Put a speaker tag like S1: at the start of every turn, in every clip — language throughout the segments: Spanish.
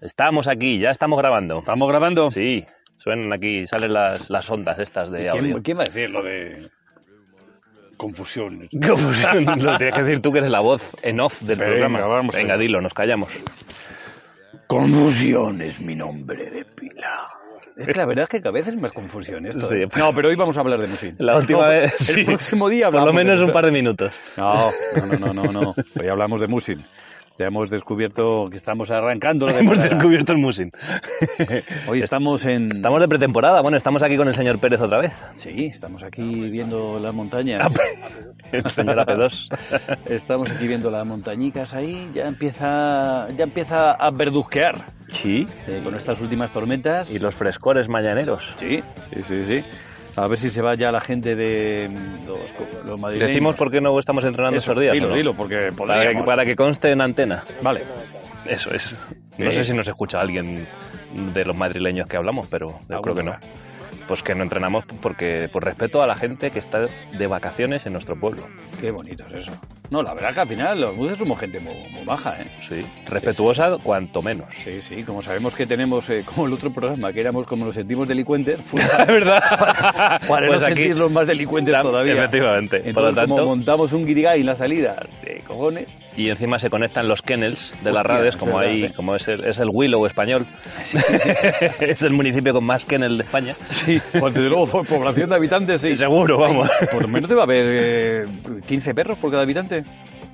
S1: Estamos aquí, ya estamos grabando.
S2: ¿Estamos grabando?
S1: Sí, suenan aquí, salen las, las ondas estas de
S2: ¿Quién,
S1: audio.
S2: quién va a decir lo de confusión?
S1: ¿Cómo se- Lo tienes que decir tú que eres la voz en off del
S2: Venga,
S1: programa.
S2: vamos
S1: Venga,
S2: allá.
S1: dilo, nos callamos.
S2: Confusión es mi nombre de pila. Es que la verdad es que a veces me es confusión esto.
S1: Sí.
S2: ¿eh? No, pero hoy vamos a hablar de Musin.
S1: La última
S2: No,
S1: vez.
S2: El
S1: sí,
S2: próximo día
S1: Por
S2: hablamos.
S1: lo menos
S2: de-
S1: un par de minutos.
S2: No, no, no, no, no, no. Hoy hablamos de Musin. Ya hemos descubierto que estamos arrancando. la
S1: Hemos
S2: temporada.
S1: descubierto el musing.
S2: Hoy estamos en.
S1: Estamos de pretemporada, bueno, estamos aquí con el señor Pérez otra vez.
S2: Sí, estamos aquí viendo la montaña.
S1: El señor AP2.
S2: Estamos aquí viendo las montañicas ahí. Ya empieza, ya empieza a verduzquear
S1: Sí.
S2: eh, con estas últimas tormentas.
S1: Y los frescores mañaneros.
S2: Sí, sí, sí, sí. A ver si se va ya la gente de mm, los, co- los madrileños.
S1: Decimos por qué no estamos entrenando
S2: Eso,
S1: estos días.
S2: Dilo,
S1: ¿o no?
S2: dilo, porque
S1: Para que,
S2: podríamos.
S1: para que conste en antena.
S2: Vale.
S1: Eso es. No
S2: Sí.
S1: sé si nos escucha alguien de los madrileños que hablamos, pero yo creo que no. Pues que no entrenamos porque por respeto a la gente que está de vacaciones en nuestro pueblo.
S2: Qué bonito es eso. No, la verdad que al final los buses somos gente muy, muy baja, ¿eh?
S1: Sí. Respetuosa cuanto menos.
S2: Sí, sí, como sabemos que tenemos, eh, como el otro programa, que éramos como nos sentimos delincuentes, pues fue
S1: Es verdad.
S2: para
S1: Pues
S2: no
S1: aquí-
S2: sentirnos más delincuentes todavía.
S1: Efectivamente.
S2: Entonces,
S1: por lo
S2: como
S1: tanto,
S2: montamos un guirigay en la salida, de cojones,
S1: y encima se conectan los kennels de las
S2: Hostia,
S1: redes,
S2: es
S1: como
S2: verdad,
S1: hay,
S2: ¿eh?
S1: como es el, es el Willow español. es el municipio con más kennel de España.
S2: Sí, pues desde luego por población de habitantes, sí.
S1: Seguro, vamos.
S2: Por lo menos debe haber eh, 15 perros por cada habitante.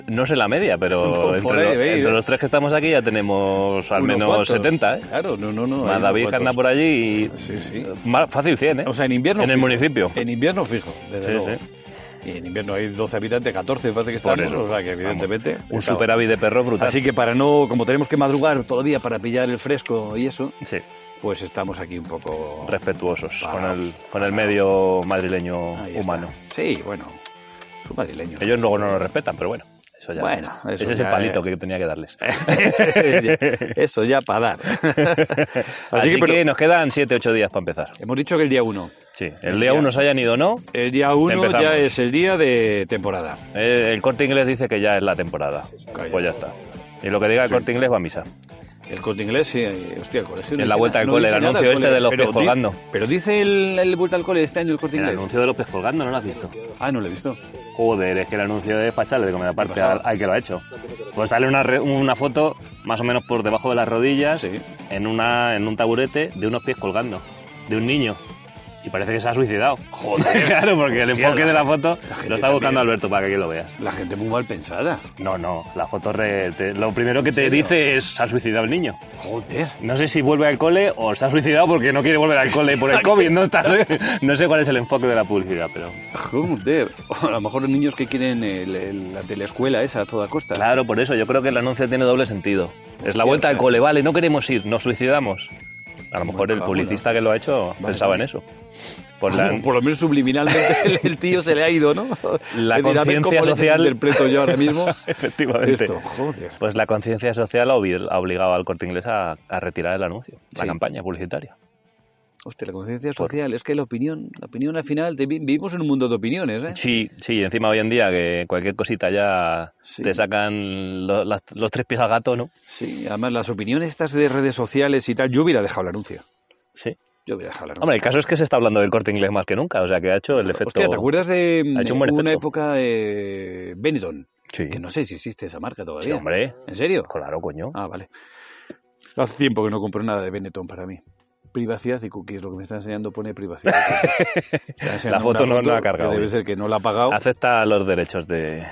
S1: No sé la media, pero
S2: Por
S1: entre,
S2: ahí,
S1: los,
S2: veis,
S1: entre
S2: ¿eh?
S1: los tres que estamos aquí ya tenemos al
S2: Unos
S1: menos
S2: cuantos.
S1: 70, ¿eh?
S2: Claro, no, no, no.
S1: Más
S2: hay
S1: David
S2: unos
S1: que anda
S2: cuantos.
S1: por allí y... eh,
S2: Sí, sí.
S1: Más fácil 100, ¿eh?
S2: O sea, en invierno.
S1: En el
S2: fijo.
S1: municipio.
S2: En invierno fijo, desde
S1: Sí,
S2: luego. Y en invierno hay 12 habitantes, 14 parece que
S1: Por
S2: estamos,
S1: eso.
S2: o sea que evidentemente...
S1: Vamos, Un
S2: está-
S1: superávit de perro brutal.
S2: Así que para no, como tenemos que madrugar todavía para pillar el fresco y eso,
S1: Sí,
S2: pues estamos aquí un poco...
S1: respetuosos con
S2: Paraos,
S1: el, con el medio madrileño
S2: Ahí está.
S1: humano.
S2: Sí, bueno, son madrileños.
S1: Ellos luego no lo respetan, pero bueno, eso ya.
S2: Bueno, eso
S1: ese es
S2: ya,
S1: el palito
S2: eh.
S1: que tenía que darles.
S2: eso ya para dar.
S1: Así,
S2: Así
S1: que,
S2: que, pero-
S1: nos quedan 7, 8 días para empezar.
S2: Hemos dicho que el día 1.
S1: Sí, el día 1 se hayan ido o no,
S2: El día 1
S1: Empezamos.
S2: ya es el día de temporada.
S1: eh, el corte inglés dice que ya es la temporada.
S2: Calla.
S1: Pues ya está. Y lo que diga el corte inglés va a misa.
S2: El corte inglés, sí, eh, hostia, el colegio.
S1: En la vuelta al
S2: al
S1: cole, el anuncio este de los pies colgando.
S2: Pero dice el, el vuelta al cole este año el corte inglés.
S1: de López colgando, ¿no lo has visto?
S2: Ah, no lo he visto.
S1: Joder, es que el anuncio de Pachales de Comida Aparte al,
S2: Pasado.
S1: al que lo ha hecho. Pues sale una, re- una foto más o menos por debajo de las rodillas,
S2: Sí.
S1: en, una, en un taburete, de unos pies colgando, de un niño. Y parece que se ha suicidado. Joder. claro, porque el
S2: Hostia,
S1: enfoque
S2: la-
S1: de la foto
S2: gente
S1: lo está buscando
S2: también.
S1: Alberto para que lo veas.
S2: La gente muy mal pensada.
S1: No, no, la foto re- te- lo primero que te
S2: serio?
S1: dice es se ha suicidado el niño.
S2: Joder.
S1: No sé si vuelve al cole o se ha suicidado porque no quiere volver al cole por el COVID. No, está, no sé cuál es el enfoque de la publicidad, pero...
S2: Joder. A lo mejor los niños que quieren el- el- la teleescuela esa a toda costa.
S1: Claro, por eso yo creo que el anuncio tiene doble sentido. Es la vuelta al cole, vale, no queremos ir, nos suicidamos. A lo mejor el
S2: Bueno,
S1: publicista que lo ha hecho
S2: Vale,
S1: pensaba en
S2: vale.
S1: eso. Por la,
S2: Por lo menos subliminalmente el, el tío se le ha ido, ¿no?
S1: La
S2: Es decir, a ver
S1: conciencia
S2: cómo le
S1: social-
S2: interpreto yo ahora mismo
S1: efectivamente.
S2: esto. Joder.
S1: Pues la conciencia social ha obli- ha obligado al corte inglés a, a retirar el anuncio, la
S2: Sí.
S1: campaña publicitaria.
S2: Hostia, la conciencia social, es que la opinión, la opinión al final, te vi- vivimos en un mundo de opiniones, ¿eh?
S1: Sí, sí, encima hoy en día que cualquier cosita ya
S2: Sí.
S1: te sacan lo- las- los tres pies al gato, ¿no?
S2: Sí, además las opiniones estas de redes sociales y tal, yo hubiera dejado el anuncio.
S1: Sí.
S2: Yo hubiera dejado el anuncio.
S1: Hombre, el caso es que se está hablando del corte inglés más que nunca, o sea que ha hecho el efecto.
S2: Hostia, ¿te acuerdas de
S1: Ha hecho un buen
S2: mm, una
S1: efecto.
S2: época de Benetton?
S1: Sí.
S2: Que no sé si existe esa marca
S1: Sí,
S2: todavía.
S1: hombre.
S2: ¿En serio?
S1: Claro, coño.
S2: Ah, vale. Hace tiempo que no compro nada de Benetton para mí. Privacidad y cookies, lo que me está enseñando pone privacidad. Está enseñando
S1: foto
S2: una
S1: no la ha
S2: que
S1: cargado ¿eh?
S2: Debe
S1: hoy.
S2: ser que no la ha pagado
S1: Acepta los derechos de,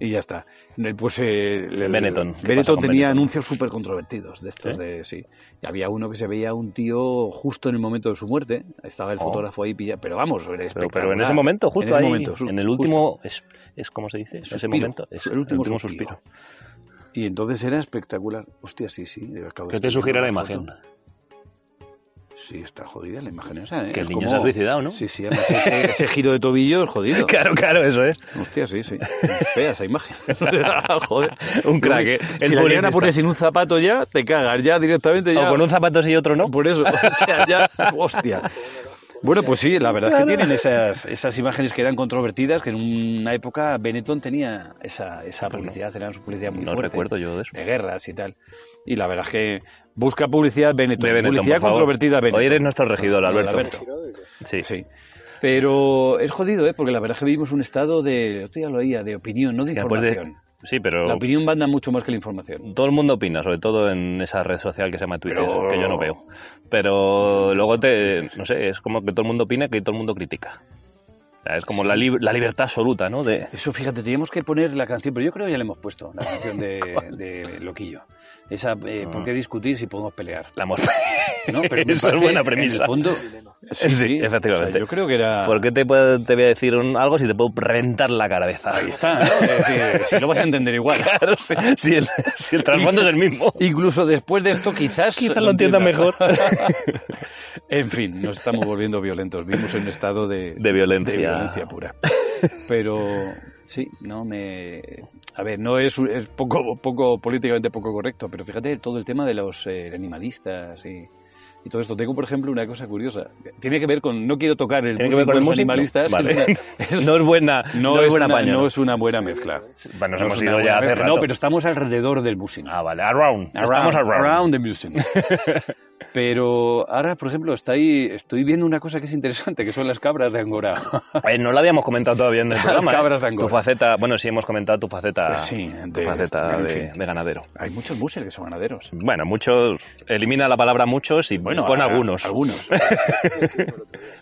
S2: y ya está. Eh, Pues eh, el- el-
S1: Benetton. ¿Qué pasa
S2: Benetton
S1: con
S2: tenía
S1: Benetton?
S2: anuncios súper controvertidos de estos
S1: ¿Sí?
S2: de sí. Y había uno que se veía un tío justo en el momento de su muerte. Estaba el
S1: Oh.
S2: fotógrafo ahí pillado. Pero vamos, era
S1: Pero,
S2: espectacular.
S1: pero en ese momento,
S2: En
S1: justo
S2: ese
S1: ahí,
S2: momento, su-
S1: en el
S2: justo.
S1: último, es, es como se dice, en ese
S2: Suspiro,
S1: momento, es
S2: el último suspiro. Y entonces era espectacular. Hostia, sí, sí. acabo de
S1: ¿Qué te
S2: estar
S1: sugiere la
S2: viendo
S1: imagen?
S2: foto. Sí, está jodida la imagen esa, ¿eh?
S1: Que el
S2: Es
S1: niño se ha suicidado, ¿no?
S2: Sí, sí, además ese, ese giro de tobillo es jodido.
S1: Claro, claro, eso es.
S2: Hostia, sí, sí. Fea esa imagen. Ah, Joder.
S1: Un crack, ¿eh? El
S2: Si la llegan
S1: publicista.
S2: a poner sin un zapato ya, te cagas ya directamente. Ya,
S1: O Ah, con un zapato sí y otro no.
S2: Por eso, o sea, ya, hostia. Bueno, pues sí, la verdad es que tienen esas, esas imágenes que eran controvertidas, que en una época Benetton tenía esa, esa publicidad, era una publicidad muy
S1: No
S2: fuerte.
S1: recuerdo yo de eso.
S2: De guerras y tal. Y la verdad es que busca publicidad Benetton.
S1: De Benetton,
S2: publicidad
S1: por favor.
S2: controvertida Benetton.
S1: Hoy eres nuestro regidor, Alberto.
S2: Alberto.
S1: Sí, sí.
S2: Sí. Pero es jodido, ¿eh? Porque la verdad es que vivimos un estado de, otro día lo oía, de opinión, no de
S1: Que acuerde-
S2: información.
S1: pero
S2: La opinión manda mucho más que la información.
S1: todo el mundo opina, sobre todo en esa red social que se llama Twitter,
S2: Pero-
S1: que yo no veo. Pero luego te, no sé, es como que todo el mundo opina que todo el mundo critica. O sea, es como la, lib- la libertad absoluta, ¿no? De,
S2: Eso, fíjate, teníamos que poner la canción, pero yo creo que ya le hemos puesto, la canción de, de Loquillo. Esa, eh, ¿por qué discutir si podemos pelear?
S1: la amor.
S2: ¿No? Pero
S1: Ah. Esa
S2: me
S1: es
S2: parece,
S1: buena
S2: en el
S1: premisa.
S2: fondo-
S1: Sí,
S2: sí, sí,
S1: efectivamente.
S2: o sea, yo creo que era...
S1: ¿Por qué te, puedo- te voy a decir un- algo si te puedo reventar la cabeza?
S2: Ahí está, ¿no? Es decir, si lo vas a entender igual.
S1: Claro, si, si el, si el trasfondo es el mismo.
S2: Incluso después de esto, quizás.
S1: Quizás lo entienda
S2: entiendas.
S1: mejor.
S2: en fin, nos estamos volviendo violentos. Vivimos en un estado de,
S1: De violencia. pues.
S2: de violencia pura. Pero sí, no me. A ver, no es, es poco, poco políticamente poco correcto, pero fíjate todo el tema de los eh, animalistas y. y todo esto. Tengo, por ejemplo, una cosa curiosa. Tiene que ver con. No quiero tocar el
S1: ¿Tiene que ver con el
S2: los
S1: músico?
S2: animalistas.
S1: Vale.
S2: Es una- es-
S1: No es buena, no es buena
S2: una,
S1: paña.
S2: no es una buena mezcla.
S1: Bueno, nos
S2: No es
S1: hemos
S2: una
S1: ido ya
S2: buena
S1: hace
S2: mezcla.
S1: rato.
S2: No, pero estamos alrededor del busing.
S1: Ah, vale, around. Estamos around.
S2: Around the music. Pero ahora, por ejemplo, está ahí, estoy viendo una cosa que es interesante, que son las cabras de Angora.
S1: Eh, no la habíamos comentado todavía en el
S2: Las
S1: programa. ¿eh?
S2: cabras de
S1: Tu
S2: Angora.
S1: faceta, bueno, sí hemos comentado tu faceta,
S2: Sí,
S1: tu
S2: de-
S1: faceta
S2: en
S1: de,
S2: fin.
S1: de ganadero.
S2: Hay muchos buses que son ganaderos.
S1: Bueno, muchos, elimina la palabra muchos y
S2: Bueno,
S1: pon
S2: a-
S1: algunos.
S2: Algunos.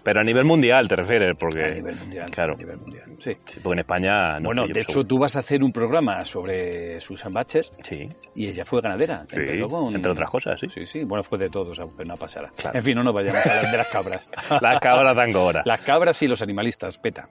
S1: Pero a nivel mundial te refieres, porque,
S2: A nivel mundial.
S1: claro,
S2: a nivel mundial, sí.
S1: sí, porque en España no
S2: bueno,
S1: estoy yo
S2: de hecho,
S1: seguro.
S2: tú vas a hacer un programa sobre Susan Batcher
S1: Sí,
S2: y ella fue ganadera.
S1: sí,
S2: empezó con-
S1: entre otras cosas, sí.
S2: Sí, sí. Bueno, fue de todos, aunque no pasara.
S1: Claro.
S2: En fin, no nos vayamos a hablar de las cabras.
S1: Las cabras de Angora.
S2: Las cabras y los animalistas, peta.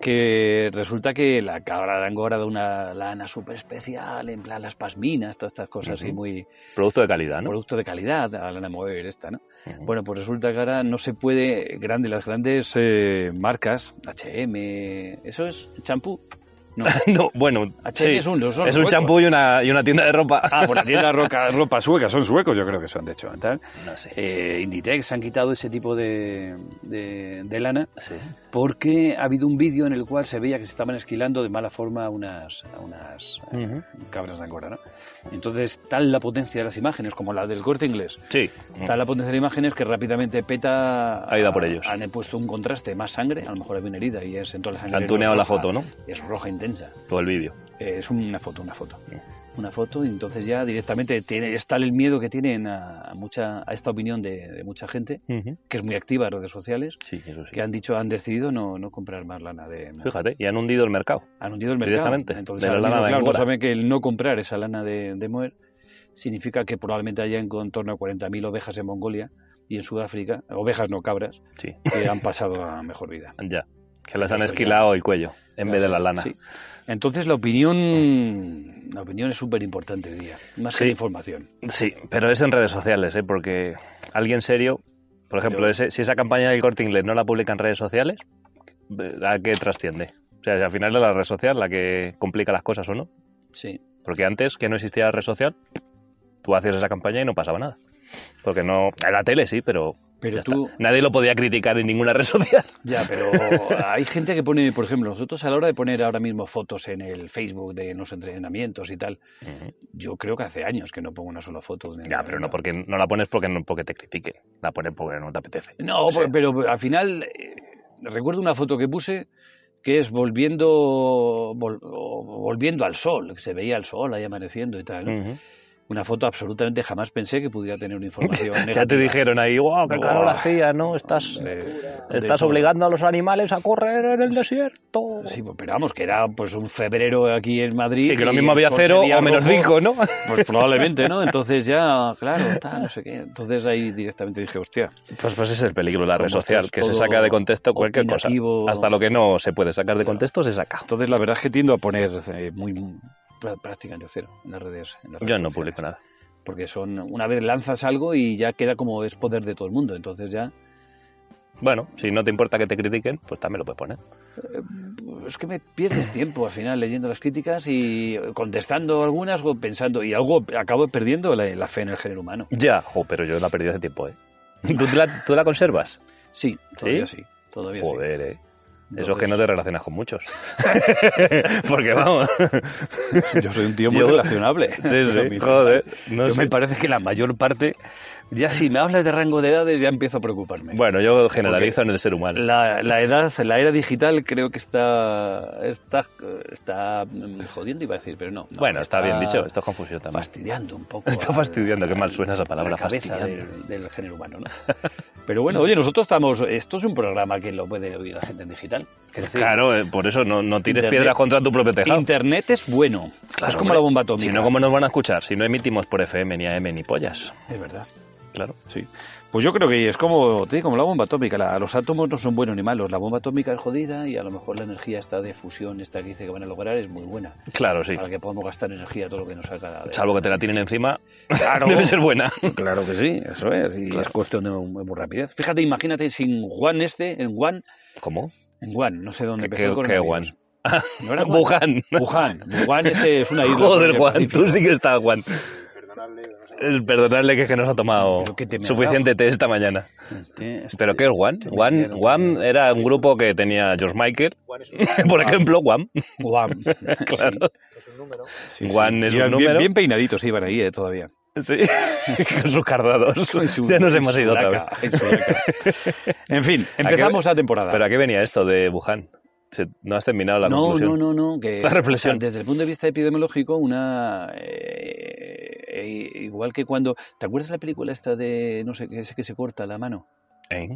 S2: Que resulta que la cabra de Angora da una lana súper especial, en plan las pasminas, todas estas cosas así,
S1: Ujú.
S2: muy
S1: Producto de calidad, ¿no?
S2: producto de calidad, la lana mover esta, ¿no?
S1: Ujú.
S2: Bueno, pues resulta que ahora no se puede, grande, las grandes eh, marcas, H&M, ¿eso es champú? No,
S1: No, bueno,
S2: H&M
S1: sí.
S2: es un, son
S1: es un
S2: suecos.
S1: champú y una, y una tienda de ropa.
S2: Ah, por la tienda roca, ropa sueca, son suecos, yo creo que son, de hecho. tal.
S1: No sé.
S2: Eh, Inditex han quitado ese tipo de- de- de lana
S1: Sí.
S2: porque ha habido un vídeo en el cual se veía que se estaban esquilando de mala forma a unas, a unas eh,
S1: Ujú.
S2: cabras de Angora. ¿no? Entonces, tal la potencia de las imágenes, como la del corte inglés,
S1: Sí.
S2: tal la potencia de las imágenes que rápidamente PETA
S1: Eh. Ha ido a por ellos.
S2: Han puesto un contraste, más sangre, a lo mejor había una herida y es en toda la sangre.
S1: Han tuneado la
S2: roja,
S1: foto, ¿no?
S2: Es roja intensa.
S1: Todo el vídeo.
S2: Eh, es una foto, una foto.
S1: Sí.
S2: Una foto, y entonces ya directamente tiene, es tal el miedo que tienen a, a mucha, a esta opinión de, de mucha gente, que es muy activa en redes sociales,
S1: Sí, eso sí.
S2: que han dicho, han decidido no, no comprar más lana de,
S1: Fíjate, y han hundido el mercado.
S2: han hundido el mercado.
S1: Directamente,
S2: Entonces,
S1: de la
S2: ahora mismo,
S1: lana de
S2: claro,
S1: Angora.
S2: todos saben que el no comprar esa lana de, de Moer significa que probablemente haya en torno a 40.000 ovejas en Mongolia y en Sudáfrica, ovejas no cabras,
S1: Sí.
S2: que han pasado a mejor vida.
S1: Ya. Que les han
S2: Eso ya.
S1: esquilado el cuello en vez de la lana.
S2: Sí. Entonces, la opinión, la opinión es súper importante hoy día, más que
S1: Sí.
S2: la información.
S1: Sí, pero es en redes sociales, ¿eh? Porque alguien serio, por ejemplo,
S2: Yo-
S1: ese- si esa campaña del corte inglés no la publica en redes sociales, ¿a qué trasciende? O sea, si al final es la red social la que complica las cosas o no.
S2: Sí.
S1: Porque antes que no existía la red social, tú hacías esa campaña y no pasaba nada. Porque no. En la tele sí, pero.
S2: Pero
S1: ya
S2: tú,
S1: está. Nadie lo podía criticar en ninguna red social.
S2: ya, pero hay gente que pone, por ejemplo, nosotros a la hora de poner ahora mismo fotos en el Facebook de los entrenamientos y tal, yo creo que hace años que no pongo una sola foto. de
S1: Ya, pero no
S2: entrenamiento.
S1: porque no la pones porque no porque te critiquen, la pones porque no te apetece.
S2: No,
S1: O sea,
S2: por- pero al final eh, recuerdo una foto que puse que es volviendo vol- o volviendo al sol, que se veía el sol ahí amaneciendo y tal. ¿no?
S1: ujú.
S2: Una foto absolutamente jamás pensé que pudiera tener una información
S1: Ya te
S2: negativa.
S1: dijeron ahí, wow, qué calor
S2: Buah.
S1: hacía, ¿no? Estás,
S2: Eh,
S1: estás
S2: de-
S1: obligando a los animales a correr en el desierto.
S2: Sí, pues, pero vamos, que era pues un febrero aquí en Madrid.
S1: Sí, que lo
S2: y
S1: mismo
S2: el
S1: había
S2: sol
S1: cero
S2: sería
S1: o menos
S2: rojo.
S1: cinco, ¿no?
S2: Pues probablemente, ¿no? Entonces ya, claro, tal, no sé qué. Entonces ahí directamente dije, hostia.
S1: Pues, pues ese es el peligro de la red
S2: Como
S1: social,
S2: estás
S1: que se
S2: todo
S1: saca de contexto cualquier cosa.
S2: opinativo.
S1: Hasta lo que no se puede sacar de
S2: Claro.
S1: contexto se saca.
S2: Entonces la verdad es que tiendo a poner eh, muy prá- prácticamente cero en las redes. en las
S1: Yo
S2: redes
S1: no
S2: sociales.
S1: publico nada.
S2: Porque son, una vez lanzas algo y ya queda como es poder de todo el mundo. Entonces ya,
S1: Bueno, si no te importa que te critiquen, pues también lo puedes poner.
S2: es que me pierdes tiempo al final leyendo las críticas y contestando algunas o pensando. Y algo acabo perdiendo la, la fe en el género humano.
S1: Ya, jo, pero yo la perdí hace tiempo, ¿eh? ¿Tú la, tú la conservas?
S2: Sí, todavía sí. todavía sí.
S1: Joder, ¿eh? Eso es que no te relacionas con muchos. Porque vamos.
S2: Yo soy un tío muy
S1: Yo-
S2: relacionable.
S1: Sí, sí,
S2: Pero, mi-
S1: joder, no
S2: yo
S1: sé.
S2: me parece que la mayor parte, ya si me hablas de rango de edades, ya empiezo a preocuparme.
S1: Bueno, yo generalizo en el ser humano.
S2: La, la edad, la era digital creo que está, está, está mm, jodiendo, iba a decir, pero no. no,
S1: bueno, está, bien
S2: Ah,
S1: dicho, esto es confusión también.
S2: fastidiando un poco.
S1: Está
S2: al-
S1: fastidiando, qué
S2: al-
S1: mal suena esa palabra,
S2: la cabeza
S1: fastidiando.
S2: del, del género humano, ¿no? Pero bueno, oye, nosotros estamos, esto es un programa que lo puede oír la gente en digital. Quiero decir,
S1: Claro, eh, por eso no, no tires
S2: Internet-
S1: piedras contra tu propio tejado.
S2: Internet es bueno,
S1: Claro,
S2: es como
S1: hombre.
S2: la bomba atómica.
S1: Si no, ¿cómo nos van a escuchar? Si no emitimos por FM, ni AM, ni pollas.
S2: Es verdad.
S1: Claro.
S2: Sí. Pues yo creo que es como, te digo, como la bomba atómica. La- los átomos no son buenos ni malos. La bomba atómica es jodida y a lo mejor la energía esta de fusión, esta que dice que van a lograr, es muy buena.
S1: Claro, sí.
S2: Para que podamos gastar energía todo lo que nos salga de...
S1: Salvo que te la tienen encima,
S2: Claro.
S1: debe ser buena.
S2: Claro que sí, eso es. Y
S1: Claro.
S2: es cuestión de muy muy rapidez. Fíjate, imagínate sin Juan este, en Juan,
S1: ¿Cómo?
S2: en Juan, no sé dónde
S1: ¿Qué,
S2: empezó
S1: qué,
S2: el
S1: qué Juan?
S2: coronavirus. ¿No era Wuhan?
S1: Wuhan.
S2: Wuhan. Wuhan ese este es una isla. por
S1: Joder,
S2: el
S1: Juan,
S2: Pacífico.
S1: tú sí que estás, Juan. El perdonarle que es que nos ha tomado
S2: Pero que te me
S1: suficiente té esta mañana.
S2: Eh,
S1: ¿Pero qué es Juan?
S2: Te me
S1: Juan,
S2: dieron-
S1: Juan era un grupo que tenía George Michael, por ejemplo, Juan.
S2: Guam.
S1: Claro.
S2: Sí,
S1: Juan es
S2: Iban
S1: un
S2: bien-
S1: número.
S2: Bien peinaditos iban ahí eh, todavía.
S1: Sí. Con sus cardados.
S2: Con su-
S1: ya nos
S2: en
S1: hemos
S2: su
S1: ido otra vez.
S2: laca, en su laca. En fin, empezamos la temporada.
S1: ¿Pero a qué venía esto de Wuhan? Se- No has terminado la
S2: no,
S1: conclusión.
S2: no, no, no. Que,
S1: La reflexión.
S2: o sea, desde el punto de vista epidemiológico, una. eh, eh, igual que cuando. ¿Te acuerdas de la película esta de. No sé, qué, ese que se corta la mano?
S1: ¿Eh?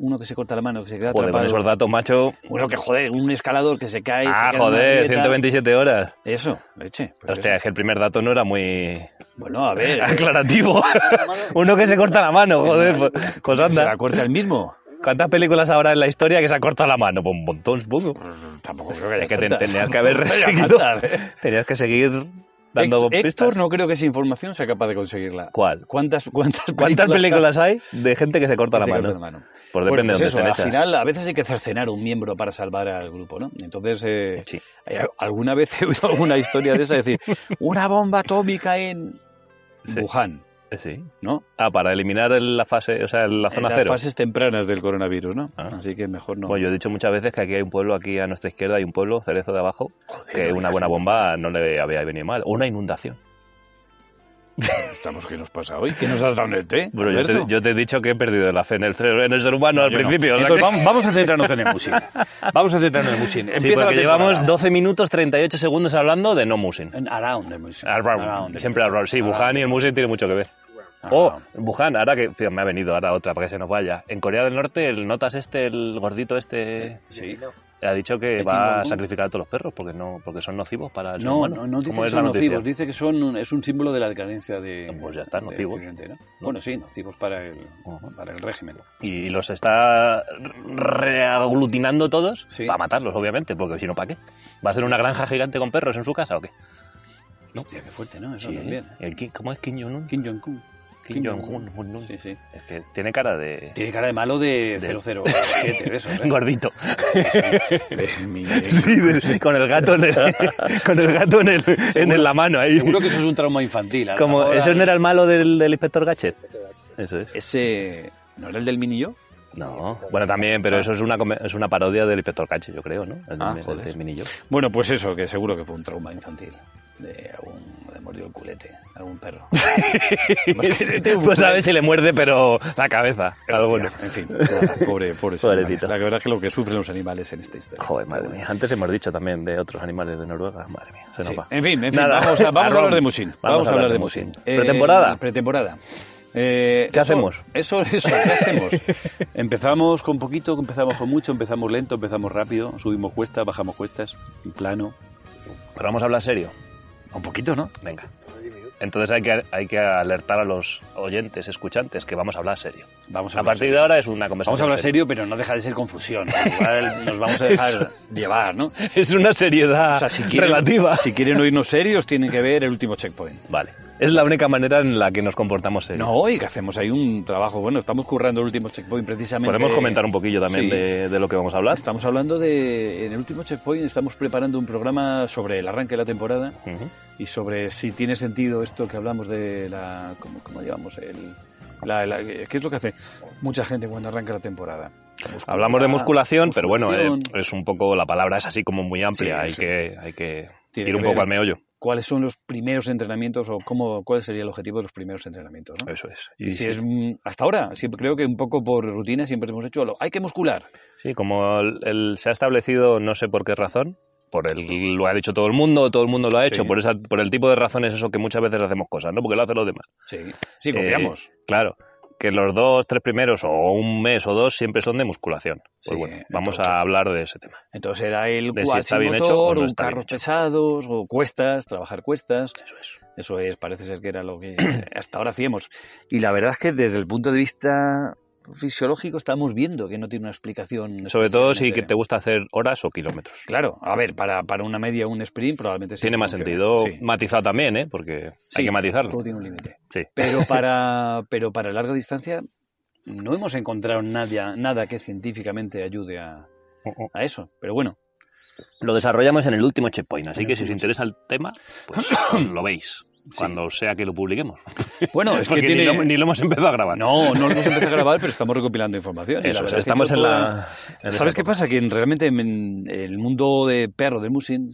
S2: Uno que se corta la mano, que se queda
S1: Joder, con esos
S2: atrapado.
S1: datos, macho.
S2: Bueno, que joder, un escalador que se cae. y
S1: Ah,
S2: se queda en una
S1: joder,
S2: grieta.
S1: 127 horas.
S2: Eso, leche. pues
S1: Hostia, es que el primer dato no era muy
S2: eso. Bueno, a ver. eh,
S1: aclarativo. Uno que se corta la mano, joder. pues, Pues
S2: Se la
S1: anda.
S2: corta el mismo.
S1: ¿Cuántas películas habrá en la historia que se ha cortado la mano? Pues un montón, supongo.
S2: Tampoco creo que haya
S1: Es Mm, que te-
S2: tantas.
S1: tenías que haber
S2: Vaya
S1: seguido.
S2: matar.
S1: Tenías que seguir dando
S2: Héctor,
S1: pistas.
S2: Héctor no creo que esa información sea capaz de conseguirla.
S1: ¿Cuál?
S2: ¿Cuántas, cuántas,
S1: ¿Cuántas películas hay de gente que se corta la mano? Pues
S2: Bueno,
S1: depende
S2: pues
S1: de
S2: eso,
S1: dónde
S2: al
S1: estén hechas.
S2: final a veces hay que cercenar un miembro para salvar al grupo, ¿no? Entonces, eh,
S1: Sí.
S2: hay- alguna vez he oído alguna historia de esa, es decir, una bomba atómica en
S1: Sí.
S2: Wuhan,
S1: Sí.
S2: ¿no?
S1: Ah, para eliminar el- la fase, o sea, la zona
S2: en las
S1: cero.
S2: fases tempranas del coronavirus, ¿no?
S1: Ah.
S2: Así que mejor no.
S1: Bueno, yo he dicho muchas veces que aquí hay un pueblo, aquí a nuestra izquierda hay un pueblo, Cerezo de abajo, que una buena bomba no le había venido mal. O una inundación.
S2: Estamos, ¿qué nos pasa hoy? ¿Qué nos has dado en el té?
S1: Bueno, yo te,
S2: Alberto?
S1: yo te he dicho que he perdido la fe en el, ser- en el ser humano al
S2: Yo no.
S1: principio. o sea
S2: Entonces,
S1: que-
S2: vamos, vamos a centrarnos en el musing. Vamos a centrarnos en el musing.
S1: Sí,
S2: Empieza la
S1: porque llevamos
S2: temporada.
S1: 12 minutos 38 segundos hablando de no musing.
S2: En Around the Musing.
S1: Around.
S2: the
S1: Siempre
S2: Musing.
S1: around. Sí,
S2: Around.
S1: Wuhan y el musing tiene mucho que ver.
S2: Around.
S1: Oh, Wuhan, ahora que fíjate, me ha venido ahora otra para que se nos vaya. En Corea del Norte, el notas este, el gordito este,
S2: Sí.
S1: ha dicho que
S2: ¿El
S1: va a
S2: Kim Jong-un?
S1: sacrificar a todos los perros porque no, porque son nocivos para el ser
S2: No,
S1: humano.
S2: no, no dice
S1: ¿Cómo
S2: que
S1: es la
S2: son
S1: noticia?
S2: nocivos, dice que son un- es un símbolo de la decadencia de.
S1: Pues ya está,
S2: de
S1: nocivos.
S2: Occidente, ¿no? Bueno, sí, nocivos para el,
S1: Ujú.
S2: para el régimen.
S1: y los está reaglutinando todos
S2: Sí.
S1: para matarlos, obviamente, porque si no, ¿para qué? ¿Va a hacer una granja gigante con perros en su casa o qué?
S2: Hostia, qué fuerte, ¿no? Eso
S1: Sí,
S2: también. ¿eh?
S1: el Kim- ¿Cómo es Kim Jong-un?
S2: Kim Jong-un.
S1: Kim Jong-un. un-
S2: Sí, sí.
S1: Es que tiene cara de...
S2: Tiene cara de malo de
S1: De-
S2: 007 de esos, ¿eh?
S1: Gordito.
S2: De mi-
S1: Sí, de- con el gato en, el- con el gato en, el- en
S2: Seguro-
S1: la mano ahí.
S2: Seguro que eso es un trauma infantil. a lo
S1: Como,
S2: mejor
S1: ¿Ese
S2: ahí-
S1: no era el malo del, del inspector Gachet? Eso es.
S2: Ese. ¿No era el del mini yo?
S1: No, bueno, también, pero eso es una, come- es una parodia del inspector Gachet, yo creo, ¿no? El,
S2: Ah,
S1: el-
S2: joder.
S1: el minillo.
S2: Bueno, pues eso, que seguro que fue un trauma infantil. De algún. de mordió el culete, algún perro.
S1: pues a ver si le muerde, pero la cabeza. Alguno.
S2: En fin, nada, pobre, pobres
S1: Pobrecito.
S2: animales. La verdad es que lo que sufren los animales en este instante.
S1: Joder, madre mía. Antes hemos dicho también de otros animales de Noruega. Madre mía, se nos
S2: Sí.
S1: va.
S2: En fin, en fin,
S1: Nada.
S2: vamos, a, vamos a
S1: Arrom.
S2: hablar de Musin. Vamos, a hablar de
S1: Musin.
S2: Musin. Eh,
S1: ¿Pretemporada?
S2: Pretemporada. Eh,
S1: ¿Qué
S2: eso-
S1: hacemos?
S2: Eso, eso, ¿qué hacemos? empezamos con poquito, empezamos con mucho, empezamos lento, empezamos rápido, subimos cuesta, bajamos cuestas, plano.
S1: Pero vamos a hablar serio.
S2: Un poquito, ¿no?
S1: Venga. Entonces hay que, hay que alertar a los oyentes, escuchantes, que vamos a hablar serio.
S2: Vamos a
S1: A
S2: hablar
S1: partir de ahora es una conversación.
S2: Vamos a hablar serio, pero no deja de ser confusión. Igual nos vamos a dejar llevar, ¿no?
S1: Es una seriedad
S2: O sea, si quieren,
S1: relativa.
S2: si quieren oírnos serios, tienen que ver el último checkpoint.
S1: Vale. Es la única manera en la que nos comportamos serios.
S2: No, y que hacemos ahí un trabajo. Bueno, estamos currando el último checkpoint precisamente.
S1: Podemos comentar un poquillo también
S2: Sí.
S1: de, de lo que vamos a hablar.
S2: Estamos hablando de. En el último checkpoint estamos preparando un programa sobre el arranque de la temporada
S1: Ujú.
S2: y sobre si tiene sentido esto que hablamos de la. ¿Cómo, cómo llamamos? El, la- la- ¿Qué es lo que hace mucha gente cuando arranca la temporada?
S1: Hablamos de musculación, pero bueno, eh,
S2: musculación.
S1: es un poco, la palabra es así como muy amplia,
S2: Sí,
S1: hay,
S2: sí.
S1: Que, hay que
S2: Tiene
S1: ir un
S2: que ver.
S1: poco al meollo.
S2: ¿Cuáles son los primeros entrenamientos o cómo, cuál sería el objetivo de los primeros entrenamientos? ¿no?
S1: Eso es.
S2: Y si es mm, hasta ahora, siempre creo que un poco por rutina siempre hemos hecho lo hay que muscular.
S1: Sí, como el- el- se ha establecido, no sé por qué razón, por el, lo ha dicho todo el mundo, todo el mundo lo ha hecho,
S2: Sí.
S1: por, esa, por el tipo de razones eso que muchas veces hacemos cosas, ¿no? Porque lo hacen los demás.
S2: Sí, sí, confiamos.
S1: Eh, claro, que los dos, tres primeros o un mes o dos siempre son de musculación. Pues
S2: Sí,
S1: bueno, vamos
S2: entonces.
S1: a hablar de ese tema.
S2: Entonces era el
S1: de si está bien hecho o
S2: cuatrimotor,
S1: no
S2: o
S1: está bien
S2: carros
S1: hecho.
S2: pesados, o cuestas, trabajar cuestas.
S1: Eso es.
S2: Eso es, parece ser que era lo que hasta ahora hacíamos. Y la verdad es que desde el punto de vista fisiológico estamos viendo que no tiene una explicación.
S1: Sobre todo si que
S2: especialmente-
S1: te gusta hacer horas o kilómetros.
S2: Claro, a ver, para, para una media un sprint probablemente sí
S1: Tiene
S2: que
S1: más
S2: funcione.
S1: sentido
S2: Sí.
S1: matizado también, ¿eh? Porque
S2: Sí,
S1: hay que matizarlo.
S2: Todo tiene un límite.
S1: Sí.
S2: Pero para, pero para larga distancia no hemos encontrado nada, nada que científicamente ayude a,
S1: Oh,
S2: a eso. Pero bueno,
S1: Lo desarrollamos en el último checkpoint, así
S2: En
S1: que
S2: el
S1: si os
S2: último
S1: interesa el tema, pues lo veis cuando sea que lo publiquemos.
S2: bueno, es que
S1: Porque
S2: tiene...
S1: ni, lo, ni lo hemos empezado a grabar.
S2: No, no nos empezó a grabar, pero estamos recopilando información. y la
S1: Eso,
S2: verdad es que
S1: estamos
S2: yo
S1: en
S2: toda-
S1: la... en
S2: ¿Sabes
S1: esa
S2: qué
S1: época.
S2: pasa? Que en- realmente en el mundo de perro, de musin,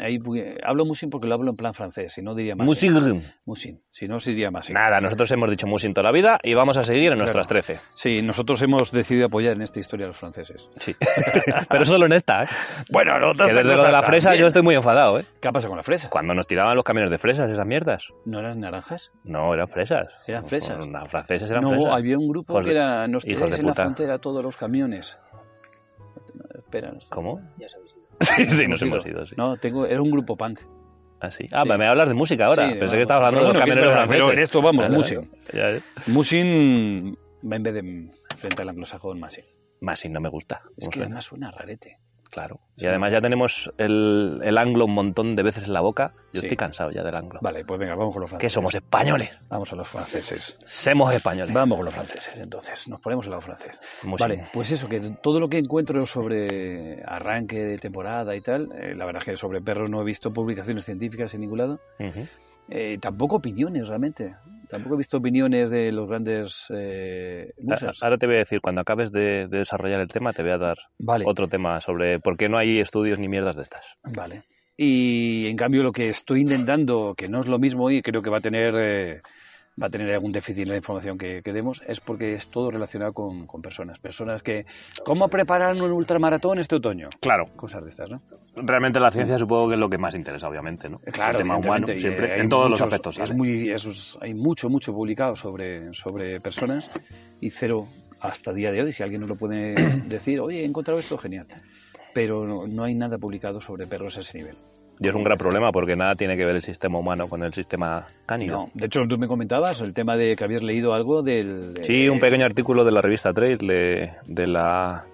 S2: ahí pu- hablo musin porque lo hablo en plan francés, si no diría más. ¿eh?
S1: Musin.
S2: Musin, si no sería más. ¿eh?
S1: Nada, nosotros hemos dicho Musin toda la vida y vamos a seguir en nuestras
S2: Claro.
S1: 13.
S2: Sí, nosotros hemos decidido apoyar en esta historia a los franceses.
S1: Sí. Pero solo en esta, ¿eh? Bueno, no Que desde lo de la fresa yo estoy muy enfadado, ¿eh?
S2: ¿Qué pasa con la fresa?
S1: Cuando nos tiraban los camiones de fresas, esas mierdas.
S2: ¿No eran naranjas?
S1: No, eran fresas.
S2: Eran fresas.
S1: Las francesas eran
S2: no,
S1: fresas.
S2: había un grupo
S1: Hijos
S2: que
S1: de-
S2: era nos
S1: hijos
S2: quedáis
S1: de
S2: en la
S1: puta.
S2: frontera todos los camiones. Espera, nos-
S1: ¿Cómo?
S3: Ya sabéis.
S1: Sí, sí, nos hemos ido, sí.
S2: No, tengo, era un grupo punk.
S1: Ah, sí. Ah,
S2: Sí.
S1: me hablas de música ahora.
S2: Sí,
S1: Pensé
S2: vamos.
S1: que estabas hablando
S2: Pero
S1: de los
S2: bueno, que es
S1: camioneros
S2: verdad,
S1: franceses.
S2: Pero en esto vamos,
S1: Vale,
S2: musin.
S1: Ya, eh.
S2: Musin, en vez de frente al anglosajón, Masin.
S1: Más si no me gusta.
S2: Es
S1: como
S2: que
S1: suena,
S2: además suena rarete.
S1: Claro. Y
S2: sí.
S1: además ya tenemos el, el anglo un montón de veces en la boca. Yo
S2: Sí.
S1: estoy cansado ya del anglo.
S2: Vale, pues venga, vamos con los
S1: Que
S2: franceses.
S1: somos españoles.
S2: Vamos a los franceses.
S1: Somos españoles.
S2: Vamos con los franceses, entonces. Nos ponemos al lado francés.
S1: Musin.
S2: Vale, pues eso, que todo lo que encuentro sobre arranque de temporada y tal, eh, la verdad es que sobre perros no he visto publicaciones científicas en ningún lado.
S1: Ujú.
S2: Eh, tampoco opiniones, realmente. Tampoco he visto opiniones de los grandes eh,
S1: A-
S2: musas.
S1: Ahora te voy a decir, cuando acabes de, de desarrollar el tema, te voy a dar
S2: Vale.
S1: otro tema sobre por qué no hay estudios ni mierdas de estas.
S2: Vale. Y en cambio lo que estoy intentando, que no es lo mismo y creo que va a tener eh, va a tener algún déficit en la información que, que demos, es porque es todo relacionado con, con personas. Personas que, ¿cómo preparar un ultramaratón este otoño?
S1: Claro,
S2: Cosas de estas, ¿no?
S1: realmente la ciencia supongo que es lo que más interesa, obviamente, ¿no? el tema humano,
S2: evidentemente, y, eh,
S1: siempre,
S2: hay
S1: en todos los
S2: muchos-
S1: aspectos.
S2: Es
S1: sale.
S2: muy, es- hay mucho, mucho publicado sobre, sobre personas y cero hasta día de hoy. Si alguien nos lo puede decir, oye, he encontrado esto, genial. Pero no, no hay nada publicado sobre perros a ese nivel.
S1: Y es un gran problema porque nada tiene que ver el sistema humano con el sistema cánido.
S2: No, de hecho tú me comentabas el tema de que habías leído algo del... de-
S1: Sí, un pequeño artículo de la revista Trade de, de la,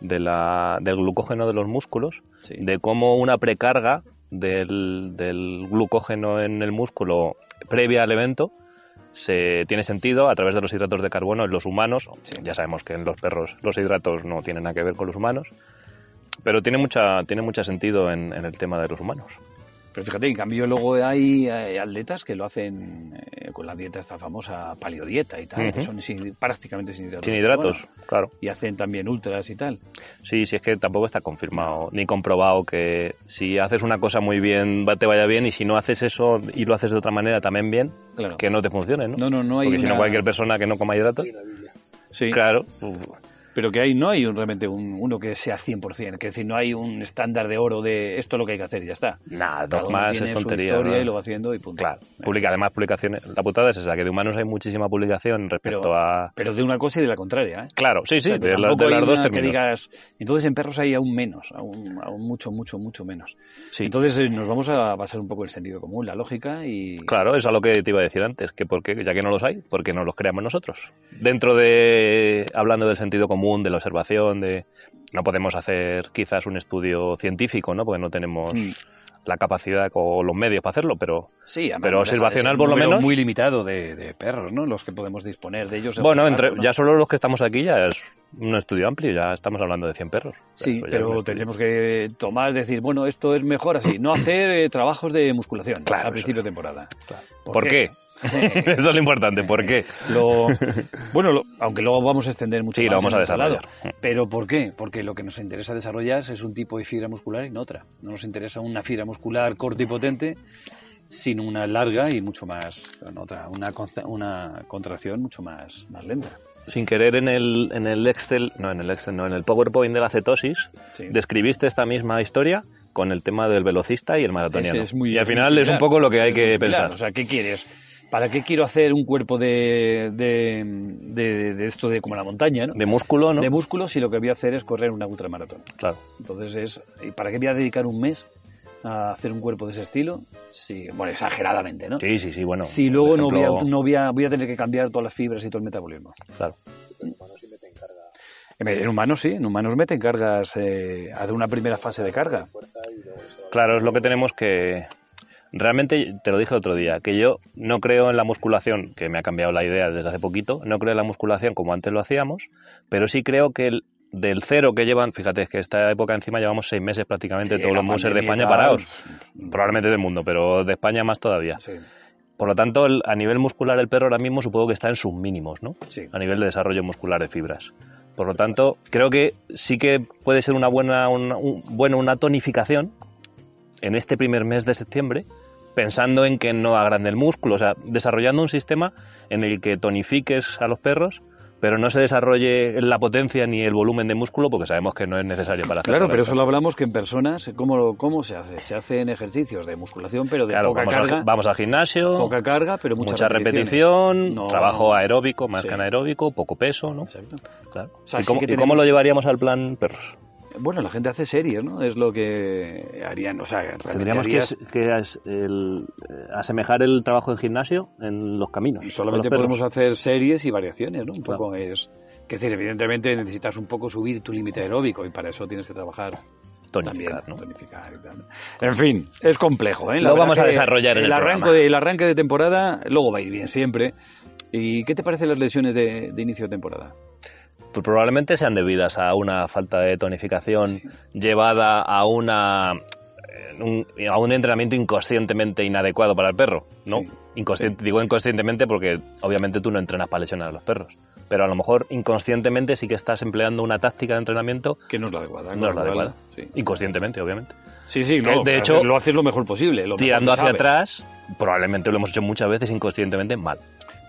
S1: de la- del glucógeno de los músculos,
S2: Sí.
S1: de cómo una precarga del, del glucógeno en el músculo previa al evento se tiene sentido a través de los hidratos de carbono en los humanos.
S2: Sí.
S1: Ya sabemos que en los perros los hidratos no tienen nada que ver con los humanos, pero tiene mucha tiene mucho sentido en, en el tema de los humanos.
S2: Pero fíjate, en cambio luego hay eh, atletas que lo hacen eh, con la dieta esta famosa paleodieta y tal, que
S1: Ujú.
S2: son sin- prácticamente sin hidratos.
S1: Sin hidratos,
S2: Bueno,
S1: claro.
S2: y hacen también ultras y tal.
S1: Sí, sí, es que tampoco está confirmado ni comprobado que si haces una cosa muy bien va- te vaya bien y si no haces eso y lo haces de otra manera también bien,
S2: Claro.
S1: que no te funcione, ¿no?
S2: No, no, no hay
S1: Porque si no
S2: una-
S1: cualquier persona que no coma hidratos,
S2: Sí,
S1: claro,
S2: pero que hay, no hay un- realmente un- uno que sea 100%, que es decir, no hay un estándar de oro de esto es lo que hay que hacer y ya está.
S1: nada,
S2: Cada uno
S1: dogmas
S2: tiene
S1: es
S2: su
S1: tontería.
S2: historia
S1: ¿no?
S2: y lo va haciendo y punto.
S1: Claro, publica además publicaciones. La putada es esa, que de humanos hay muchísima publicación respecto
S2: Pero-
S1: a...
S2: Pero de una cosa y de la contraria, ¿eh?
S1: Claro, sí, sí,
S2: O sea, que
S1: de, la-
S2: tampoco
S1: de las
S2: hay
S1: dos
S2: una que
S1: terminos.
S2: digas, entonces en perros hay aún menos, aún, aún mucho, mucho, mucho menos.
S1: Sí.
S2: Entonces eh, nos vamos a basar un poco el sentido común, la lógica y...
S1: Claro, eso es lo que te iba a decir antes, que porque, ya que no los hay, porque no los creamos nosotros. Dentro de, hablando del sentido común, de la observación, de no podemos hacer quizás un estudio científico, ¿no? Porque no tenemos
S2: Mm,
S1: la capacidad o los medios para hacerlo, pero
S2: Sí, además,
S1: Pero
S2: no deja de
S1: observacional,
S2: ser un
S1: por lo
S2: número
S1: menos.
S2: muy limitado de, de perros, ¿no? Los que podemos disponer de ellos.
S1: bueno, entre,
S2: observarlos, ¿no?
S1: ya solo los que estamos aquí ya es un estudio amplio, ya estamos hablando de 100 perros. Eso ya es
S2: Sí,
S1: un
S2: pero
S1: estudio.
S2: tenemos que tomar, decir, bueno, esto es mejor así, no hacer eh, trabajos de musculación
S1: Claro,
S2: a
S1: eso
S2: principio
S1: es.
S2: de temporada.
S1: Claro. ¿Por, qué? Eso es lo importante. ¿Por qué?
S2: Lo, bueno, lo- aunque luego vamos a extender mucho
S1: Sí,
S2: más
S1: lo vamos
S2: en
S1: a
S2: otro lado.
S1: desarrollar.
S2: Pero ¿por qué? Porque lo que nos interesa desarrollar es un tipo de fibra muscular y no otra. No nos interesa una fibra muscular corta y potente, sino una larga y mucho más, con otra, una, consta- una contracción mucho más, más lenta.
S1: Sin querer en el, en el Excel, no en el Excel, no, en el PowerPoint de la cetosis,
S2: Sí.
S1: describiste esta misma historia con el tema del velocista y el maratoniano.
S2: Ese es muy-
S1: y al
S2: es muy
S1: final es un
S2: similar.
S1: poco lo que hay que
S2: Claro,
S1: pensar.
S2: O sea, ¿qué quieres? ¿Para qué quiero hacer un cuerpo de, de, de- de esto de como la montaña, ¿no?
S1: de músculo, ¿no?
S2: de músculos si lo que voy a hacer es correr una ultramaratón?
S1: claro.
S2: Entonces es, ¿y ¿para qué voy a dedicar un mes a hacer un cuerpo de ese estilo? Sí, bueno, exageradamente, ¿no?
S1: Sí, sí, sí, bueno.
S2: si
S1: por
S2: luego no, voy
S1: ejemplo,
S2: a, no voy, a, voy a tener que cambiar todas las fibras y todo el metabolismo.
S1: Claro.
S2: En en humanos sí, en humanos meten cargas, eh, hace una primera fase de carga.
S1: Claro, es lo que tenemos que... Realmente, te lo dije el otro día, que yo no creo en la musculación, que me ha cambiado la idea desde hace poquito, no creo en la musculación como antes lo hacíamos, pero sí creo que el, del cero que llevan, fíjate, es que esta época encima llevamos seis meses prácticamente
S2: Sí,
S1: todos
S2: la
S1: los muses de
S2: pandemia y
S1: España
S2: tal.
S1: parados, probablemente del mundo, pero de España más todavía.
S2: Mm, Sí,
S1: Por lo tanto, el- a nivel muscular el perro ahora mismo supongo que está en sus mínimos, ¿no?
S2: sí.
S1: a nivel de desarrollo muscular de fibras. Por lo tanto, creo que sí que puede ser una buena, una, un- bueno, una tonificación en este primer mes de septiembre, pensando en que no agrande el músculo, o sea, desarrollando un sistema en el que tonifiques a los perros, pero no se desarrolle la potencia ni el volumen de músculo, porque sabemos que no es necesario para hacer
S2: Claro,
S1: todo
S2: pero
S1: esto.
S2: eso lo hablamos que en personas, ¿cómo, lo- cómo se hace? Se hacen ejercicios de musculación, pero de
S1: Claro,
S2: poca
S1: vamos, al-
S2: carga.
S1: vamos al gimnasio,
S2: Poca carga, pero mucha,
S1: mucha, repetición, trabajo aeróbico, más
S2: Sí.
S1: que anaeróbico, poco peso, ¿no?
S2: Exacto.
S1: Claro.
S2: O sea,
S1: ¿Y,
S2: sí
S1: cómo,
S2: que
S1: y cómo
S2: tenemos-
S1: lo llevaríamos al plan perros?
S2: Bueno, la gente hace series, ¿no? Es lo que harían, o sea, realmente
S1: Tendríamos que,
S2: harías-
S1: as- que as- el, eh, asemejar el trabajo en gimnasio en los caminos.
S2: solamente
S1: con los
S2: podemos
S1: perros.
S2: hacer series y variaciones, ¿no? Un poco es... Que es decir, evidentemente necesitas un poco subir tu límite aeróbico y para eso tienes que trabajar
S1: tonificar,
S2: también,
S1: ¿no?
S2: tonificar y tal. En fin, es complejo, ¿eh? La
S1: Lo
S2: verdad
S1: vamos a
S2: que
S1: desarrollar en el
S2: arranque
S1: programa.
S2: de, El arranque de temporada luego va a ir bien siempre. ¿Y qué te parecen las lesiones de, de inicio de temporada?
S1: Pues probablemente sean debidas a una falta de tonificación llevada a una eh, un- a un entrenamiento inconscientemente inadecuado para el perro, ¿no?
S2: Sí.
S1: Inconscien- Digo inconscientemente porque obviamente tú no entrenas para lesionar a los perros, pero a lo mejor inconscientemente sí que estás empleando una táctica de entrenamiento
S2: Que no es la adecuada.
S1: no es la adecuada,
S2: Sí,
S1: inconscientemente obviamente.
S2: sí, sí,
S1: Que,
S2: no,
S1: de
S2: a
S1: hecho,
S2: ver, lo haces lo mejor posible. lo mejor
S1: Tirando
S2: que
S1: hacia
S2: sabes.
S1: atrás, probablemente lo hemos hecho muchas veces inconscientemente mal.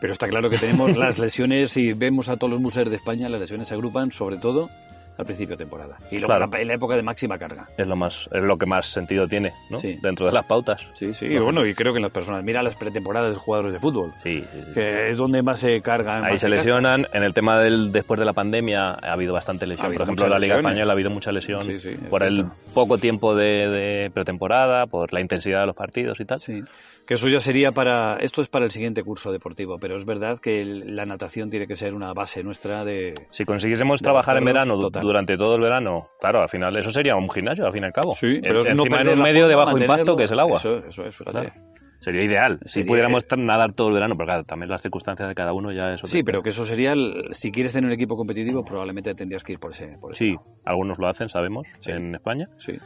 S2: Pero está claro que tenemos las lesiones, y vemos a todos los museos de España, las lesiones se agrupan sobre todo al principio de temporada. Y luego
S1: Claro.
S2: en la- en la época de máxima carga.
S1: es lo más es lo que más sentido tiene ¿no?
S2: Sí.
S1: dentro de las pautas
S2: Sí, sí,
S1: Lógico.
S2: bueno, y creo que en las personas. Mira las pretemporadas de jugadores de fútbol,
S1: sí, sí, sí.
S2: que es donde más se cargan.
S1: ahí
S2: más
S1: se
S2: gastan.
S1: lesionan en el tema del después de la pandemia ha habido bastante lesión
S2: Ha habido
S1: por ejemplo en la
S2: muchas
S1: liga
S2: lesiones.
S1: española ha habido mucha lesión
S2: Sí, sí,
S1: por
S2: es
S1: el
S2: cierto.
S1: poco tiempo de, de pretemporada por la intensidad de los partidos y tal
S2: Sí. Que eso ya sería para. Esto es para el siguiente curso deportivo, pero es verdad que el- la natación tiene que ser una base nuestra de.
S1: si consiguiésemos
S2: De
S1: trabajar en
S2: acuerdo,
S1: verano du-
S2: total.
S1: durante todo el verano claro al final eso sería un gimnasio al fin y al cabo
S2: Sí,
S1: En-
S2: pero es no
S1: encima en
S2: perder
S1: un
S2: la
S1: medio
S2: forma,
S1: de bajo
S2: mantenerlo.
S1: impacto que es el agua
S2: Eso, eso es, fíjate.
S1: Claro. sería ideal si
S2: Sería-
S1: pudiéramos tra- nadar todo el verano pero claro también las circunstancias de cada uno ya es otra
S2: Sí,
S1: historia.
S2: pero que eso sería. el- si quieres tener un equipo competitivo, probablemente tendrías que ir por ese. Por ese
S1: sí
S2: lado.
S1: algunos lo hacen sabemos
S2: Sí.
S1: en España
S2: sí.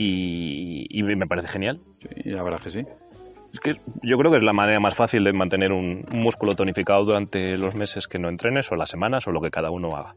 S1: y, y me parece genial.
S2: Sí, la verdad que sí.
S1: Es que yo creo que es la manera más fácil de mantener un un músculo tonificado durante los meses que no entrenes o las semanas o lo que cada uno haga.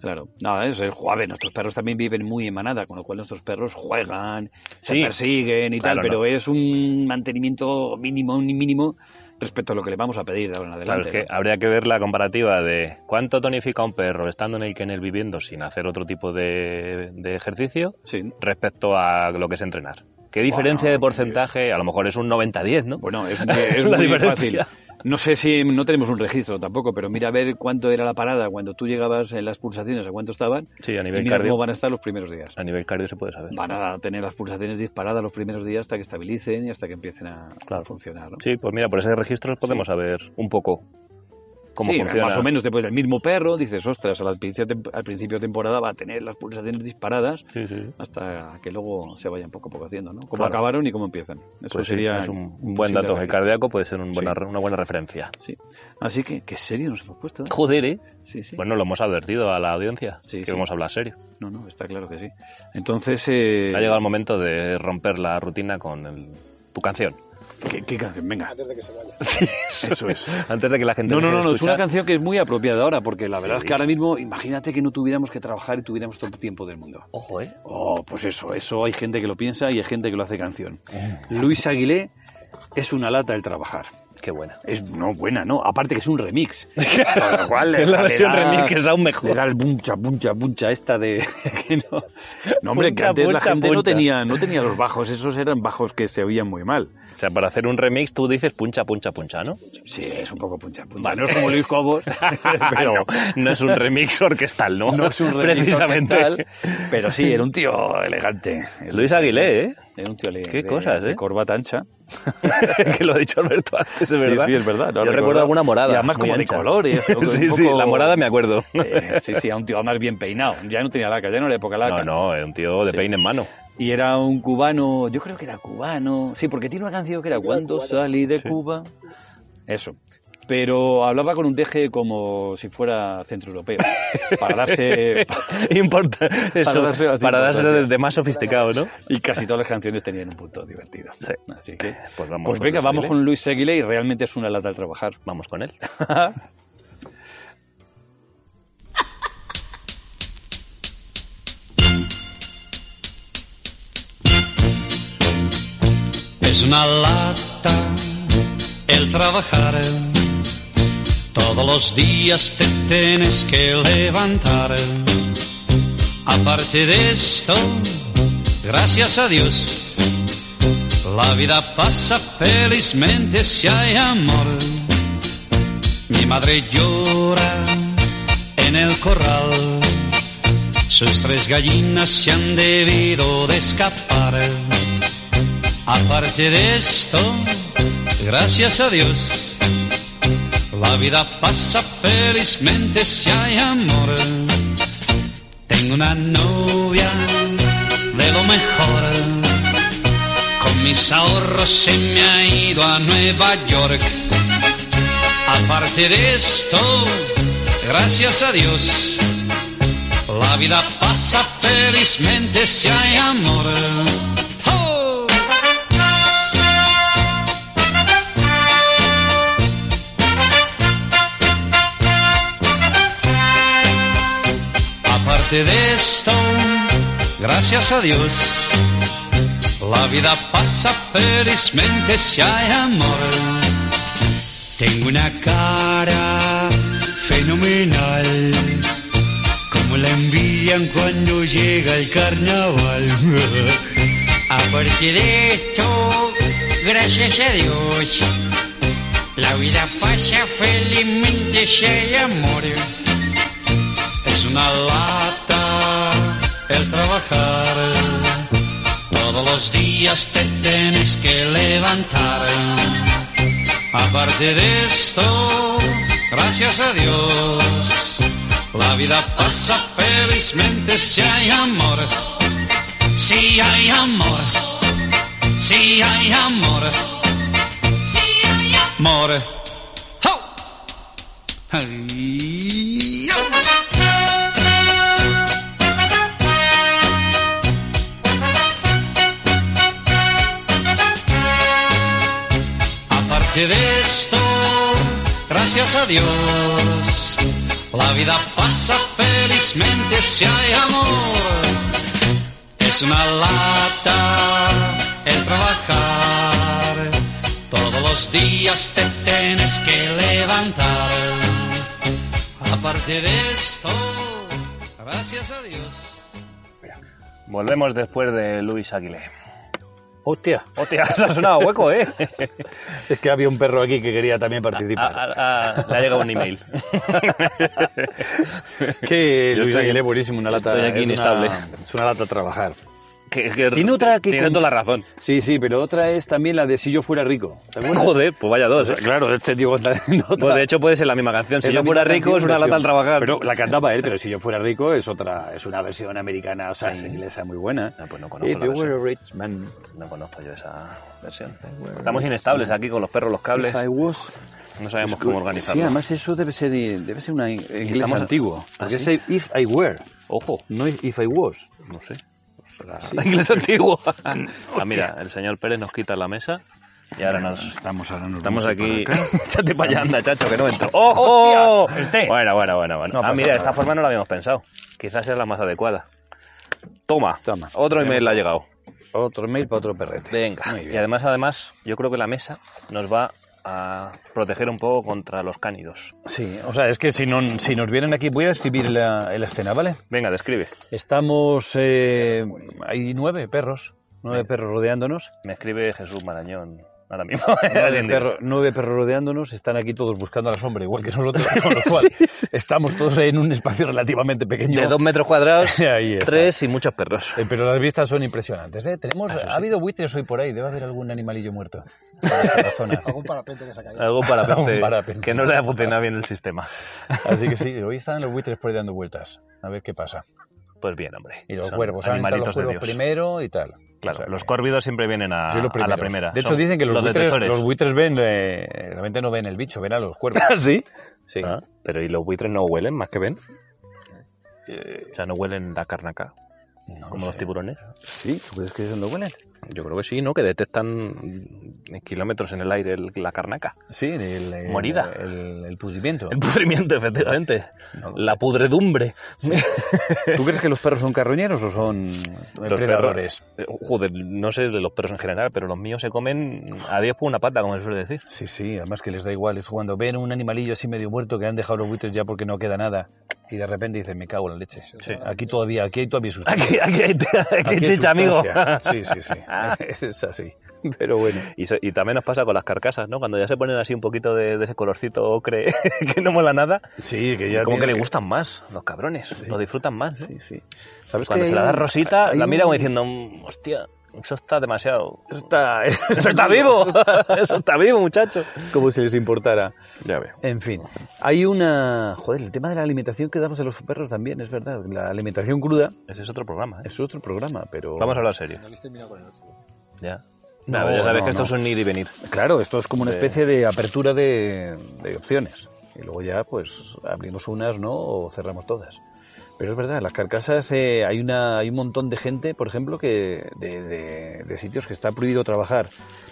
S2: Claro, nada, es el ju- a ver, Nuestros perros también viven muy en manada, con lo cual nuestros perros juegan,
S1: Sí.
S2: se persiguen y
S1: Claro,
S2: tal, pero
S1: no.
S2: es un mantenimiento mínimo, un mínimo respecto a lo que le vamos a pedir de ahora en
S1: Claro,
S2: adelante.
S1: es que
S2: ¿no?
S1: habría que ver la comparativa de cuánto tonifica un perro estando en el kennel viviendo sin hacer otro tipo de, de ejercicio
S2: Sí.
S1: respecto a lo que es entrenar. ¿Qué diferencia
S2: Bueno, pues,
S1: de porcentaje? A lo mejor es un 90-10, ¿no?
S2: Bueno, es, muy- es
S1: La
S2: muy fácil.
S1: diferencia.
S2: No sé si no tenemos un registro tampoco, pero mira a ver cuánto era la parada cuando tú llegabas en las pulsaciones, a cuánto estaban,
S1: Sí, a
S2: y
S1: nivel
S2: mira cómo
S1: cardio.
S2: van a estar los primeros días.
S1: A nivel cardio se puede saber.
S2: Van a tener las pulsaciones disparadas los primeros días hasta que estabilicen y hasta que empiecen a, a
S1: Claro.
S2: funcionar. ¿no?
S1: Sí, pues mira, por esos registros podemos saber un poco cómo
S2: Sí,
S1: funciona.
S2: Más o menos después del mismo perro, dices, ostras, al principio, tem- al principio de temporada va a tener las pulsaciones disparadas
S1: Sí, sí.
S2: hasta que luego se vayan poco a poco haciendo, ¿no? Cómo
S1: Claro.
S2: acabaron y cómo empiezan. Eso
S1: Pues sí,
S2: sería
S1: es un,
S2: un
S1: buen
S2: posible
S1: dato. El
S2: registro.
S1: cardíaco puede ser un
S2: Sí.
S1: buena re- una buena referencia.
S2: Sí. Así que, qué serio nos hemos puesto. ¿eh?
S1: Joder, ¿eh?
S2: Sí, sí.
S1: Bueno, lo hemos advertido a la audiencia
S2: Sí,
S1: que
S2: sí.
S1: vamos a hablar serio.
S2: No, no, está claro que sí. Entonces, eh,
S1: Ha llegado el momento de romper la rutina con el- tu canción.
S2: ¿Qué, qué canción? Venga.
S4: antes de que se vaya.
S2: Eso es.
S1: Antes de que la gente
S2: No, no,
S1: deje
S2: no,
S1: de
S2: no, es una
S1: escuchar.
S2: canción que es muy apropiada ahora, porque la verdad
S1: Sí.
S2: es que ahora mismo, imagínate que no tuviéramos que trabajar y tuviéramos todo el tiempo del mundo.
S1: Ojo, ¿eh?
S2: Oh, pues eso, eso hay gente que lo piensa y hay gente que lo hace canción. Luis Aguilé es una lata el trabajar.
S1: Qué buena.
S2: Es no buena, ¿no? Aparte que es un remix. Con lo cual,
S1: Es
S2: o sea,
S1: la
S2: le
S1: versión
S2: da-
S1: remix que es aún
S2: Le
S1: mejor.
S2: da el buncha, buncha, buncha esta de... que no. No, hombre, que
S1: Buncha,
S2: antes la
S1: buncha,
S2: gente no
S1: buncha.
S2: tenía, no tenía los bajos, esos eran bajos que se oían muy mal.
S1: O sea, para hacer un remix tú dices puncha, puncha, puncha, ¿no?
S2: Sí, es un poco puncha, puncha.
S1: Vale.
S2: No es como Luis Cobos, pero...
S1: no, no es un remix orquestal, ¿no?
S2: Ah, No es un remix
S1: Precisamente.
S2: orquestal, pero sí, era un tío elegante.
S1: Luis Aguilé, ¿eh?
S2: Era un tío elegante.
S1: Qué cosas,
S2: de
S1: ¿eh?
S2: corbata ancha.
S1: que lo ha dicho Alberto antes, es
S2: Sí,
S1: verdad.
S2: sí, es verdad,
S1: Yo
S2: lo
S1: recuerdo
S2: recuerdo.
S1: alguna morada.
S2: Y además
S1: muy
S2: como de
S1: ancha.
S2: colores, ¿no?
S1: sí,
S2: Un
S1: sí,
S2: poco-
S1: la morada me acuerdo.
S2: Eh, sí, sí, a un tío además bien peinado. Ya no tenía laca, ya no era época laca.
S1: No, no, era un tío de
S2: Sí.
S1: peine en mano.
S2: Y era un cubano, yo creo que era cubano. Sí, porque tiene una canción que era
S4: Era
S2: Cuando
S4: cubano.
S2: salí de
S1: Sí.
S2: Cuba. Eso. Pero hablaba con un deje como si fuera centroeuropeo. Para darse.
S1: Importa, eso, para
S2: darse
S1: darse,
S2: más importancia.
S1: de, de más sofisticado, ¿no?
S2: Y casi todas las canciones tenían un punto divertido. Así que.
S1: Pues vamos,
S2: Pues venga,
S1: Luis
S2: vamos
S1: Aguilé.
S2: con Luis Aguilé y realmente es una lata al trabajar.
S1: Vamos con él.
S5: Es una lata el trabajar. Todos los días te tienes que levantar. Aparte de esto, gracias a Dios, la vida pasa felizmente si hay amor. Mi madre llora en el corral. Sus tres gallinas se han debido de escapar. Aparte de esto, gracias a Dios, la vida pasa felizmente si hay amor. Tengo una novia de lo mejor. Con mis ahorros se me ha ido a Nueva York. Aparte de esto, gracias a Dios, la vida pasa felizmente si hay amor. ¡Oh! Aparte de esto, gracias a Dios, la vida pasa felizmente si hay amor. Tengo una cara fenomenal, como la envidian cuando llega el carnaval. Aparte de esto, gracias a Dios, la vida pasa felizmente si hay amor. Es una lata el trabajar. Todos los días te tienes que levantar. Aparte de esto, gracias a Dios, la vida pasa felizmente si hay amor. Si hay amor. Si hay amor. Si hay amor. ¡Oh! Ay, oh. Aparte de esto, gracias a Dios, la vida pasa felizmente si hay amor. Es una lata el trabajar, todos los días te tienes que levantar. Aparte de esto, gracias a Dios.
S1: Volvemos después de Luis Aguilé.
S6: Hostia,
S1: Hostia, se ha sonado hueco, ¿eh?
S6: es que había un perro aquí que quería también participar.
S1: Ah, ah, ah, le ha llegado un email.
S6: que
S1: Yo
S6: Luis
S1: estoy-
S6: Aguilé, buenísimo, una lata.
S1: estoy aquí
S6: es una-
S1: inestable.
S6: es una lata a trabajar.
S1: Que- que-
S2: Tiene otra que
S1: tiene
S2: con-
S1: toda la razón.
S2: Sí, sí, pero otra es también la de Si yo fuera rico.
S1: Joder, pues vaya dos. ¿eh?
S6: Claro, este tío está en otra-
S1: Pues de hecho puede ser la misma canción. Si
S6: es
S1: yo
S6: la
S1: fuera
S6: misma
S1: rico es
S6: canción,
S1: una lata al
S6: versión-
S1: trabajar.
S6: Pero la cantaba él, pero si yo fuera rico es otra, es una versión americana, o sea, inglesa muy buena.
S1: No, pues no conozco
S6: If
S1: la
S6: you
S1: versión.
S6: were a rich man,
S1: No conozco yo esa versión. Estamos inestables aquí con los perros, los cables.
S2: I was-
S1: No sabemos cómo
S2: Sí,
S1: organizarlo.
S2: además eso debe ser, debe ser una inglés
S1: estamos-
S2: antiguo.
S1: ¿Ah,
S6: porque
S1: sí?
S6: es if I were,
S1: Ojo,
S6: no if I was.
S1: no sé. La inglés antigua. Ah, mira, el señor Pérez nos quita la mesa. Y ahora nada.
S7: Estamos ahora nos
S1: Estamos
S7: vamos a
S1: aquí.
S7: ir para acá.
S1: Chate para allá, anda, chacho, que no entro. ¡Ojo!
S8: Este.
S1: Bueno, bueno, bueno. bueno.
S8: No
S1: ah,
S8: pasa
S1: mira, de
S8: nada.
S1: esta forma no la habíamos pensado. Quizás es la más adecuada. Toma,
S7: Toma.
S1: otro email ha llegado.
S7: Otro mail para otro perrete.
S1: Venga.
S7: Muy bien.
S1: Y además, además, yo creo que la mesa nos va a proteger un poco contra los cánidos.
S7: Sí,
S2: O sea, es que si, no, si nos vienen aquí, voy a escribir la, la escena, ¿vale?
S1: Venga, describe.
S2: Estamos. eh, hay nueve perros. Nueve perros rodeándonos.
S1: Me escribe Jesús Marañón ahora mismo.
S2: Nueve,
S1: Alguien
S2: perro- nueve perros rodeándonos. Están aquí todos buscando a la sombra, igual que nosotros. Con lo cual, estamos todos en un espacio relativamente
S1: dijo,
S2: pequeño.
S1: De dos metros cuadrados,
S2: Ahí está.
S1: tres Ah, y muchos perros.
S2: Eh, pero las vistas son impresionantes, ¿eh? Tenemos, ha habido buitres hoy por ahí, debe haber algún animalillo muerto en la zona.
S9: Algún parapente que se ha caído.
S1: Algo para
S2: Un parapente.
S1: que no le funciona bien el sistema.
S2: Así que sí, hoy están los buitres por ahí dando vueltas, a ver qué pasa.
S1: Pues bien, hombre.
S2: Y los
S1: Son
S2: cuervos, han entrado los
S1: animalitos de
S2: cuervos
S1: Dios.
S2: primero y tal.
S1: Claro,
S2: O sea
S1: los
S2: que-
S1: córvidos siempre vienen a,
S2: sí, los
S1: a la
S2: primeros.
S1: primera.
S2: De hecho,
S1: Son
S2: dicen que los, buitres,
S1: detectores.
S2: los buitres ven, eh, realmente no ven el bicho, ven a los cuervos.
S1: ¿Sí?
S2: Sí.
S1: Ah, pero ¿y los buitres no huelen más que ven? Eh, O sea, no huelen la carnaca,
S2: No
S1: como
S2: lo
S1: los
S2: sé.
S1: tiburones.
S7: sí, ¿tú crees que eso no huele?
S1: Yo creo que sí, ¿no? Que detectan mm, kilómetros en el aire el- la carnaca.
S2: Sí, el, el-
S1: Morida.
S2: El, el pudrimiento.
S1: El pudrimiento, efectivamente. La pudredumbre.
S7: ¿Tú crees que los perros son carroñeros o son
S1: Los
S2: Depredadores.
S1: perros- eh, Joder, no sé de los perros en general, pero los míos se comen a 10 por una pata, como se suele decir.
S2: Sí, sí, además que les da igual. Es cuando ven un animalillo así medio muerto que han dejado los buitres ya porque no queda nada. Y de repente dicen, me cago en la leche. Aquí todavía, aquí hay todavía sustancia.
S1: Aquí, aquí hay, aquí hay
S2: Aquí hay
S1: chicha, amigo.
S2: sustancia. Sí, sí, sí. es así. Pero bueno.
S1: Y, se- y también nos pasa con las carcasas, ¿no? Cuando ya se ponen así un poquito de, de ese colorcito ocre que no mola nada,
S2: Sí, que ya.
S1: y como que
S2: tiene
S1: le gustan más los cabrones, lo disfrutan más. ¿no?
S2: Sí, sí.
S1: Pues
S2: ¿Sabes
S1: Cuando
S2: que
S1: se la
S2: hay
S1: da
S2: un-
S1: Rosita,
S2: hay
S1: la mira como
S2: un-
S1: diciendo, "Mm, hostia, eso está demasiado...
S2: Eso Está,
S1: ¡Eso está vivo! ¡Eso está vivo, muchacho!
S2: como si les importara.
S1: Ya veo.
S2: En fin, hay una. Joder, el tema de la alimentación que damos a los perros también, es verdad. La alimentación cruda
S1: Ese es otro programa, ¿eh?
S2: es otro programa, pero.
S1: Vamos a hablar serio,
S9: No habéis terminado con el otro.
S1: ya.
S2: No,
S1: Claro, ya sabes
S2: no,
S1: que esto
S2: no.
S1: es un ir y venir.
S2: Claro, esto es como una especie de apertura de, de opciones. Y luego ya, pues, abrimos unas, ¿no? O cerramos todas. Pero es verdad, las carcasas, eh, hay, una, hay un montón de gente, por ejemplo, que de, de- de sitios que está prohibido trabajar.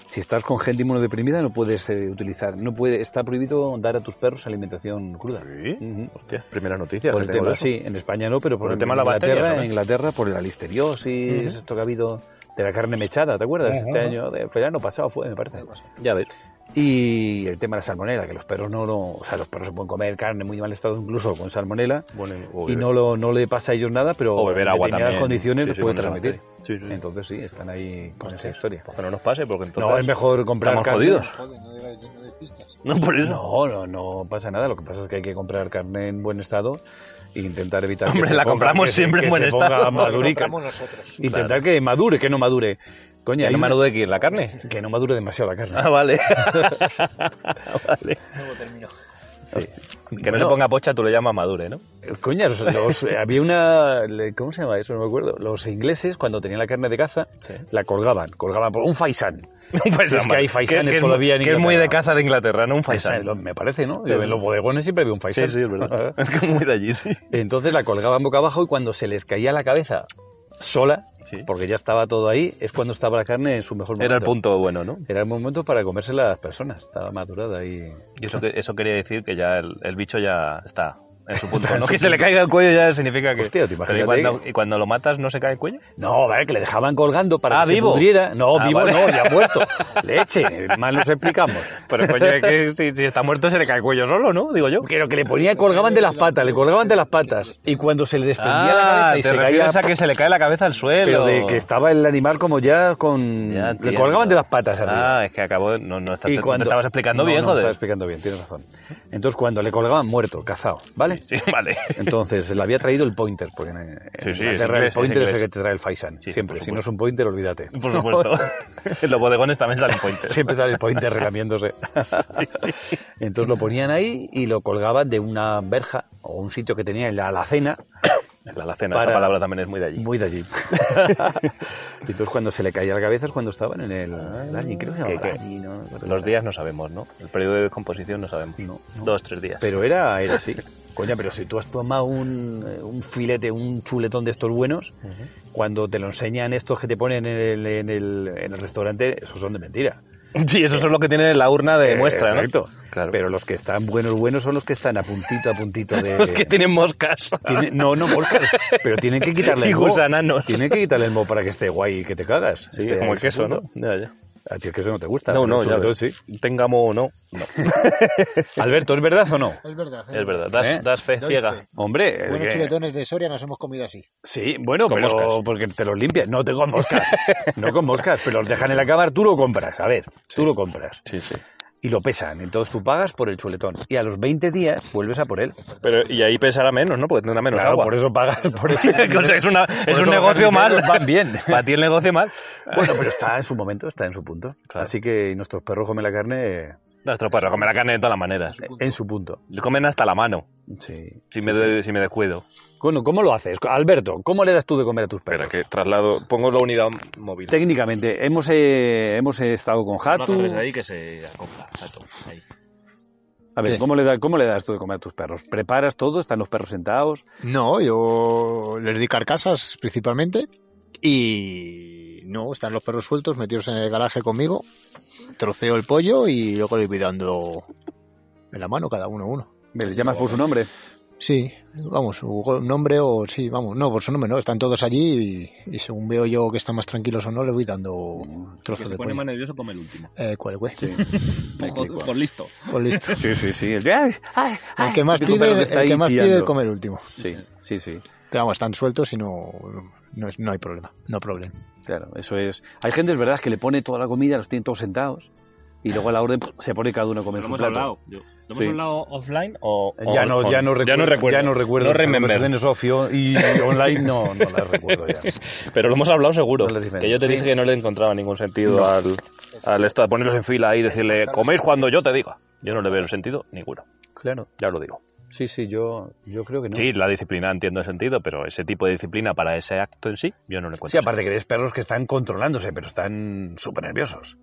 S2: Si estás con gente inmunodeprimida no puedes eh, utilizar, no puede, está prohibido dar a tus perros alimentación cruda. Ujú.
S1: Hostia, primera noticia.
S2: Por el tema, sí, en España no, pero por,
S1: Por el
S2: en
S1: tema de la
S2: Inglaterra,
S1: bacteria, ¿no?
S2: en Inglaterra por la listeriosis,
S1: Ujú.
S2: esto que ha habido de la carne mechada, ¿te acuerdas? Este año, de, fue el año pasado, fue, me parece.
S1: Ya ves.
S2: Y el tema de la salmonela, que los perros no lo. O sea, los perros se pueden comer carne en muy mal estado, incluso con salmonela,
S1: Bueno, o
S2: y
S1: beber-
S2: no, lo, no le pasa a ellos nada, pero
S1: o beber agua
S2: en
S1: también.
S2: determinadas condiciones
S1: Sí,
S2: lo
S1: sí,
S2: puede
S1: con esa
S2: transmitir.
S1: bacteria. Sí, sí, sí.
S2: Entonces, sí, están ahí con esa historia.
S1: Pues que no nos pase, porque entonces...
S2: No, es mejor comprar
S1: estamos
S2: carne.
S1: jodidos.
S9: Joder, no digáis no digáis pistas.
S1: No, por eso.
S2: No, no, no pasa nada. Lo que pasa es que hay que comprar carne en buen estado e intentar evitar
S1: Hombre,
S2: que se
S1: la
S2: ponga-
S1: compramos
S2: que se-
S1: siempre en
S2: que
S1: buen
S2: se ponga
S1: estado.
S2: madurica.
S9: Compramos nosotros.
S2: Intentar que madure, que no madure.
S1: ¿Que
S2: Coña,
S1: no
S2: hay una-
S1: madure quién? ¿La carne?
S2: Que no madure demasiado la carne.
S1: Ah, vale. vale.
S9: Nuevo término.
S1: Que no, se ponga pocha, tú le llamas madure, ¿no?
S2: Coña, los- los- eh, había una... le- ¿Cómo se llama eso? No me acuerdo. Los ingleses, cuando tenían la carne de caza,
S1: Sí.
S2: la colgaban. Colgaban por un faisán.
S1: Faisan,
S2: que
S1: vale.
S2: hay faisanes
S1: es-
S2: todavía en
S1: Que es muy
S2: Inglaterra.
S1: de caza de Inglaterra, no un faisán.
S2: Faisán, lo- Me parece, ¿no? En los bodegones siempre había un faisán. Ah,
S1: Sí, sí, es verdad. es que es muy de allí, sí.
S2: Entonces la colgaban boca abajo y cuando se les caía la cabeza sola,
S1: Sí.
S2: porque ya estaba todo ahí, es cuando estaba la carne en su mejor momento.
S1: Era el punto bueno, ¿no?
S2: Era el momento para comérsela a las personas. Estaba madurada y...
S1: Y eso, que- eso quería decir que ya el, el bicho ya está en su punto. No que se le caiga el cuello ya significa que...
S2: Hostia, ¿te
S1: Pero ¿y
S2: imagínate
S1: cuando,
S2: que-
S1: ¿Y cuando lo matas no se cae el cuello?
S2: No, vale, que le dejaban colgando para
S1: Ah,
S2: que
S1: vivo.
S2: se pudriera. No,
S1: Ah,
S2: vivo
S1: vale.
S2: no, ya muerto. Leche, mal nos explicamos.
S1: Pero coño, es que si, si está muerto se le cae el cuello solo, ¿no? Digo yo.
S2: Pero que le ponía, colgaban de las patas, le colgaban de las patas. Y cuando se le desprendía la cabeza y
S1: Ah, te
S2: se caía...
S1: refieres a que se le cae la cabeza al suelo.
S2: Pero de que estaba el animal como ya con...
S1: Ya
S2: le
S1: entiendo.
S2: colgaban de las patas arriba.
S1: Ah, es que acabo... No, no, estás,
S2: Y
S1: no
S2: cuando-
S1: estabas explicando
S2: No,
S1: bien,
S2: no, estaba
S1: joder.
S2: explicando bien, tienes razón. Entonces, cuando le colgaban muerto, cazado, ¿vale?
S1: Sí, vale.
S2: Entonces, le había traído el pointer, porque en, en
S1: Sí, sí,
S2: Inglaterra
S1: es inglés,
S2: el pointer
S1: es
S2: es, el
S1: inglés.
S2: que te trae el Faisan,
S1: Sí,
S2: siempre.
S1: por
S2: Si no es
S1: supuesto.
S2: un pointer, olvídate.
S1: Por supuesto. en los bodegones también salen pointers.
S2: siempre sale el pointer relamiéndose. Entonces lo ponían ahí y lo colgaban de una verja o un sitio que tenía en la alacena,
S1: La alacena,
S2: Para-
S1: esa palabra también es muy de allí.
S2: muy de allí. y entonces cuando se le caía la cabeza es cuando estaban en el... el Aldi, creo que se
S1: ¿Qué,
S2: llamaba
S1: qué?
S2: Aldi, ¿no? Me acuerdo.
S1: Ah, Los días no sabemos, ¿no? El periodo de descomposición no sabemos. Dos, tres días.
S2: Pero era, era así. Coña, pero si tú has tomado un, eh, un filete, un chuletón de estos buenos, cuando te lo enseñan estos que te ponen en el, en el, en el restaurante, esos son de mentira. Sí, eso es lo que tiene la urna de
S1: Eh,
S2: muestra,
S1: exacto,
S2: ¿no?
S1: claro.
S2: Pero los que están buenos, buenos son los que están a puntito, a puntito de...
S1: Los que tienen moscas.
S2: Tiene- no, no, Oscar, pero tienen que quitarle
S1: Y
S2: el mo.
S1: gusananos.
S2: Tienen que quitarle el mo para que esté guay y que te cagas.
S1: Sí,
S2: Este,
S1: como el
S2: ese
S1: queso, ¿no?
S2: punto.
S1: Ya, ya.
S2: A ti el queso no te gusta.
S1: No, no,
S2: sobre
S1: ya.
S2: todo,
S1: ves.
S2: sí.
S1: Tengamos o no.
S2: Alberto, ¿es verdad o no?
S9: Es verdad.
S1: Es verdad. Das,
S2: ¿Eh?
S1: das fe
S9: Doy
S1: ciega.
S9: fe.
S2: Hombre,
S9: Buenos
S2: que-
S9: chuletones de Soria nos hemos comido así.
S2: sí, bueno,
S1: Con
S2: pero
S1: moscas.
S2: porque te los limpias. No tengo moscas. no con moscas, pero los dejan en la cámara, tú lo compras. A ver, tú lo compras.
S1: Sí, sí.
S2: Y lo pesan. Entonces tú pagas por el chuletón. Y a los 20 días vuelves a por él.
S1: Pero, y ahí pesará menos, ¿no? Porque tendrá menos
S2: Claro,
S1: agua.
S2: por eso pagas. Por eso, Pues
S1: O sea, es una- es
S2: eso
S1: un
S2: los
S1: negocio mal.
S2: carniceros van bien.
S1: Para ti el negocio mal.
S2: Bueno, pero está en su momento, está en su punto.
S1: Claro.
S2: Así que y nuestros perros comen la carne
S1: Nuestro perro come la carne de todas las maneras.
S2: en su punto.
S1: Le comen hasta la mano,
S2: Sí.
S1: si, me, de- si me descuido.
S2: Bueno, ¿cómo lo haces? Alberto, ¿cómo le das tú de comer a tus perros?
S1: Espera, que traslado. Pongo la unidad móvil.
S2: Técnicamente, hemos, eh, hemos estado con Hatu.
S8: ahí que se acopla. Exacto. Ahí.
S2: A ver,
S9: Sí.
S2: ¿cómo le, da- ¿cómo le das tú de comer a tus perros? ¿Preparas todo? ¿Están los perros sentados?
S9: No, yo les di carcasas principalmente y no, están los perros sueltos metidos en el garaje conmigo. Troceo el pollo y luego le voy dando en la mano cada uno a uno.
S2: ¿Me
S8: Pues
S2: les llamas por su nombre?
S9: Sí, vamos, su nombre o sí, vamos, no, por su nombre no, están todos allí y, y según veo yo que están más tranquilos o no, le voy dando trozos de pollo.
S8: nervioso come el último.
S9: Eh, cuál, güey.
S8: Por listo.
S9: Pues listo.
S2: Sí, sí, sí. El, ¡Ay! ¡Ay!
S9: El que más
S2: Típico perro
S9: pide,
S2: que está
S9: el que
S2: ahí
S9: más pide
S2: chillando.
S9: come el último.
S2: Sí, sí, sí.
S9: Pero vamos, están sueltos y no, no, es- no hay problema, no problema.
S2: Claro, eso es. Hay gente, es verdad, que le pone toda la comida, los tiene todos sentados. Y luego a la orden pff, se pone cada uno a
S8: Lo
S2: comer su
S8: hemos
S2: plato.
S8: hablado. yo- Lo hemos
S2: Sí.
S8: hablado offline o.
S2: Ya
S1: O-
S2: no,
S1: o-
S2: Oh, ya, no
S1: ya no recuerdo.
S2: Ya no recuerdo.
S1: No
S2: Esas
S1: remember.
S2: conversaciones off y y online no, no las recuerdo ya.
S1: Pero lo hemos hablado seguro.
S2: No les diferencia.
S1: Que yo te dije que no le encontraba ningún sentido al, al esto de ponerlos en fila ahí y decirle, coméis cuando yo te diga. Yo no le veo sentido ninguno.
S2: Claro.
S1: Ya os lo digo.
S2: Sí, sí, yo, yo creo que no.
S1: Sí, la disciplina entiendo el sentido, pero ese tipo de disciplina para ese acto en sí, yo no lo encuentro.
S2: Sí, aparte que ves perros que están controlándose, pero están súper nerviosos.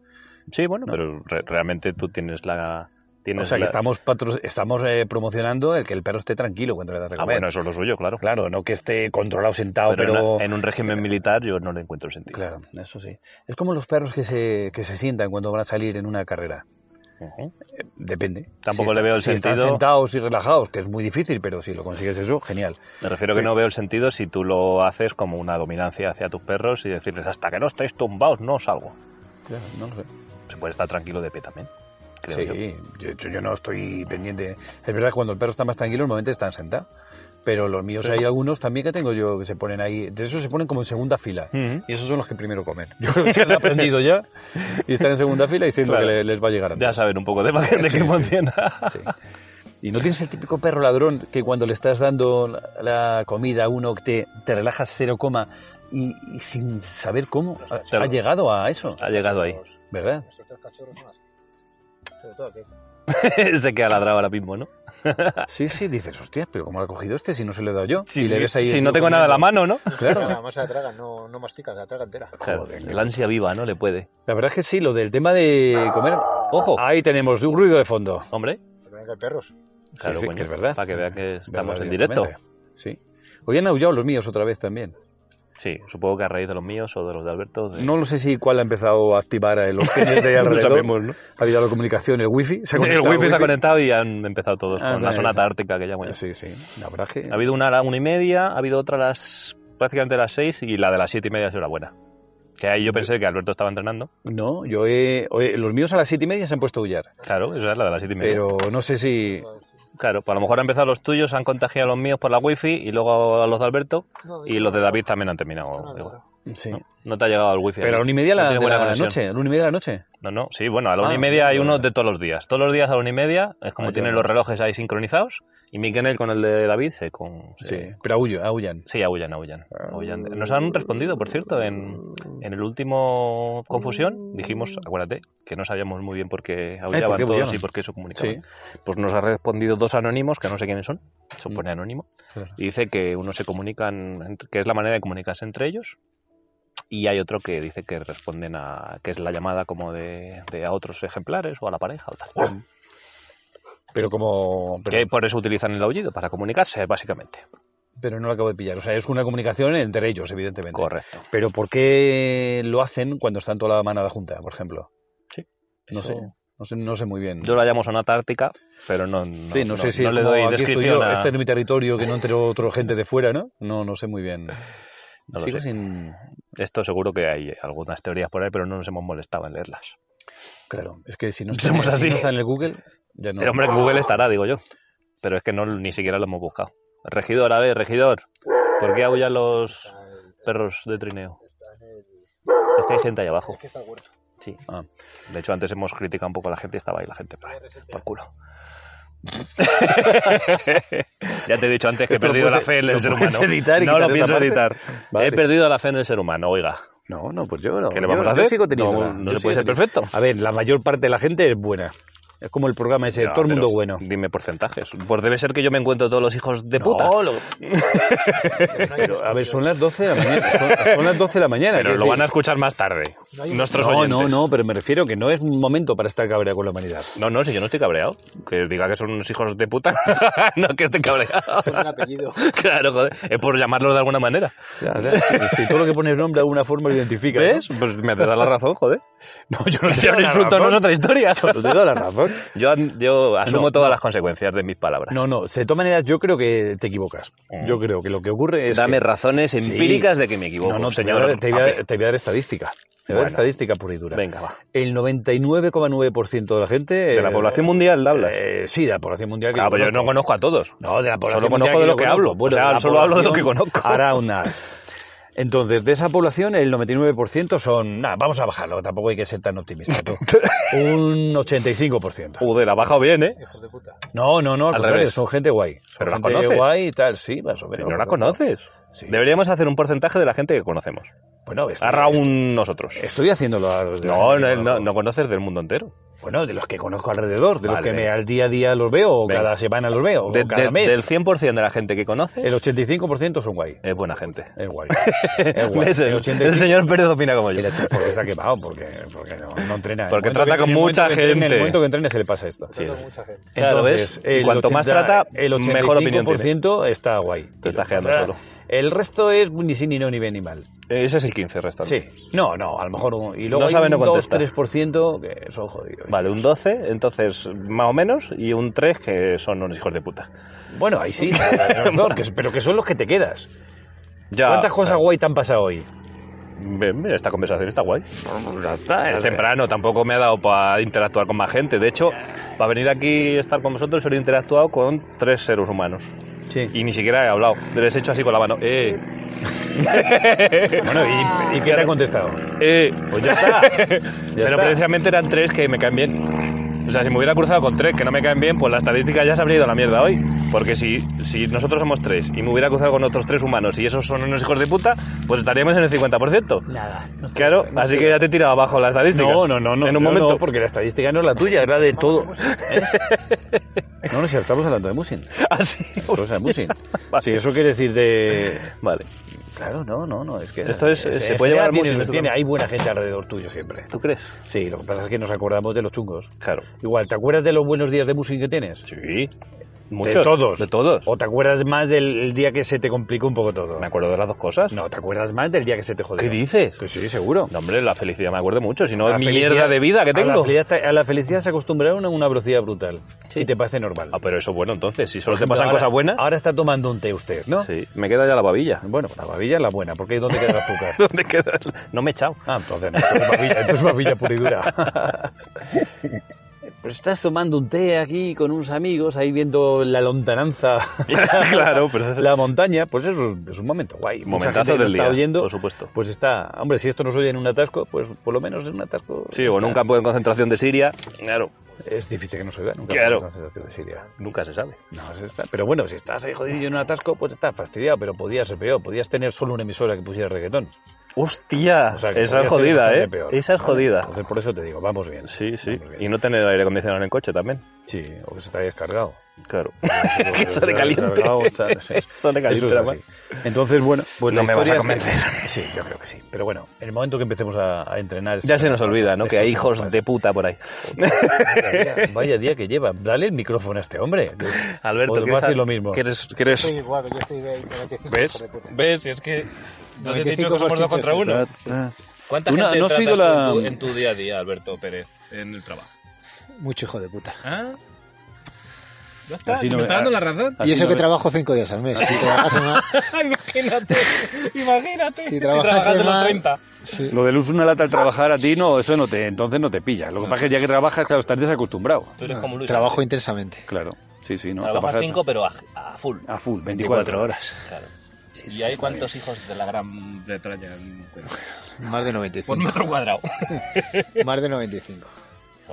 S1: Sí, bueno, pero re- realmente tú tienes la...
S2: O
S1: Tienes
S2: sea, que
S1: la- Ah,
S2: estamos, patro- estamos eh, promocionando el que el perro esté tranquilo cuando le das de
S1: Ah,
S2: comer.
S1: bueno, eso es lo suyo, claro.
S2: Claro, no que esté controlado, sentado,
S1: Pero,
S2: pero...
S1: en, en un régimen militar yo no le encuentro sentido.
S2: Claro, eso sí. Es como los perros que se, que se sientan cuando van a salir en una carrera.
S1: Ujú.
S2: Eh, Depende.
S1: Tampoco
S2: Si
S1: le veo el
S2: si están
S1: sentido.
S2: sentados y relajados, que es muy difícil, pero si lo consigues eso, genial.
S1: Me refiero que no veo el sentido si tú lo haces como una dominancia hacia tus perros y decirles, hasta que no estéis tumbados no salgo.
S2: Claro, no lo sé.
S1: Se puede estar tranquilo de pie también, creo
S2: Sí,
S1: yo.
S2: yo, de hecho, yo no estoy pendiente. Es verdad, cuando el perro está más tranquilo, normalmente están sentados. Pero los míos hay algunos también que tengo yo que se ponen ahí. De esos se ponen como en segunda fila.
S1: Ujú.
S2: Y esos son los que primero comen. Mm. Yo creo que se han aprendido ya. Y están en segunda fila diciendo
S1: Claro.
S2: que le- les va a llegar antes.
S1: Ya saben un poco de, de qué funciona.
S2: Sí. Y no tienes el típico perro ladrón que cuando le estás dando la- la comida a uno te, te relajas cero coma y, y sin saber cómo ha,
S1: Claro.
S2: ha llegado a eso,
S1: Ha llegado ahí.
S2: ¿verdad?
S9: Esos tres cachorros son así. Sobre todo aquel.
S1: Se queda ladrado ahora mismo, ¿no?
S2: Sí, sí, dices, hostias, pero ¿cómo lo ha cogido este si no se lo he dado yo?
S1: Si,
S2: Y le ves ahí
S1: si
S2: el
S1: no
S2: tío
S1: tengo nada en la
S2: comiendo.
S1: mano, ¿no?
S2: Claro.
S9: Además se la traga, no, no mastica, se la traga entera.
S2: Joder.
S1: el ansia viva, ¿no? Le puede.
S2: La verdad es que sí, lo del tema de comer.
S1: Ojo,
S2: Ahí tenemos un ruido de fondo.
S1: hombre.
S9: Pero venga, hay perros.
S1: Claro,
S2: sí,
S1: coño,
S2: que es verdad.
S1: Para que vea que estamos
S2: Verdad,
S1: en directo.
S2: evidentemente. Sí. Hoy han aullado los míos otra vez también.
S1: Sí, supongo que a raíz de los míos o de los de Alberto. de-
S2: No lo sé si cuál ha empezado a activar a los genes de alrededor.
S1: sabemos, ¿no?
S2: Ha habido la comunicación, el wifi. ¿Se ha
S1: el
S2: conectado
S1: wifi se ha conectado y han empezado todos
S2: Ah,
S1: con la
S2: sí,
S1: sonata
S2: sí.
S1: ártica que ya bueno.
S2: Sí, sí. La verdad es que...
S1: Ha habido una a la una y media, ha habido otra a las prácticamente a las seis y la de las siete y media es la buena. Que ahí yo pensé que Alberto estaba entrenando.
S2: No, yo he... oye, los míos a las siete y media se han puesto a aullar.
S1: Claro, esa es la de las siete y media.
S2: Pero no sé si...
S1: Claro, pues a lo mejor han empezado los tuyos, han contagiado a los míos por la wifi y luego a los de Alberto
S9: No,
S1: y los de David también han terminado.
S9: no, no,
S1: igual.
S9: no.
S2: Sí.
S1: No, no te ha llegado el wifi.
S2: Pero a la
S1: aquí.
S2: una y media
S1: No
S2: la,
S1: tiene
S2: de
S1: buena
S2: la
S1: conexión.
S2: noche. A la una y media de la noche.
S1: No, no, sí, bueno, a la una
S2: Ah,
S1: y media hay
S2: bueno.
S1: uno de todos los días. Todos los días a la una y media es como
S2: Ah,
S1: tienen
S2: ya.
S1: los relojes ahí sincronizados y mi kennel con el de David se con... se-
S2: Pero aullo, aullan.
S1: Sí, aullan, aullan, aullan. Nos han respondido, por cierto, en, en el último confusión dijimos, acuérdate, que no sabíamos muy bien por qué aullaban
S2: por qué
S1: todos
S2: aullaban.
S1: y por qué se comunicaban. Pues nos ha respondido dos anónimos, que no sé quiénes son, se pone anónimo,
S2: Claro.
S1: y dice que uno se comunican, ent- que es la manera de comunicarse entre ellos, y hay otro que dice que responden a, que es la llamada como de, de a otros ejemplares o a la pareja o tal.
S2: Pero como... Pero,
S1: Que por eso utilizan el aullido, para comunicarse, básicamente.
S2: pero no lo acabo de pillar. O sea, es una comunicación entre ellos, evidentemente.
S1: Correcto.
S2: Pero ¿por qué lo hacen cuando están toda la manada junta, por ejemplo?
S1: Sí.
S2: No sé, no sé, no sé muy bien.
S1: Yo la llamo sonata ártica, pero no, no,
S2: Sí, no, sé si es
S1: le
S2: como,
S1: doy
S2: aquí estoy yo,
S1: descripción a...
S2: este es mi territorio, que no entre otro gente de fuera, ¿no? No, no sé muy bien.
S1: No lo
S2: Sigo
S1: sé.
S2: sin...
S1: Esto seguro que hay algunas teorías por ahí, pero no nos hemos molestado en leerlas.
S2: Claro, es que si no,
S1: Somos
S2: si
S1: así.
S2: no está en el Google, ya no... Ah.
S1: El hombre en Google estará, digo yo. Pero es que no ni siquiera lo hemos buscado. Regidor, a ver, regidor. ¿Por qué aullan los perros de trineo? Es que hay gente ahí abajo. Sí.
S2: Ah.
S1: De hecho, antes hemos criticado un poco a la gente y estaba ahí la gente por, ahí, por culo. ya te he dicho antes que he
S2: Esto lo
S1: perdido la
S2: puedes-
S1: fe en
S2: lo
S1: el ser
S2: puedes
S1: humano.
S2: editar y
S1: no lo
S2: quitar esa
S1: pienso
S2: parte.
S1: editar.
S2: Vale.
S1: He perdido la fe en el ser humano, oiga.
S2: No, no, pues yo no.
S1: ¿Qué le
S2: Yo-
S1: vamos a
S2: yo
S1: hacer?
S2: sigo teniendo
S1: No,
S2: la-
S1: no
S2: yo
S1: se
S2: sigo
S1: puede ser
S2: teniendo-
S1: perfecto.
S2: A ver, la mayor parte de la gente es buena. Es como el programa ese,
S1: No,
S2: todo el mundo
S1: pero
S2: bueno.
S1: Dime porcentajes. Pues debe ser que yo me encuentro todos los hijos de puta.
S2: Pero, a ver, son las 12 de la mañana. Son, son las 12 de la mañana.
S1: Pero
S2: quiero
S1: lo
S2: decir-
S1: van a escuchar más tarde. Nuestros
S2: No,
S1: oyentes.
S2: no, no, pero me refiero que no es un momento para estar cabreado con la humanidad.
S1: No, no, si yo no estoy cabreado. Que diga que son unos hijos de puta. no, que esté cabreado.
S9: Con el apellido.
S1: claro, joder. Es por llamarlo de alguna manera.
S2: si todo lo que pones nombre de alguna forma lo identifica.
S1: ¿Ves? Pues me te da la razón, joder. No, yo no
S2: te
S1: sé,
S2: doy
S1: un
S2: la
S1: insulto
S2: razón.
S1: no es otra historia.
S2: Yo te doy la razón.
S1: Yo, yo asumo
S2: No,
S1: todas
S2: no.
S1: las consecuencias de mis palabras.
S2: No, no, de todas maneras yo creo que te equivocas. Yo creo que lo que ocurre es...
S1: Mm. Dame
S2: que-
S1: razones
S2: Sí.
S1: empíricas de que me equivoco.
S2: No, no, te voy, a
S1: señor.
S2: dar, te voy a-
S1: Pape.
S2: te voy a dar estadística. Te voy a
S1: Bueno.
S2: dar estadística pura y dura.
S1: Venga, va.
S2: El 99,9% de la gente...
S1: De la
S2: eh,
S1: población mundial hablas.
S2: eh, sí, de la población mundial. que
S1: Ah, pues yo no
S2: conozco.
S1: conozco a todos.
S2: No, de la población.
S1: Solo
S2: mundial
S1: conozco de lo
S2: yo
S1: que
S2: conozco.
S1: hablo. O sea,
S2: de la
S1: solo hablo de lo que
S2: población
S1: conozco.
S2: Hará unas. Entonces, de esa población, el 99% son. Nada, vamos a bajarlo, tampoco hay que ser tan optimista tú. Un 85%.
S1: Joder, ha bajado bien, ¿eh?
S2: No, no, no, al,
S1: Al
S2: contrario,
S1: revés.
S2: son gente guay. Son
S1: Pero la
S2: gente
S1: conoces.
S2: guay y tal, sí, más o menos.
S1: no la conoces.
S2: Sí.
S1: Deberíamos hacer un porcentaje de la gente que conocemos.
S2: Bueno, estoy,
S1: Arra un nosotros.
S2: estoy haciéndolo. a los de la
S1: No,
S2: gente
S1: no,
S2: que
S1: no,
S2: conozco.
S1: no conoces del mundo entero.
S2: Bueno, de los que conozco alrededor, de los
S1: Vale,
S2: que me,
S1: venga.
S2: al día a día los veo, o
S1: Venga.
S2: cada semana los veo,
S1: De-
S2: o cada
S1: de-
S2: mes.
S1: Del 100% de la gente que conoce
S2: El 85% son guay.
S1: es buena gente.
S2: Es guay. Es guay.
S1: ¿Ves? El,
S2: 85%
S1: el señor Pérez opina como yo.
S2: Mira, chico, porque está quemado, porque, porque no, no entrena.
S1: Porque
S2: El momento
S1: trata
S2: que-
S1: con
S2: el momento
S1: mucha
S2: que entrene- En
S1: gente.
S2: el momento que entrene se le pasa esto.
S1: Sí. Claro, ¿ves?
S2: Entonces,
S1: Y
S2: el
S1: cuanto más
S2: 80
S1: trata,
S2: el
S1: mejor opinión tiene.
S2: 85% está guay.
S1: Te estás
S2: Y lo-
S1: quedando
S2: o sea,
S1: solo.
S2: El resto es ni sí, ni no, ni bien, ni mal.
S1: Ese es el 15 restante.
S2: Sí. No, no, a lo mejor. un- Y luego
S1: No
S2: hay
S1: sabe,
S2: un
S1: no
S2: 2,
S1: contesta.
S2: 3% que son jodidos.
S1: Vale, un 12, entonces más o menos, y un 3 que son unos hijos de puta.
S2: Bueno, ahí sí, alrededor, que- pero que son los que te quedas.
S1: Ya,
S2: ¿Cuántas cosas
S1: claro.
S2: guay te han pasado hoy?
S1: Bien, bien, esta conversación está guay.
S2: Pues eh.
S1: Es temprano, tampoco me ha dado para interactuar con más gente. De hecho, para venir aquí y estar con vosotros, solo he interactuado con tres seres humanos.
S2: Sí.
S1: Y ni siquiera he hablado. Les he hecho así con la mano. ¡Eh!
S2: Bueno, ¿y, y qué te ha contestado?
S1: ¡Eh! Pues ya está. Pero
S2: está.
S1: precisamente eran tres que me caen bien. O sea, si me hubiera cruzado con tres que no me caen bien, pues la estadística ya se habría ido a la mierda hoy. Porque si, si nosotros somos tres y me hubiera cruzado con otros tres humanos y esos son unos hijos de puta, pues estaríamos en el 50%.
S9: Nada. no estoy-
S1: Claro, así que ya te he tirado abajo la estadística.
S2: No, no, no, no.
S1: En un
S2: no,
S1: momento.
S2: no, porque la estadística no es la tuya, es la de todo. No, no, si estamos hablando de Musin.
S1: Así.
S2: Estamos hablando de Musin.
S1: Vale.
S2: Si eso quiere decir de.
S1: Vale.
S2: Claro, no, no, no. Es que.
S1: Esto es-
S2: en
S1: se
S2: general
S1: puede llevar
S2: tienes-
S1: Musin, tú
S2: tiene,
S1: también.
S2: Hay buena gente alrededor tuyo siempre.
S1: ¿Tú crees?
S2: Sí, lo que pasa es que nos acordamos de los chungos.
S1: Claro.
S2: Igual, ¿te acuerdas de los buenos días de Musin que tienes?
S1: Sí.
S2: De
S1: Muchos.
S2: todos.
S1: De todos.
S2: ¿O te acuerdas más del el día que se te complicó un poco todo?
S1: Me acuerdo de las dos cosas.
S2: No, ¿te acuerdas más del día que se te jodió?
S1: ¿Qué dices?
S2: Que sí, seguro.
S1: No, hombre, la felicidad me acuerdo mucho. Si no,
S2: La
S1: es mi
S2: felicidad-
S1: mierda de vida que
S2: A la
S1: tengo.
S2: felicidad, a la felicidad se acostumbraron a una velocidad brutal. Y te parece normal.
S1: Ah, pero eso bueno, entonces. Si solo te
S2: Ejemplo,
S1: pasan
S2: ahora-
S1: cosas buenas.
S2: Ahora está tomando un té usted, ¿no?
S1: Sí. Me queda ya la babilla.
S2: Bueno, pues la babilla es la buena, porque ahí es donde queda el azúcar.
S1: ¿Dónde queda? No me he echado.
S2: Ah, entonces no, esto es babilla, esto es babilla pura y dura. Pero estás tomando un té aquí con unos amigos, ahí viendo la lontananza,
S1: claro, pero.
S2: la montaña, pues es un, es un momento guay. Mucha gente
S1: Momentazo
S2: nos
S1: del día.
S2: está oyendo,
S1: Por supuesto.
S2: pues está, hombre, si esto nos oye en un atasco, pues por lo menos en un atasco.
S1: Sí, o en un
S2: está.
S1: campo de concentración de Siria. Claro.
S2: Es difícil que nos oigan nunca.
S1: Claro.
S2: La sensación de Siria.
S1: Nunca se sabe.
S2: No, eso está- Pero bueno, si estás ahí jodido en un atasco, pues estás fastidiado, pero podías ser peor. Podías tener solo una emisora que pusiera reggaetón.
S1: ¡Hostia!
S2: O sea, que
S1: Esa es
S2: podía ser
S1: jodida,
S2: bastante
S1: ¿eh?
S2: peor.
S1: Esa es
S2: Vale,
S1: jodida.
S2: Entonces, por eso te digo, vamos bien.
S1: Sí, sí.
S2: Vamos bien.
S1: ah, Y no tener aire acondicionado en el coche también.
S2: Sí, o que se te haya descargado.
S1: Claro.
S2: Que
S1: Eso de caliente. Eso de caliente era
S2: Entonces, bueno, pues
S1: No
S2: la
S1: me vas a
S2: historia es que-
S1: convencer.
S2: Sí, yo creo que sí. Pero bueno, en el momento que empecemos a, a entrenar.
S1: Ya se nos olvida, ¿no? Que hay hijos de puta por ahí.
S2: Vaya día, vaya día que lleva. Dale el micrófono a este hombre.
S1: Alberto,
S2: O va
S1: ¿quieres
S2: a decir
S1: a-
S2: lo mismo.
S1: ¿Quieres, quieres...
S9: Estoy igual, yo estoy 95. hijo de puta.
S1: ¿Ves? Es que...
S9: 95 somos dos contra uno.
S1: ¿Cuánta
S5: Una-
S1: gente
S5: no has
S1: tratas
S5: oído
S1: tú
S5: la-
S1: en, tu, en tu día a día, Alberto Pérez, en el trabajo?
S9: Mucho hijo de puta.
S1: ¿Ah? Ya está,
S5: Así
S1: si
S5: no
S1: me
S5: me- ah,
S1: está dando la razón.
S9: Y eso
S5: no
S9: que
S5: ve-
S9: trabajo cinco días al mes. Si trabajas más,
S1: imagínate, imagínate.
S9: Si trabajas
S1: trabajase
S9: en
S1: los
S9: la-
S1: 30.
S9: sí.
S5: Lo del uso de una lata al trabajar a ti, no, eso no te, entonces no te pilla. Lo que pasa es que ya que trabajas, claro, estás desacostumbrado.
S1: Tú eres como Luis.
S9: trabajo
S1: ¿no?
S9: intensamente.
S5: Claro, sí, sí, no.
S1: Trabajas
S5: trabajas
S1: 5, pero a, a full.
S5: a full, 24,
S9: horas.
S1: Claro. ¿Y hay cuántos hijos de la gran Bretaña en Cuenca?
S9: Más de
S1: Por
S9: 95.
S1: metro cuadrado.
S9: Más de 95.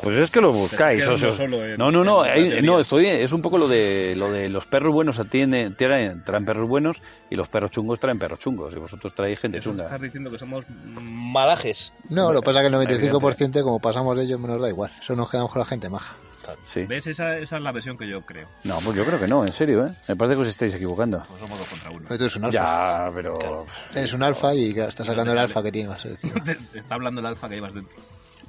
S2: Pues es que lo buscáis,
S1: Queda uno
S2: os- os-
S1: solo eh, en-
S5: No, no, no,
S1: en la
S5: ahí-
S1: teoría.
S5: no, estoy, es un poco lo de lo de los perros buenos atienden, traen, traen perros buenos y los perros chungos traen perros chungos y vosotros traéis gente chunga.
S1: Estás diciendo que somos malajes.
S9: No, lo que pasa es que el 95% como pasamos de ellos, nos da igual. Eso nos quedamos con la gente maja.
S5: Sí.
S1: ¿Ves? Esa, esa es la versión que yo creo.
S5: No, pues yo creo que no, en serio, ¿eh? Me parece que os estáis equivocando.
S1: Pues somos dos contra uno.
S9: Pero tú eres un alfa.
S5: Ya, pero
S9: Eres un alfa y claro, estás sacando el alfa que tienes. es decir.
S1: Te, te está hablando el alfa que llevas dentro.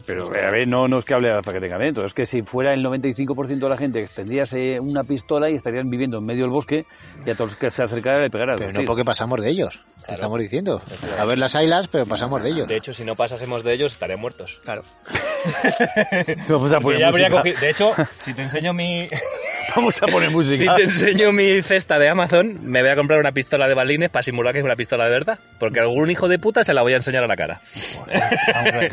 S5: Pero a ver, no, no es que hable hasta que tenga dentro, es que si fuera el 95% de la gente tendrías eh, una pistola y estarían viviendo en medio del bosque y a todos los que se acercaran le pegaran.
S9: Pero
S5: dos
S9: no
S5: tiros.
S9: porque pasamos de ellos. Te
S1: Claro.
S9: estamos diciendo. A ver las ailas, pero pasamos de ellos.
S1: De hecho, si no pasásemos de ellos, estarían muertos. Claro.
S2: vamos a poner
S1: ya habría
S2: música.
S1: cogido... De hecho, si te enseño mi...
S2: Vamos a poner
S1: si
S2: música.
S1: te enseño mi cesta de Amazon, me voy a comprar una pistola de balines para simular que es una pistola de verdad. Porque algún hijo de puta se la voy a enseñar a la cara.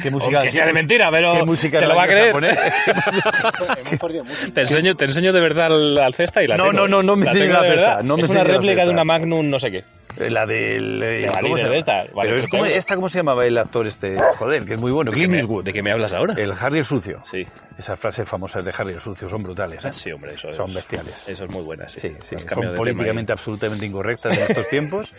S2: ¿Qué música?
S1: Aunque sea de mentira,
S2: ¿Qué
S1: pero
S2: música
S1: se
S2: de
S1: lo
S2: la
S1: va a
S2: que vas
S1: creer.
S2: poner?
S9: Hemos perdido mucho.
S1: Te enseño, te enseño de verdad al, al cesta y la
S2: No,
S1: tengo,
S2: no, no,
S1: ¿eh?
S2: no me
S1: La
S2: enseñes
S1: tengo
S2: la
S1: de
S2: cesta,
S1: verdad.
S2: no me
S1: es una
S2: enseñes la
S1: réplica de
S2: cesta.
S1: una Magnum no sé qué.
S2: La del... eh,
S1: De
S2: ¿cómo
S1: balines
S2: se llama?
S1: de estas, vale,
S2: Pero es
S1: pues
S2: como...
S1: tengo.
S2: ¿Esta cómo se llamaba el actor este? Joder, que es muy bueno. Clint Eastwood. Eh,
S1: ¿De qué me hablas ahora?
S2: El Harry el sucio.
S1: Sí.
S2: Esas frases famosas de Harry el sucio son brutales. ¿eh?
S1: Ah, Sí, hombre, eso
S2: Son
S1: es-
S2: bestiales.
S1: Eso es muy buena, sí.
S2: Sí, sí,
S1: Has cambiado
S2: son
S1: de
S2: políticamente
S1: tema
S2: absolutamente incorrectas en estos tiempos.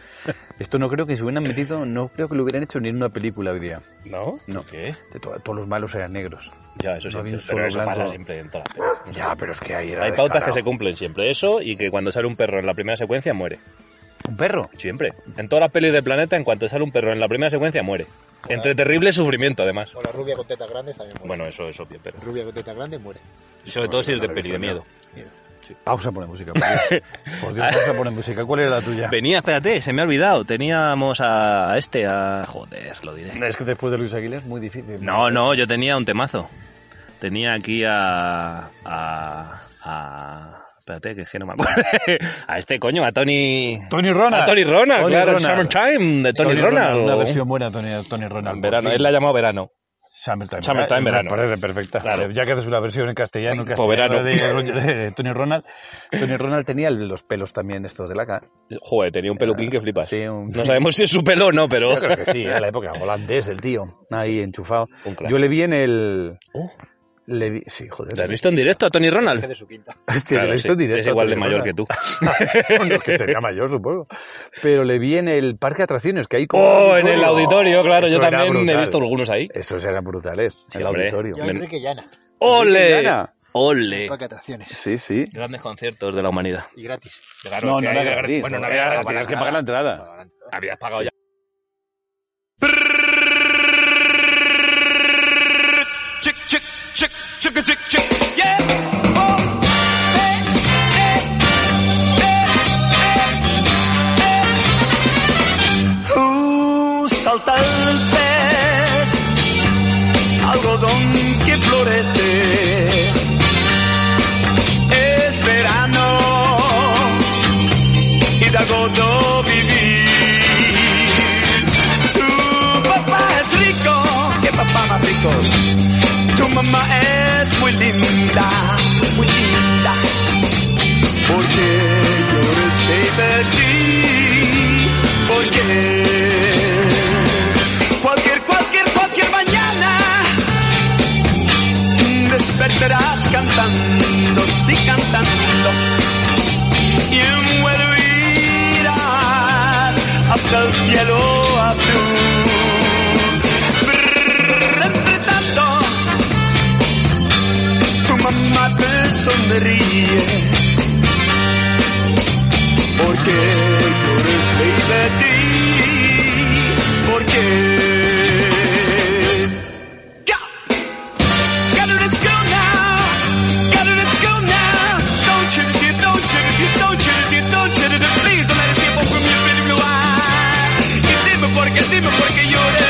S2: Esto no creo que se hubieran metido, no creo que lo hubieran hecho ni en una película hoy día.
S1: ahí. ¿No?
S2: No.
S1: ¿Qué?
S2: De to- todos los malos eran negros.
S1: Ya, eso
S2: No
S1: siempre.
S2: había un
S1: pero
S2: solo
S1: eso
S2: blanco.
S1: pasa siempre en todas las pelis.
S2: Ya, pero es que ahí era
S1: Hay pautas que se
S2: descarado.
S1: cumplen siempre. Eso y que cuando sale un perro en la primera secuencia muere.
S2: Un perro.
S1: Siempre. En todas las pelis del planeta, en cuanto sale un perro en la primera secuencia muere. Entre terrible sufrimiento, además.
S9: O la rubia con tetas grandes también muere.
S1: Bueno, eso es obvio, pero.
S9: Rubia con tetas grandes muere.
S1: Y sobre todo si es de
S2: no lo he
S1: peli de
S2: visto,
S1: miedo.
S2: Pausa poner música. Por Dios, Por Dios, pausa poner música. ¿Cuál era la tuya?
S1: Venía, espérate, se me ha olvidado. Teníamos a, a este, a. Joder, lo diré.
S2: Es que después de Luis Aguilera es muy difícil.
S1: No, no, yo tenía un temazo. Tenía aquí a. a. a. Espérate, que es que no me acuerdo. A este coño, a Tony.
S2: Tony Ronald.
S1: A Tony Ronald,
S2: Tony
S1: claro, el
S2: Ronald.
S1: Summertime de Tony, Ronald.
S2: Una versión buena de Tony, Tony Ronald.
S1: verano,
S2: por fin.
S1: él la ha llamado verano.
S2: Summertime. Ah,
S1: Summertime,
S2: Me
S1: verano.
S2: parece perfecta. Eh,
S1: Claro.
S2: Ya que haces una versión en castellano, en
S1: Po'
S2: castellano
S1: verano.
S2: de, de Tony Ronald. Tony Ronald tenía los pelos también estos de laca.
S1: Joder, tenía un peluquín que flipas.
S2: Sí, un-
S1: Pues, No sabemos si es su pelo o no, pero.
S2: Yo creo que sí, a la época holandés el tío, ahí enchufado.
S1: Un crack.
S2: Yo le vi en el...
S1: Oh.
S2: Le vi... Sí, joder.
S1: ¿Lo has visto en directo a Tony Ronald?
S9: de su quinta.
S2: Hostia,
S1: Claro,
S2: lo he visto en
S1: sí,
S2: directo,
S1: es igual de
S2: tío,
S1: mayor
S2: ¿verdad?
S1: que tú.
S2: Bueno, que sería mayor, supongo. Pero le vi en el parque de atracciones, que hay como...
S1: Oh,
S2: un
S1: en el auditorio, claro, yo
S2: Eso era
S1: también he
S2: brutal.
S1: visto algunos ahí.
S2: Esos eran brutales,
S1: Sí,
S2: el
S1: hombre.
S2: auditorio.
S1: Yo
S9: Yo
S1: a
S9: Enrique Llana.
S1: ¡Ole!
S2: Gana.
S1: ¡Ole!
S9: Para que atracciones.
S5: Sí, sí.
S1: Grandes conciertos de la humanidad.
S9: Y gratis.
S1: Claro,
S5: No,
S1: que
S5: no
S1: hay-
S5: era gratis.
S1: Bueno, no
S5: no
S1: había
S5: era-
S1: pagado
S5: Tenías Eh, que
S1: nada.
S5: pagar la entrada.
S1: Habías pagado ya.
S10: Chick, chick, chick, chicka, chick, chick, yeah. Oh, eh, eh, eh, eh, eh. Uh, salta el pez, algodón que florece. Es verano y de algodón vivir. Tu papá es rico, que papá más rico. Tu mamá es muy linda, muy linda. Porque llores, baby, porque cualquier, cualquier, cualquier mañana despertarás cantando, sí cantando. Y envuelvirás hasta el cielo azul. Brrr, entre tanto, tu mamá te sonríe. Porque llores, baby, porque. Go! Gotta let's go now. Gotta let's go now. Don't you get, don't you get, don't you get, don't you get, please don't let it slip off from your beautiful eye. Que dime por qué, dime por qué llores.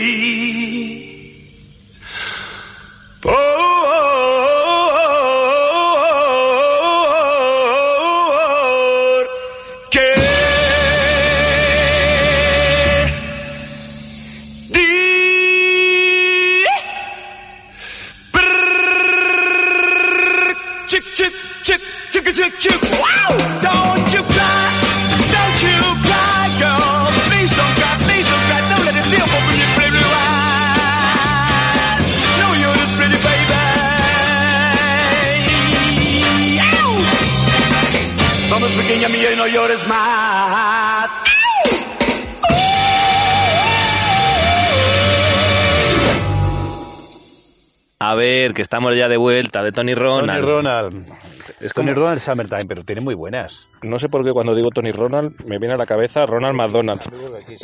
S5: baby. Oh, porque di Brrrr. Chick, chick, chick, chick, chick, chick. Wow! Don't you cry, don't you cry, girl. Please don't cry, please don't cry. Don't let it feel for you, pretty blue eyes. No, you're the pretty baby. Ow! Vamos, pequeña mía, y no llores más.
S11: A ver, que estamos ya de vuelta de Tony Ronald.
S2: Tony Ronald. Es Tony Ronald Summertime, pero tiene muy buenas.
S1: No sé por qué cuando digo Tony Ronald me viene a la cabeza Ronald McDonald.
S2: ¿En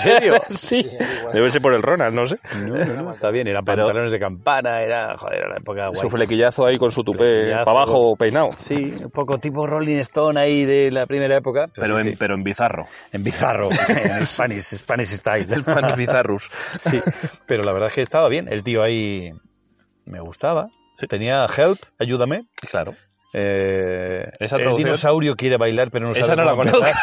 S2: serio?
S1: Sí, debe ser por el Ronald, no sé.
S2: No, no, no, está bien, era pantalones de campana, era, joder, era la época guay.
S1: Su flequillazo ahí con su tupé
S2: Flequillazo.
S1: para abajo peinado.
S2: Sí, un poco tipo Rolling Stone ahí de la primera época.
S11: Pero,
S2: Sí,
S11: en,
S2: sí.
S11: pero en bizarro.
S2: En bizarro, en Spanish, Spanish style.
S11: Panos bizarros.
S2: Sí, pero la verdad es que estaba bien. El tío ahí me gustaba. Tenía help, ayúdame.
S1: Claro.
S2: Eh,
S1: Esa
S2: el
S1: traducción-
S2: dinosaurio quiere bailar, pero no
S1: Esa
S2: sabe
S1: no la
S2: cómo
S1: conozco.
S2: empezar.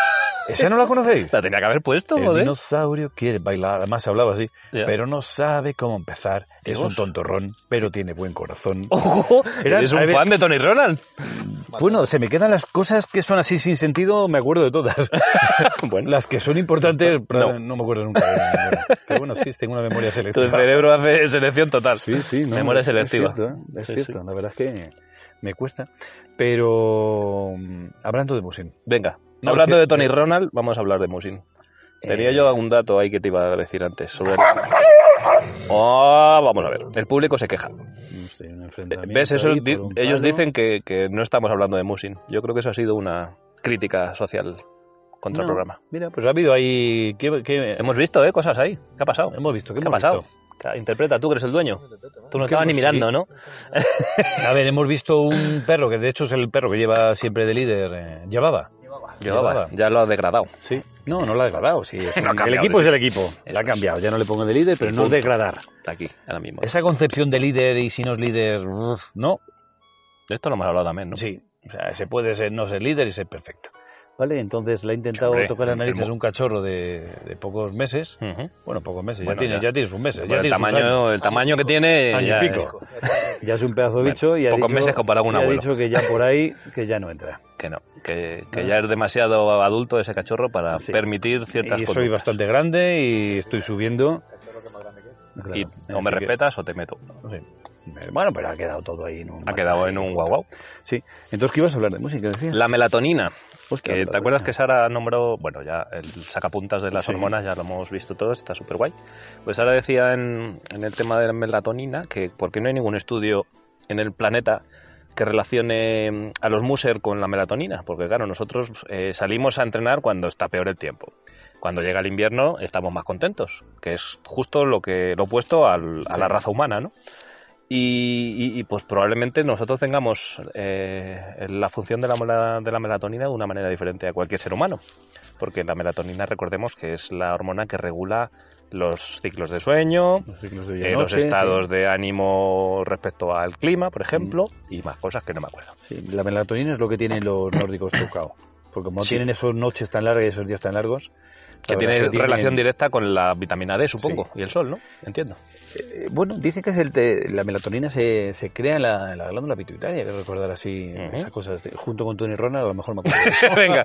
S2: ¿Esa no la conocéis?
S1: La tenía que haber puesto,
S2: El
S1: joder.
S2: dinosaurio quiere bailar, además se hablaba así,
S1: Ya.
S2: pero no sabe cómo empezar. Es
S1: Dios.
S2: un tontorrón, pero tiene buen corazón.
S1: Ojo,
S2: Era-
S1: eres un
S2: a ver-
S1: fan de Tony Ronald.
S2: Bueno, se me quedan las cosas que son así sin sentido, me acuerdo de todas.
S1: Bueno.
S2: Las que son importantes, no,
S1: No.
S2: me acuerdo nunca. de ninguna. Pero bueno, sí, tengo una memoria
S1: Tu
S2: selectiva.
S1: cerebro hace selección total.
S2: Sí, sí, no,
S1: Memoria
S2: es-
S1: selectiva.
S2: Es cierto, ¿eh? es
S1: Sí,
S2: cierto, la verdad es que me cuesta. Pero mm, hablando de Musin,
S1: Venga,
S2: No,
S1: hablando
S2: que- eh,
S1: de Tony Ronald, vamos a hablar de Musin. Tenía yo un dato ahí que te iba a decir antes. Sobre... Ah, vamos a ver. El público se queja.
S2: hostia, hay un enfrentamiento
S1: ¿Ves? Eso
S2: ahí
S1: di-
S2: por un
S1: ellos
S2: palo.
S1: dicen que, que no estamos hablando de Musin. Yo creo que eso ha sido una crítica social contra
S2: No.
S1: el programa.
S2: Mira, pues ha habido ahí. ¿qué, qué-
S1: Hemos visto, ¿eh? Cosas ahí. ¿Qué ha pasado?
S2: hemos visto? ¿Qué,
S1: ¿Qué ha
S2: hemos
S1: pasado?
S2: visto?
S1: Ca- Interpreta, tú que eres el dueño. Tú no estabas ni mirando, ¿no?
S2: A ver, hemos visto un perro que de hecho es el perro que lleva siempre de líder. eh, llevaba.
S1: Llevaba, ya lo ha degradado.
S2: Sí. No, no lo ha degradado. Sí, es-
S1: No ha
S2: el
S1: cambiado
S2: equipo
S1: de-
S2: es el equipo. La ha cambiado. Ya no le pongo de líder, pero
S1: Y
S2: no
S1: punto.
S2: degradar.
S1: Aquí, ahora mismo.
S2: Esa concepción de líder y si no es líder, uf, no.
S1: De esto lo hemos hablado también, ¿no?
S2: Sí, o sea, se puede ser, no ser líder y ser perfecto. ¿Vale? Entonces le ha intentado
S1: Hombre,
S2: tocar las narices
S1: enfermo.
S2: un cachorro de, de pocos meses.
S1: Ujú.
S2: Bueno, pocos meses,
S1: Bueno,
S2: ya, tiene,
S1: ya.
S2: ya tiene sus meses.
S1: Por
S2: ya
S1: Pues el,
S2: tiene sus años.
S1: tamaño, el tamaño que tiene.
S2: Año y
S1: ya-
S2: pico. Ya es un pedazo de
S1: Bueno,
S2: bicho y ha
S1: pocos
S2: dicho-
S1: meses comparado con un
S2: y
S1: abuelo.
S2: ha dicho que ya por ahí, que ya no entra.
S1: Que no, que, que
S2: Ah.
S1: ya es demasiado adulto ese cachorro para
S2: Sí.
S1: permitir ciertas
S2: Y
S1: cosas.
S2: soy bastante grande y estoy subiendo.
S1: Y
S2: Claro,
S1: o me
S2: así que-
S1: respetas o te meto.
S2: Eh, Bueno, pero ha quedado todo ahí en un...
S1: Ha quedado en un guau guau.
S2: Sí. Entonces, ¿qué ibas a hablar de música? Decías?
S1: La melatonina.
S2: Hostia,
S1: que,
S2: la-
S1: Eh, ¿Te acuerdas que Sara nombró, bueno, ya el sacapuntas de las
S2: Sí.
S1: hormonas, ya lo hemos visto todo, está súper guay? Pues Sara decía en, en el tema de la melatonina que porque no hay ningún estudio en el planeta que relacione mm, a los muser con la melatonina, porque claro, nosotros eh, salimos a entrenar cuando está peor el tiempo. Cuando llega el invierno estamos más contentos, que es justo lo que lo opuesto al- a la raza humana, ¿no? Y, y- y, pues probablemente nosotros tengamos eh, la función de la, mela- de la melatonina de una manera diferente a cualquier ser humano. Porque la melatonina, recordemos que es la hormona que regula los ciclos de sueño,
S2: Los ciclos de
S1: eh,
S2: día y
S1: los
S2: noche,
S1: estados de ánimo respecto al clima, por ejemplo, y más cosas que no me acuerdo.
S2: Sí, Mm. la melatonina es lo que tienen los nórdicos trucado. Porque como tienen esas noches tan largas y esos días tan largos. la
S1: Que
S2: verdad
S1: tiene
S2: es que tienen-
S1: relación directa con la vitamina D, supongo,
S2: Sí.
S1: y el sol, ¿no? Entiendo.
S2: Eh, bueno, dicen que es el te- la melatonina se, se crea en la, en la glándula pituitaria, que recordar así
S1: Ujú.
S2: esas cosas. de- Junto con Tony Ronald, a lo mejor me acuerdo. de eso.
S1: Venga,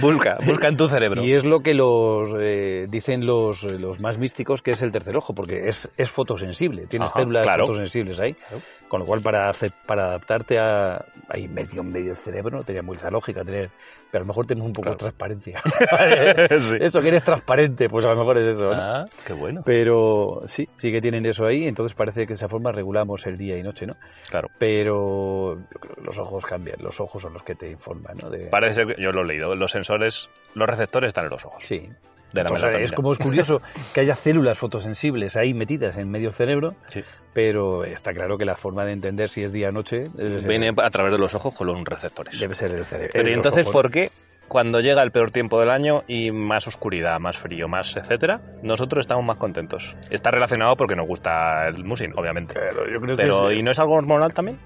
S1: busca, busca en tu cerebro.
S2: Y es lo que los eh, dicen los, los más místicos que es el tercer ojo, porque es, es fotosensible, tienes
S1: Ajá,
S2: células
S1: claro.
S2: fotosensibles ahí,
S1: Claro.
S2: con lo cual para, ace- para adaptarte a ahí medio medio del cerebro no tenía mucha lógica tener, pero a lo mejor tienes un poco de transparencia.
S1: Sí.
S2: Eso que eres transparente, pues a lo mejor es eso. ¿no?
S1: Ah, qué bueno.
S2: Pero sí, sí que tienen eso ahí, entonces parece que de esa forma regulamos el día y noche, ¿no?
S1: Claro.
S2: Pero yo creo que los ojos cambian, los ojos son los que te informan, ¿no? De-
S1: Parece ser que yo lo he leído. Los sensores, los receptores están en los ojos.
S2: Sí,
S1: de la
S2: Pues,
S1: melatonina.
S2: es como es curioso que haya células fotosensibles ahí metidas en medio cerebro,
S1: Sí.
S2: pero está claro que la forma de entender
S1: Pues
S2: si es día o noche eh, debe ser,
S1: Viene a través de los ojos con los receptores.
S2: debe ser el eh, cerebro.
S1: Pero ¿y entonces, ¿por qué cuando llega el peor tiempo del año y más oscuridad, más frío, más etcétera, nosotros estamos más contentos. Está relacionado porque nos gusta el musin, obviamente.
S2: Pero yo creo
S1: Pero,
S2: Eh, que
S1: ¿y no es algo hormonal también?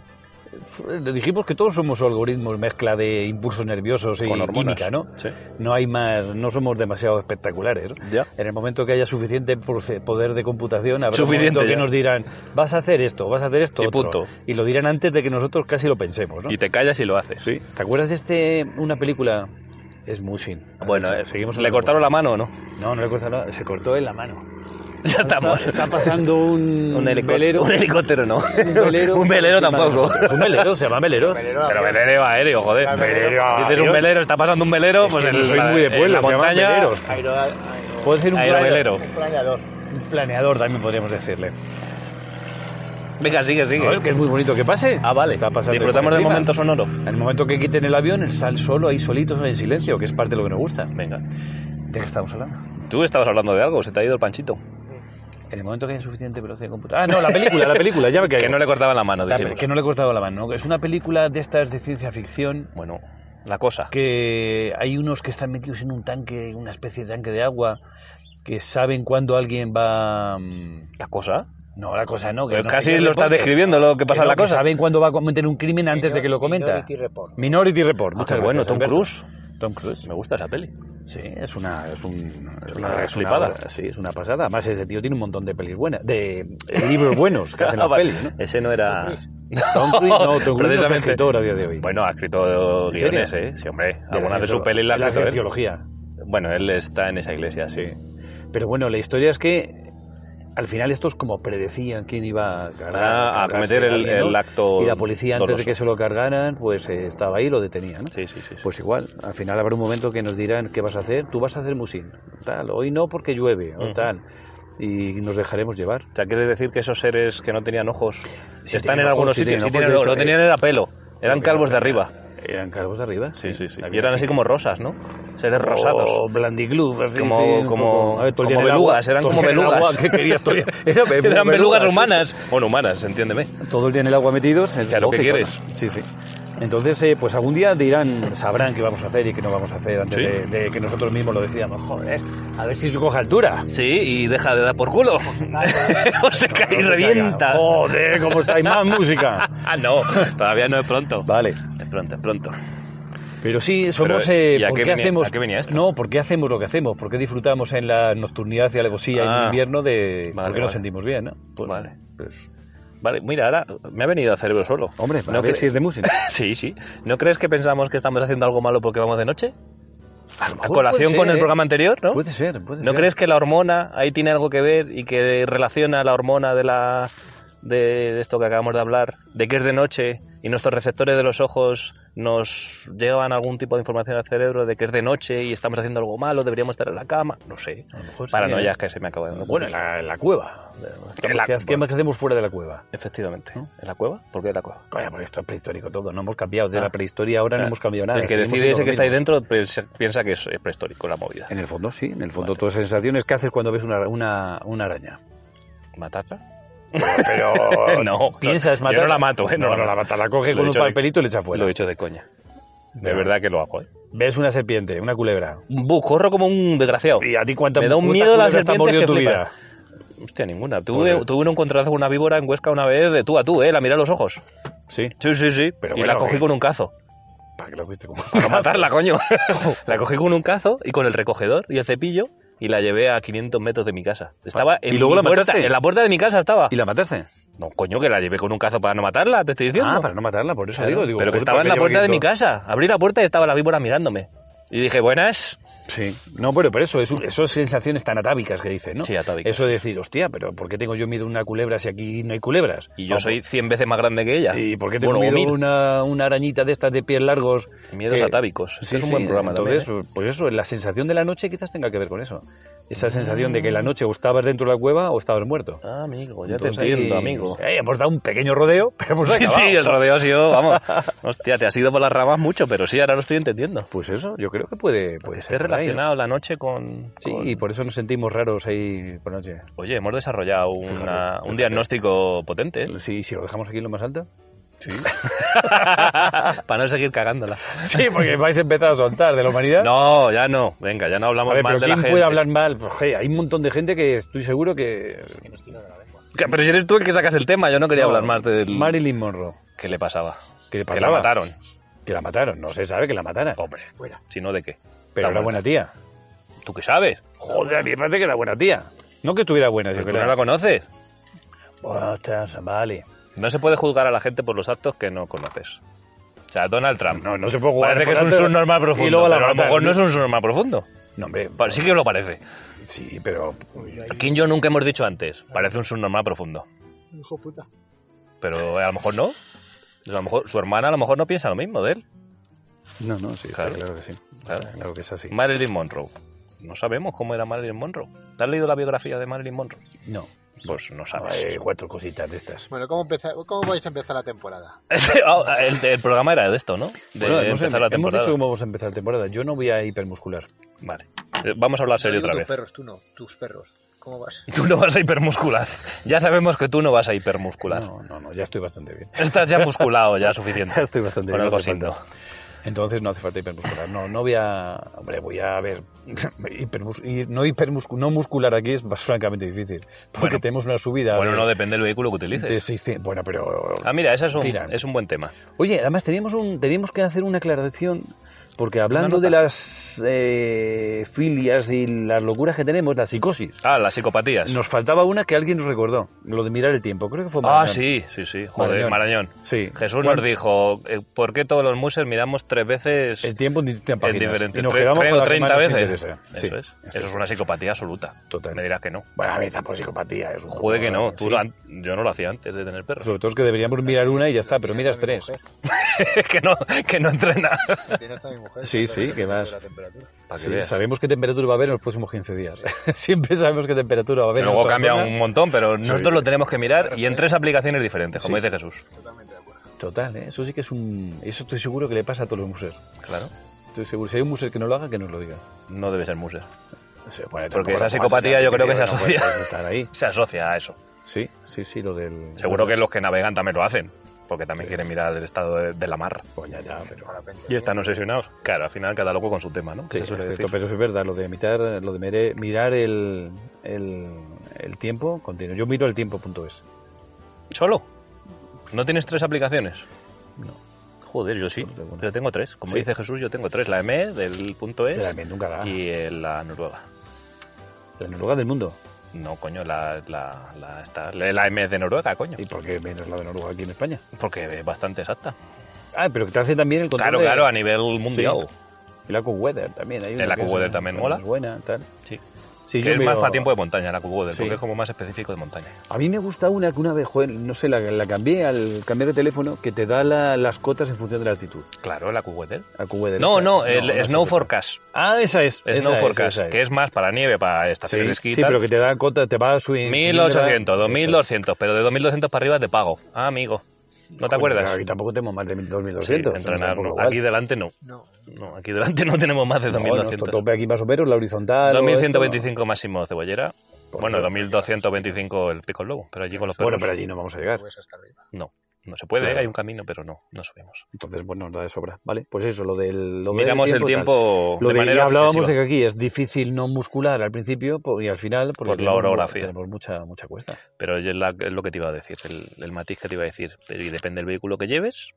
S2: es- le dijimos que todos somos algoritmos, mezcla de impulsos nerviosos y
S1: Con hormonas.
S2: química, ¿no?
S1: Sí.
S2: No hay más, no somos demasiado espectaculares. ¿no?
S1: Ya.
S2: En el momento que haya suficiente proce- poder de computación, habrá
S1: Suficiente,
S2: un momento que
S1: ya.
S2: nos dirán, vas a hacer esto, vas a hacer esto,
S1: Y
S2: otro".
S1: punto.
S2: Y lo dirán antes de que nosotros casi lo pensemos, ¿no?
S1: Y te callas y lo haces.
S2: Sí. ¿Te acuerdas de este, una película? Es Mushin.
S1: Bueno, eh,
S2: seguimos.
S1: ¿le cortaron la mano o no?
S2: No, no le cortaron. la- Se cortó en la mano.
S1: Ya estamos.
S7: Está pasando un,
S1: Un, helico-
S7: velero.
S1: un helicóptero no.
S7: Un velero.
S1: un velero
S7: encima de
S1: tampoco.
S2: Es un velero, se llama velero.
S1: Pero velero aéreo, joder.
S9: Velero
S1: Dices un velero, está pasando un velero, pues
S2: que
S1: en
S2: no soy
S1: la-
S2: muy de
S1: en la
S2: pueblo, se llaman
S1: montaña,
S2: veleros. Puede ser un
S1: Aerovelero.
S2: plane- Un planeador también podríamos decirle.
S1: Venga, sigue, sigue.
S2: No, es que es muy bonito que pase.
S1: Ah, vale.
S2: Está pasando
S1: Disfrutamos
S2: por
S1: del
S2: encima.
S1: momento sonoro.
S2: En el momento que quiten el avión, el sal solo ahí solitos en silencio, que es parte de lo que nos gusta.
S1: Venga.
S2: ¿De qué estamos hablando?
S1: Tú estabas hablando de algo, se te ha ido el panchito.
S2: En el momento que haya suficiente velocidad de computación. Ah, no, la película, la película, ya me caigo.
S1: Que no le cortaban la mano,
S2: La-
S1: dijimos.
S2: que no le he cortado la mano. ¿no? Es una película de estas de ciencia ficción
S1: Bueno, la cosa.
S2: que hay unos que están metidos en un tanque, una especie de tanque de agua, que saben cuándo alguien va. mm,
S1: ¿La cosa? Pues
S2: No, la cosa no. Que no sé
S1: casi
S2: qué
S1: lo estás
S2: deporte.
S1: describiendo lo que pasa
S2: Que
S1: en
S2: no,
S1: la
S2: que
S1: cosa.
S2: Saben cuándo va a cometer un crimen antes de que lo comenta.
S9: Minority Report.
S2: Minority Report.
S1: Ah, qué
S2: muchas
S1: bueno,
S2: gracias,
S1: Tom
S2: Alberto.
S1: Cruise.
S2: Tom Cruise.
S1: Pues Me gusta esa peli.
S2: Sí, es una, es un, es
S1: una
S2: es
S1: flipada.
S2: obra- sí, es una pasada. Además, ese tío tiene un montón de pelis buenas, de de libros buenos que hacen
S1: Ah,
S2: las
S1: vale.
S2: pelis, ¿no?
S1: Ese no era.
S2: Tom Cruise, no, Tom Cruise no es
S1: Precisamente.
S2: escritor a día de hoy.
S1: Bueno, ha escrito
S2: ¿En serio?
S1: guiones, ¿eh? Sí, hombre.
S2: la
S1: Algunas de sus
S2: cienciolo-
S1: pelis las ha
S2: la
S1: escrito él.
S2: cienciología.
S1: Bueno, él está en esa iglesia, sí.
S2: Pero bueno, la historia es que al final estos como predecían quién iba a, cargar,
S1: Ah, a
S2: cargarse
S1: cometer el-
S2: alguien,
S1: el acto
S2: Y la policía antes
S1: doloso.
S2: de que se lo cargaran, pues eh, estaba ahí y lo detenía, ¿no?
S1: Sí, sí, sí. sí.
S2: Pues igual, al final habrá un momento que nos dirán qué vas a hacer, tú vas a hacer musín, tal, hoy no porque llueve, o
S1: Ujú.
S2: tal, y nos dejaremos llevar.
S1: O sea, quiere decir que esos seres que no tenían ojos
S2: Sí
S1: están
S2: tienen
S1: en
S2: ojos,
S1: algunos
S2: sí
S1: sitios.
S2: tienen
S1: sí
S2: ojos,
S1: tienen-
S2: de
S1: lo-
S2: hecho,
S1: lo
S2: eh,
S1: tenían era pelo. Eran calvos de arriba.
S2: Eran cargos de arriba.
S1: Sí, sí, sí. Y
S2: Había
S1: eran
S2: así
S1: así como rosas, ¿no? Seres rosados.
S2: O blandigluf, así,
S1: Como-
S2: sí, un
S1: como-
S2: poco- todo el día
S1: como
S2: en el agua,
S1: belugas, eran
S2: todo el
S1: como
S2: día en el
S1: belugas.
S2: agua, que querías todo el día. Era-
S1: Eran belugas
S2: sí, sí.
S1: humanas. Bueno, humanas, entiéndeme.
S2: Todo el día en el agua metidos. Es
S1: sea, lo que
S2: lógico,
S1: quieres.
S2: ¿no? Sí, sí. Entonces, eh, pues algún día dirán, sabrán qué vamos a hacer y qué no vamos a hacer antes
S1: Sí.
S2: de, de que nosotros mismos lo decíamos. Joder, a ver si se coge altura.
S1: Sí, y deja de dar por culo. o se cae y
S2: No se
S1: revienta.
S2: caiga. Joder, cómo está. Hay más música.
S1: Ah, no, todavía no es pronto.
S2: Vale.
S1: Es pronto, es pronto.
S2: Pero sí, somos...
S1: Pero, ¿y
S2: eh,
S1: a
S2: ¿por
S1: qué
S2: qué
S1: venía-
S2: hacemos,
S1: a qué venía esto?
S2: No, ¿por qué hacemos lo que hacemos? ¿Por qué disfrutamos en la nocturnidad y alevosía en
S1: Ah.
S2: el invierno de...
S1: Vale,
S2: porque nos
S1: vale.
S2: sentimos bien, ¿no? Pues,
S1: Vale.
S2: pues,
S1: Vale, mira, ahora me ha venido a cerebro solo.
S2: hombre,
S1: ¿No
S2: a ver
S1: cre-
S2: si es de música.
S1: Sí, sí. ¿No crees que pensamos que estamos haciendo algo malo porque vamos de noche?
S2: A lo
S1: A
S2: mejor
S1: colación
S2: puede
S1: con
S2: ser,
S1: el
S2: ¿eh?
S1: programa anterior, ¿no?
S2: Puede ser, puede
S1: ¿No
S2: ser.
S1: crees que la hormona ahí tiene algo que ver y que relaciona la hormona de la de, de esto que acabamos de hablar, de que es de noche y nuestros receptores de los ojos nos llevan algún tipo de información al cerebro de que es de noche y estamos haciendo algo malo, deberíamos estar en la cama, no sé.
S2: A lo mejor sí,
S1: Paranoia
S2: ¿eh?
S1: que se me acaba de
S2: Bueno, en la, en la cueva. ¿Qué,
S1: la-
S2: qué- qué más hacemos fuera de la cueva?
S1: Efectivamente. ¿En la cueva? ¿Por qué en la cueva?
S2: Coño, porque esto es prehistórico todo. No hemos cambiado. De
S1: Ah.
S2: la prehistoria ahora
S1: Ah,
S2: no hemos cambiado nada.
S1: El que
S2: seguimos
S1: decide ese
S2: siendo
S1: que está ahí
S2: los mismos.
S1: dentro pues, piensa que es es prehistórico la movida.
S2: En el fondo, sí. En el fondo, todas esas sensaciones que haces cuando ves una, una, una araña.
S1: ¿Matata?
S2: Pero
S1: no,
S2: piensas
S1: yo
S2: matar.
S1: no la mato, eh, no,
S2: No,
S1: no.
S2: no la mata. La coge
S1: Lo he
S2: con un
S1: hecho de-
S2: papelito y le echa fuera.
S1: Lo he hecho de coña. De
S2: No.
S1: verdad que lo hago, ¿eh?
S2: Ves una serpiente, una culebra.
S1: Bu, corro como un desgraciado.
S2: Y a ti cuántas
S1: Me da un
S2: cuántas
S1: miedo las
S2: culebras te
S1: serpientes
S2: han mordido
S1: que
S2: en tu vida.
S1: flipas. Hostia, ninguna. Tuve,
S2: Pues sí.
S1: tuve un encontrazo con una víbora en Huesca una vez de tú a tú, ¿eh? La miré a los ojos.
S2: Sí.
S1: Sí, sí, sí. eh.
S2: Pero
S1: y
S2: bueno,
S1: la cogí
S2: ¿qué?
S1: con un cazo.
S2: Para que lo viste como.
S1: Para matarla, coño. la cogí con un cazo y con el recogedor y el cepillo y la llevé a 500 metros de mi casa. Estaba en,
S2: ¿Y luego
S1: mi
S2: la
S1: puerta,
S2: mataste?
S1: en Ah, la puerta de mi casa estaba.
S2: ¿Y la mataste?
S1: No, coño, que la llevé con un cazo para no matarla, te estoy diciendo.
S2: Ah, para no matarla, por eso
S1: Claro,
S2: digo. digo,
S1: pero que
S2: joder,
S1: estaba
S2: ¿para
S1: en
S2: qué
S1: la
S2: llevo
S1: puerta de mi
S2: quinto?
S1: casa. Abrí la puerta y estaba la víbora mirándome. Y dije, buenas.
S2: Sí, no, bueno, pero eso, es un- esas sensaciones tan atávicas que dicen, ¿no?
S1: Sí, atávicas.
S2: Eso de decir, hostia, pero ¿por qué tengo yo miedo a una culebra si aquí no hay culebras?
S1: Y yo
S2: O,
S1: soy 100 veces más grande que ella.
S2: Ah, pues- ¿Y por qué tengo
S1: Bueno, o
S2: miedo
S1: mil.
S2: a una, una arañita de estas de pies largos?
S1: Miedos
S2: que-
S1: atávicos. Este
S2: Sí,
S1: es un
S2: sí,
S1: buen programa
S2: entonces,
S1: también. ¿eh?
S2: Pues eso, la sensación de la noche quizás tenga que ver con eso. Esa sensación de que la noche o estabas dentro de la cueva o estabas muerto.
S1: Ah, amigo, Mm. ya
S2: Entonces,
S1: te entiendo,
S2: ahí-
S1: amigo.
S2: ahí hemos dado un pequeño rodeo, pero hemos
S1: Sí,
S2: acabado.
S1: sí, el rodeo ha sido, vamos. Hostia, te has ido por las ramas mucho, pero sí, ahora lo estoy entendiendo.
S2: Pues eso, yo creo que puede, puede
S1: Porque
S2: ser
S1: esté
S2: por ahí, ¿no?
S1: relacionado la noche con.
S2: Sí,
S1: con-
S2: y por eso nos sentimos raros ahí por la noche.
S1: Oye, hemos desarrollado una-
S2: Fíjate,
S1: un
S2: fíjate.
S1: diagnóstico potente. ¿eh?
S2: Sí, si lo dejamos aquí en lo más alto.
S1: Para no seguir cagándola.
S2: Sí, porque vais a empezar a soltar de la humanidad.
S1: No, ya no. Venga, ya no hablamos
S2: a ver,
S1: mal de
S2: pero
S1: la
S2: ¿quién
S1: gente.
S2: puede hablar mal? Pues, hey, hay un montón de gente que estoy seguro que...
S1: Que- Pero si eres tú el que sacas el tema, yo no quería hablar más del...
S2: Marilyn Monroe.
S1: ¿Qué le pasaba?
S2: Que, le
S1: Que la
S2: pasaba.
S1: mataron.
S2: Que la mataron. No se sabe que la mataran.
S1: Hombre, si no, ¿de qué?
S2: pero
S1: está
S2: era
S1: muerta.
S2: buena tía.
S1: ¿Tú qué sabes?
S2: Joder, a mí me parece que era buena tía. No que estuviera buena,
S1: Pero
S2: sino
S1: tú
S2: que
S1: no la conoces.
S2: Ostras, vale.
S1: No se puede juzgar a la gente por los actos que no conoces. O sea, Donald Trump.
S2: No, no se puede jugar.
S1: parece que es un
S2: por alto.
S1: subnormal profundo.
S2: Y luego la
S1: pero a lo
S2: matan.
S1: mejor no es un subnormal profundo.
S2: No, hombre,
S1: Pa- Sí que lo parece.
S2: sí, pero...
S1: Kim Jong nunca hemos dicho antes. Parece un subnormal profundo. Pero eh, a lo mejor no. A lo mejor, su hermana a lo mejor no piensa lo mismo de él.
S2: No, no, sí,
S1: Claro.
S2: claro, claro que sí.
S1: Claro.
S2: Claro que es así.
S1: Marilyn Monroe. No sabemos cómo era Marilyn Monroe. ¿Te has leído la biografía de Marilyn Monroe?
S2: No.
S1: Pues no sabes.
S2: Hay Ah, cuatro cositas de estas.
S9: Bueno, ¿cómo, empeza- ¿cómo vais a empezar la temporada?
S1: Ah, el, el programa era de esto, ¿no? De
S2: Bueno, hemos, em-
S1: empezar la
S2: hemos
S1: temporada.
S2: dicho cómo vamos a empezar la temporada. Yo no voy a hipermuscular.
S1: Vale. Eh, Vamos a hablar serio
S9: Yo digo
S1: otra
S9: tus
S1: vez.
S9: perros, tú no, tus perros. ¿Cómo vas?
S1: Tú no vas a hipermuscular. Ya sabemos que tú no vas a hipermuscular.
S2: No, no, no, ya estoy bastante bien.
S1: Estás ya musculado, ya suficiente.
S2: Ya estoy bastante
S1: Con
S2: bien.
S1: el
S2: no hace falta.
S1: cosito.
S2: Entonces no hace falta hipermuscular. No, no voy a. Hombre, voy a ver. hipermus- y no, hipermuscu- no muscular aquí es más francamente difícil. Porque
S1: Bueno.
S2: tenemos una subida.
S1: Bueno,
S2: de,
S1: no depende del vehículo que utilices.
S2: de 600. Bueno, pero.
S1: Ah, mira, ese es un,
S2: Tira.
S1: es un buen tema.
S2: Oye, además teníamos, un, teníamos que hacer una aclaración. Porque hablando
S1: nota.
S2: de las eh, filias y las locuras que tenemos, la psicosis,
S1: Ah, las psicopatías.
S2: nos faltaba una que alguien nos recordó, lo de mirar el tiempo. Creo que fue
S1: ah,
S2: Mariano.
S1: sí, sí, sí. Joder, Marañón.
S2: Sí.
S1: Jesús
S2: Juan-
S1: nos dijo, eh, ¿por qué todos los muses miramos tres veces
S2: El tiempo en distintas
S1: en
S2: páginas.
S1: diferentes?
S2: Y nos
S1: Tres-
S2: quedamos
S1: tres
S2: con
S1: o
S2: la que
S1: 30
S2: más nos
S1: veces.
S2: interesa.
S1: Eso
S2: Sí.
S1: es. Eso es una psicopatía absoluta.
S2: Total.
S1: Me dirás que no.
S2: Bueno, a ver, tampoco psicopatía. Es un ¿eh?
S1: Joder que no.
S2: sí.
S1: Tú lo an- yo no lo hacía antes de tener perros.
S2: Sobre todo es que deberíamos mirar una y ya está, pero miras
S9: Está mi
S2: tres.
S9: mujer,
S1: que no, que no entrena.
S9: también está mi mujer,
S2: Sí,
S9: está
S2: sí,
S9: todo
S2: que
S9: el
S2: vas.
S9: de la temperatura.
S1: Para que
S2: Sí,
S1: veas.
S2: sabemos qué temperatura va a haber en los próximos 15 días. Siempre sabemos qué temperatura va a haber. en
S1: Luego
S2: nuestra
S1: cambia
S2: zona.
S1: un montón, pero nosotros lo tenemos que mirar y en tres aplicaciones diferentes, como
S2: Sí.
S1: dice Jesús.
S2: Total, ¿eh? eso sí que es un. Eso estoy seguro que le pasa a todos los museos.
S1: Claro.
S2: Estoy seguro. Si hay un museo que no lo haga, que nos lo diga.
S1: No debe ser muses.
S2: O sea, bueno,
S1: Porque
S2: tampoco
S1: esa
S2: lo
S1: psicopatía
S2: vamos a
S1: yo creo que se
S2: no puedes
S1: asocia.
S2: estar ahí.
S1: Se asocia a eso.
S2: Sí, sí, sí, lo del.
S1: Seguro que los que navegan también lo hacen, porque también quieren mirar el estado de, de la mar.
S2: Pues ya, ya, pero.
S1: Y están obsesionados. Claro, al final cada loco con su tema, ¿no?
S2: Sí,
S1: Se suele
S2: es cierto,
S1: decir.
S2: pero eso es verdad, lo de mirar, lo de mere- mirar el, el, el tiempo continuo. Yo miro el tiempo.es.
S1: ¿Solo? ¿No tienes tres aplicaciones? No. Joder, yo sí. Yo tengo tres. Como
S2: Sí.
S1: dice Jesús, yo tengo tres. La ME, del punto E
S2: Realmente nunca la
S1: y eh, la noruega.
S2: La Noruega del mundo.
S1: No, coño, la, la, la, esta- la, la M de Noruega, coño.
S2: ¿Y por qué menos la de Noruega aquí en España?
S1: Porque es bastante exacta.
S2: Ah, pero que te hace también el control
S1: Claro,
S2: de-
S1: claro, a nivel mundial.
S2: El AccuWeather también. Hay
S1: El
S2: uno que es
S1: AccuWeather
S2: un-
S1: también
S2: es
S1: mola.
S2: buena, tal.
S1: Sí.
S2: Sí,
S1: Que
S2: yo
S1: es
S2: miro-
S1: más para tiempo de montaña, la cubo
S2: Sí.
S1: porque es como más específico de montaña.
S2: A mí me gusta una que una vez, joder, no sé, la, la cambié al cambiar de teléfono, que te da la- las cotas en función de la altitud.
S1: Claro, la Cuboetel.
S2: AccuWeather.
S1: No,
S2: esa-
S1: no, el
S2: no sé
S1: Snow
S2: qué-
S1: Forecast.
S2: Ah, esa es.
S1: Snow
S2: esa es,
S1: Forecast,
S2: esa es.
S1: que es más para nieve, para
S2: Sí,
S1: estaciones de esquí.
S2: sí,
S1: tal.
S2: pero que te da cota, te va a subir.
S1: 1800,
S2: Eso.
S1: 2200, pero de 2200 para arriba te pago. Ah, amigo. ¿No te
S2: Coño,
S1: acuerdas?
S2: Aquí tampoco tenemos más de 2200.
S1: Sí, entrenar,
S2: tampoco
S1: no.
S2: igual.
S1: Aquí delante no.
S9: No,
S1: No, aquí delante no tenemos más de
S2: No, nuestro
S1: 2200.
S2: tope aquí más o menos, la horizontal. o esto, no.
S1: 2125 máximo cebollera.
S2: Por
S1: Bueno,
S2: todo.
S1: 2225 el pico lobo, pero allí con los perros.
S2: Bueno, pero allí no vamos a llegar.
S9: pues hasta arriba.
S1: No se puede,
S2: Claro.
S1: hay un camino, pero no, no subimos.
S2: Entonces, bueno, nos da de sobra. Vale, pues eso, lo del. Lo del
S1: Miramos el
S2: tiempo. tal.
S1: tiempo
S2: Lo
S1: de
S2: de,
S1: manera
S2: ya hablábamos
S1: obsesiva.
S2: de que aquí es difícil no muscular al principio po- y al final porque
S1: Por la
S2: tenemos mu-
S1: orografía.
S2: Tenemos mucha, mucha cuesta.
S1: Pero yo es, la- es lo que te iba a decir, el, el matiz que te iba a decir. Y depende del vehículo que lleves,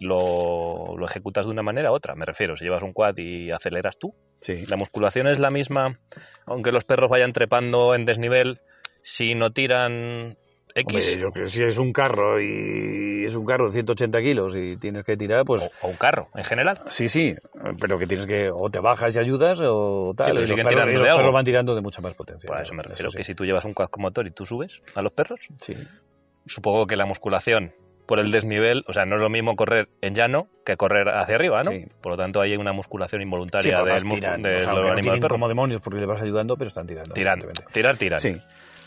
S1: lo, lo ejecutas de una manera u otra. Me refiero, si llevas un quad y aceleras tú,
S2: Sí.
S1: la musculación es la misma, aunque los perros vayan trepando en desnivel, si no tiran X
S2: Hombre, yo creo que si es un carro y es un carro de 180 kilos y tienes que tirar, pues
S1: o, o un carro en general.
S2: Sí, sí, pero que tienes que o te bajas y ayudas o tal.
S1: Sí, pero
S2: y los
S1: siguen
S2: perros-
S1: tirando
S2: y los
S1: de algo.
S2: perros van tirando de mucha más potencia.
S1: Por a
S2: claro,
S1: eso me refiero,
S2: sí.
S1: que si tú llevas un quad con motor y tú subes a los perros,
S2: Sí.
S1: supongo que la musculación por el desnivel, o sea, no es lo mismo correr en llano que correr hacia arriba, ¿no?
S2: Sí.
S1: Por lo tanto, ahí hay una musculación
S2: Sí,
S1: involuntaria
S2: pero
S1: del
S2: además
S1: músculo
S2: tiran,
S1: de
S2: o sea,
S1: los
S2: aunque no
S1: ánimos del
S2: tiren
S1: perro.
S2: como demonios porque le vas ayudando, pero están tirando.
S1: Tiran,
S2: evidentemente.
S1: tirar, tiran.
S2: Sí.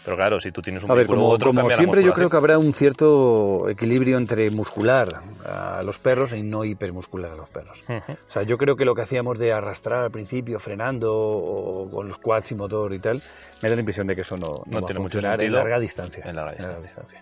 S1: Pero claro, si tú tienes un
S2: A ver,
S1: vehículo u
S2: como,
S1: otro,
S2: como
S1: cambia la
S2: siempre yo creo que
S1: musculación.
S2: habrá un cierto equilibrio entre muscular a los perros y no hipermuscular a los perros.
S1: Ujú.
S2: O sea, yo creo que lo que hacíamos de arrastrar al principio, frenando o con los quads y motor y tal, me da la impresión de que eso no,
S1: No
S2: va a
S1: tiene mucho
S2: funcionar en
S1: sentido
S2: larga distancia.
S1: en larga
S2: En larga distancia.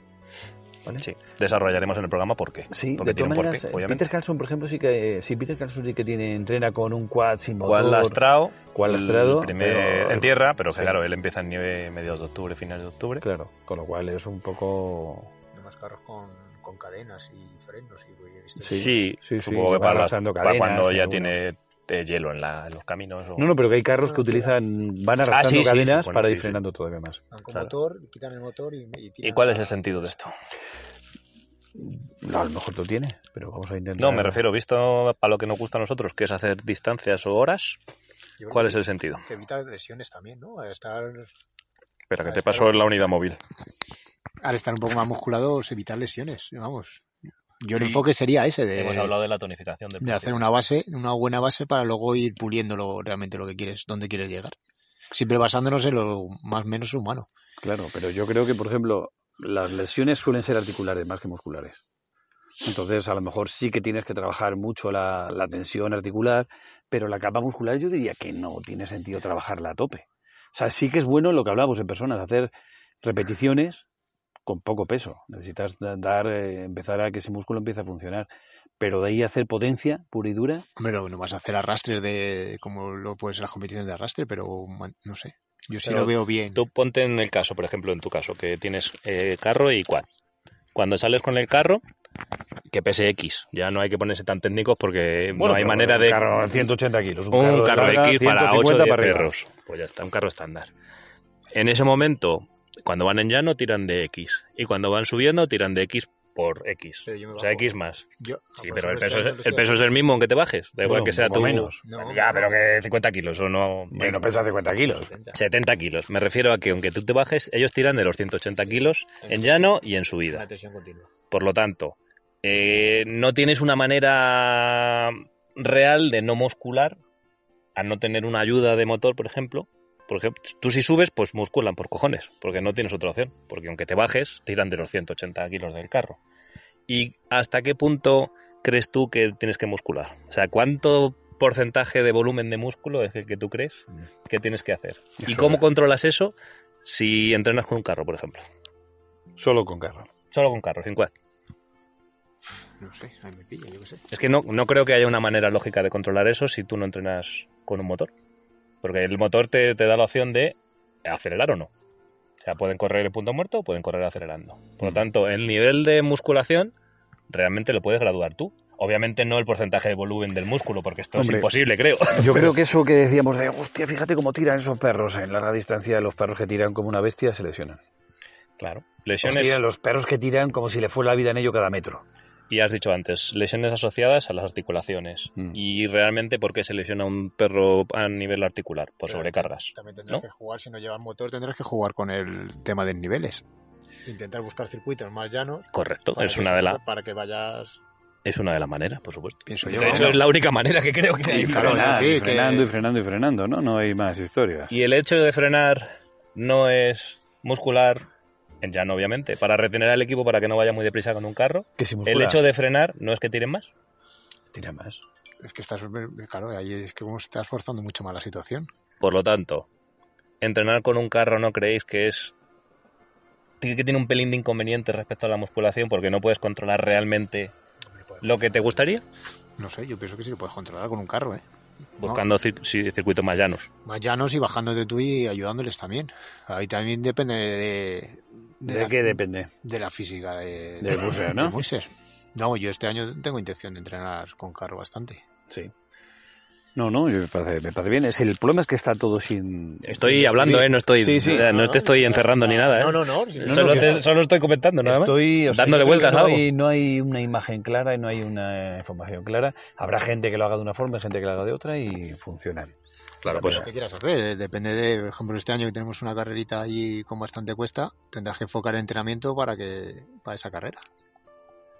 S2: ¿vale?
S1: Sí, desarrollaremos en el programa por qué.
S2: Sí,
S1: porque
S2: de todas
S1: tiene un
S2: maneras,
S1: porqué,
S2: eh,
S1: obviamente.
S2: Peter Carlson, por ejemplo, sí que, sí, Peter Carlson sí que tiene, entrena con un quad sin motor.
S1: Juan Lastrao,
S2: Juan
S1: el
S2: Lastrado,
S1: primer-
S2: pero-
S1: en tierra, pero que,
S2: sí.
S1: claro, él empieza en nieve mediados de octubre, finales de octubre.
S2: Claro, con lo cual es un poco...
S9: Además, carros con, con cadenas y frenos y pues, he visto
S2: Sí. sí,
S1: Supongo
S2: sí,
S1: que para,
S2: va
S1: las-
S2: arrastrando
S1: para
S2: cadenas
S1: cuando
S2: y
S1: ya
S2: alguno.
S1: tiene eh, hielo en, la- en los caminos. o-
S2: No, no, pero que hay carros que utilizan, van arrastrando
S1: sí, sí,
S2: cadenas
S1: sí, bueno,
S2: para
S1: sí,
S2: ir
S1: sí.
S2: frenando todavía más.
S9: van con
S1: claro.
S9: motor, quitan el motor y, y tiran
S1: ¿Y cuál
S9: la-
S1: es el sentido de esto?
S2: No, a lo mejor lo tiene, pero vamos a intentar.
S1: No, me refiero, visto a lo que nos gusta a nosotros, que es hacer distancias o horas,
S9: yo creo
S1: ¿cuál
S9: que-
S1: es el sentido?
S9: Que evita lesiones también, ¿no? Al estar,
S1: Espera, que
S9: Ah,
S1: te
S9: está
S1: paso
S9: bien.
S1: la unidad móvil.
S9: al estar un poco más musculados, evitar lesiones, vamos. Yo el enfoque sería ese,
S11: Hemos
S9: de,
S11: hablado de la tonificación del
S9: Eh, de hacer una base, una buena base para luego ir puliéndolo realmente lo que quieres, dónde quieres llegar. Siempre basándonos en lo más o menos humano.
S7: Claro, pero yo creo que, por ejemplo, las lesiones suelen ser articulares más que musculares. Entonces, a lo mejor sí que tienes que trabajar mucho la, la tensión articular, pero la capa muscular yo diría que no tiene sentido trabajarla a tope. O sea, sí que es bueno lo que hablamos en personas, hacer repeticiones con poco peso. Necesitas da- dar, eh, empezar a que ese músculo empiece a funcionar. Pero de ahí hacer potencia pura y dura,
S9: Hombre, no, no vas a hacer arrastres de como lo puedes en las competiciones de arrastre, pero man- no sé. Yo sí
S1: Pero
S9: lo veo bien.
S1: Tú ponte en el caso, por ejemplo, en tu caso, que tienes eh, carro y quad. Cuando sales con el carro, que pese X. Ya no hay que ponerse tan técnicos porque
S2: Bueno,
S1: no hay
S2: pero
S1: manera
S2: un
S1: de...
S2: carro de 180 kilos.
S1: un carro
S2: de larga,
S1: X para 8
S2: 150
S1: o 10
S2: para arriba.
S1: perros. Pues ya está, un carro estándar. En ese momento, cuando van en llano, tiran de X. Y cuando van subiendo, tiran de X por X.
S9: Pero yo me
S1: O sea,
S9: bajo.
S1: X más.
S9: Yo-
S1: Sí,
S9: ah, pues
S1: pero el
S9: no
S1: peso,
S9: estoy-
S1: es,
S9: no estoy-
S1: el peso es el mismo aunque te bajes. Da igual
S2: Bueno,
S1: que sea
S2: un
S1: tu...
S2: poco menos.
S9: No,
S1: Ya, pero que 50 kilos o no...
S2: Bueno, pesa 50 kilos.
S1: 70 kilos. Me refiero a que aunque tú te bajes, ellos tiran de los 180 kilos en llano y en
S9: Una
S1: subida.
S9: tensión continua.
S1: Por lo tanto, eh, no tienes una manera real de no muscular al no tener una ayuda de motor, por ejemplo. Por ejemplo, tú si subes, pues musculan por cojones, porque no tienes otra opción. Porque aunque te bajes, tiran de los 180 kilos del carro. ¿Y hasta qué punto crees tú que tienes que muscular? O sea, ¿cuánto porcentaje de volumen de músculo es el que tú crees que tienes que hacer? ¿Y
S2: Eso
S1: cómo
S2: es.
S1: controlas eso si entrenas con un carro, por ejemplo?
S2: Solo con carro.
S1: Solo con carro, sin quad.
S9: No sé, ahí me pilla, yo qué sé.
S1: Es que no, no creo que haya una manera lógica de controlar eso si tú no entrenas con un motor. Porque el motor te, te da la opción de acelerar o no. O sea, pueden correr el punto muerto o pueden correr acelerando.
S7: Mm.
S1: Por lo tanto, el nivel de musculación realmente lo puedes graduar tú. Obviamente no el porcentaje de volumen del músculo, porque esto es
S7: Hombre.
S1: imposible, creo.
S7: Yo creo que eso que decíamos, de, hostia, fíjate cómo tiran esos perros en larga distancia, los perros que tiran como una bestia se lesionan.
S1: Claro. Lesiones,
S7: Hostia, los perros que tiran como si le fuera la vida en ello cada metro.
S1: y has dicho antes, lesiones asociadas a las articulaciones.
S7: Mm.
S1: Y realmente, ¿por qué se lesiona un perro a nivel articular? Por
S9: Pero
S1: sobrecargas.
S9: También tendrás
S1: ¿no?
S9: que jugar, si no llevas motor, tendrás que jugar con el tema de niveles. Intentar buscar circuitos más llanos.
S1: Correcto.
S9: para
S1: Es
S9: que
S1: una,
S9: se-
S1: de la,
S9: Para que vayas,
S1: es una de las maneras, por supuesto.
S9: pienso Pues yo.
S1: De hecho,
S9: vamos.
S1: es la única manera que creo que
S9: Y
S1: hay.
S9: claro,
S7: frenar,
S9: sí,
S7: y
S9: que-
S7: frenando y frenando y frenando, ¿no? No hay más historias.
S1: Y el hecho de frenar no es muscular, en llano obviamente, para retener al equipo para que no vaya muy deprisa con un carro.
S2: Que si
S1: El hecho de frenar no es que tiren más.
S2: Tira más.
S9: Es que estás, claro, ahí es que como estás forzando mucho más la situación.
S1: Por lo tanto, entrenar con un carro no creéis que es que tiene un pelín de inconveniente respecto a la musculación porque no puedes controlar realmente lo que te gustaría
S9: No sé, yo pienso que sí lo puedes controlar con un carro, ¿eh?
S1: buscando cir- ci- circuitos más llanos.
S9: Más llanos y bajándote tú y ayudándoles también. Ahí también depende de...
S7: ¿De,
S9: la,
S7: qué depende?
S9: de la física de,
S7: Del buser, ¿no?
S9: del buser. No, yo este año tengo intención de entrenar con carro bastante.
S7: No, no, yo- me parece, me parece bien. Es, el problema es que está todo sin...
S1: Estoy hablando, eh, no estoy
S7: Sí, sí.
S1: no, te estoy encerrando ni nada, eh.
S9: No, no, no. si no-
S1: solo,
S7: que
S1: te-
S7: está-
S1: solo estoy comentando nada más.
S7: Estoy o sea,
S1: Dándole
S7: yo creo que
S1: vueltas a
S7: no
S1: algo.
S7: hay, no hay una imagen clara y no hay una información clara. Habrá gente que lo haga de una forma y gente que lo haga de otra y funciona.
S1: Claro,
S9: Pues lo que quieras hacer, eh, depende de, por ejemplo, este año que tenemos una carrerita ahí con bastante cuesta, tendrás que enfocar el entrenamiento para que para esa carrera.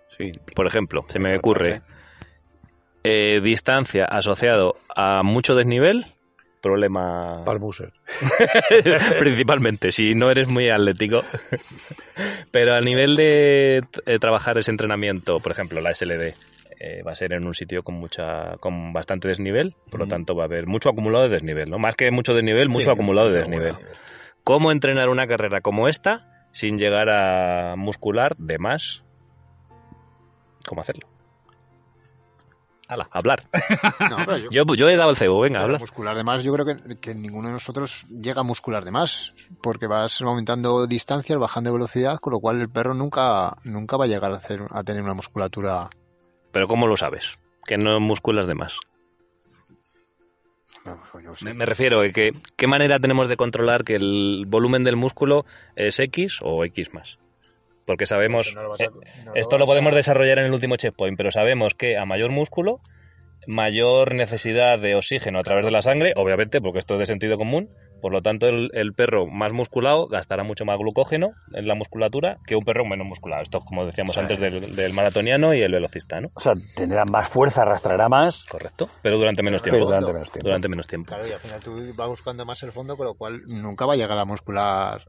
S7: Sí,
S1: por ejemplo, se me ocurre eh, distancia asociado a mucho desnivel, problema
S2: Para el buser.
S1: principalmente si no eres muy atlético. Pero a nivel de eh, trabajar ese entrenamiento, por ejemplo, la SLD eh, va a ser en un sitio con mucha con bastante desnivel, por lo tanto va a haber mucho acumulado de desnivel, ¿no? Más que mucho desnivel, mucho acumulado de desnivel. ¿Cómo entrenar una carrera como esta sin llegar a muscular de más. ¿Cómo hacerlo? Hala, hablar.
S9: No, pero yo,
S1: Yo, yo he dado el cebo, venga, habla.
S9: muscular de más, yo creo que, que ninguno de nosotros llega a muscular de más, porque vas aumentando distancias, bajando velocidad, con lo cual el perro nunca, nunca va a llegar a, hacer, a tener una musculatura.
S1: Pero ¿cómo lo sabes? Que no musculas de más.
S9: yo sé.
S1: Me, me refiero a que qué manera tenemos de controlar que el volumen del músculo es X o X más. Porque sabemos,
S9: No lo vas a-
S1: eh,
S9: no
S1: esto lo
S9: vas a-
S1: podemos desarrollar en el último checkpoint, pero sabemos que a mayor músculo, mayor necesidad de oxígeno a través de la sangre, obviamente, porque esto es de sentido común. Por lo tanto, el, el perro más musculado gastará mucho más glucógeno en la musculatura que un perro menos musculado. Esto es como decíamos antes del, del maratoniano y el velocista, ¿no?
S2: O sea, tendrá más fuerza, arrastrará más,
S1: Correcto. Pero durante menos
S9: Pero
S1: tiempo.
S2: durante menos tiempo.
S1: Durante menos tiempo.
S9: Claro, y al final tú vas buscando más el fondo, con lo cual nunca va a llegar a muscular.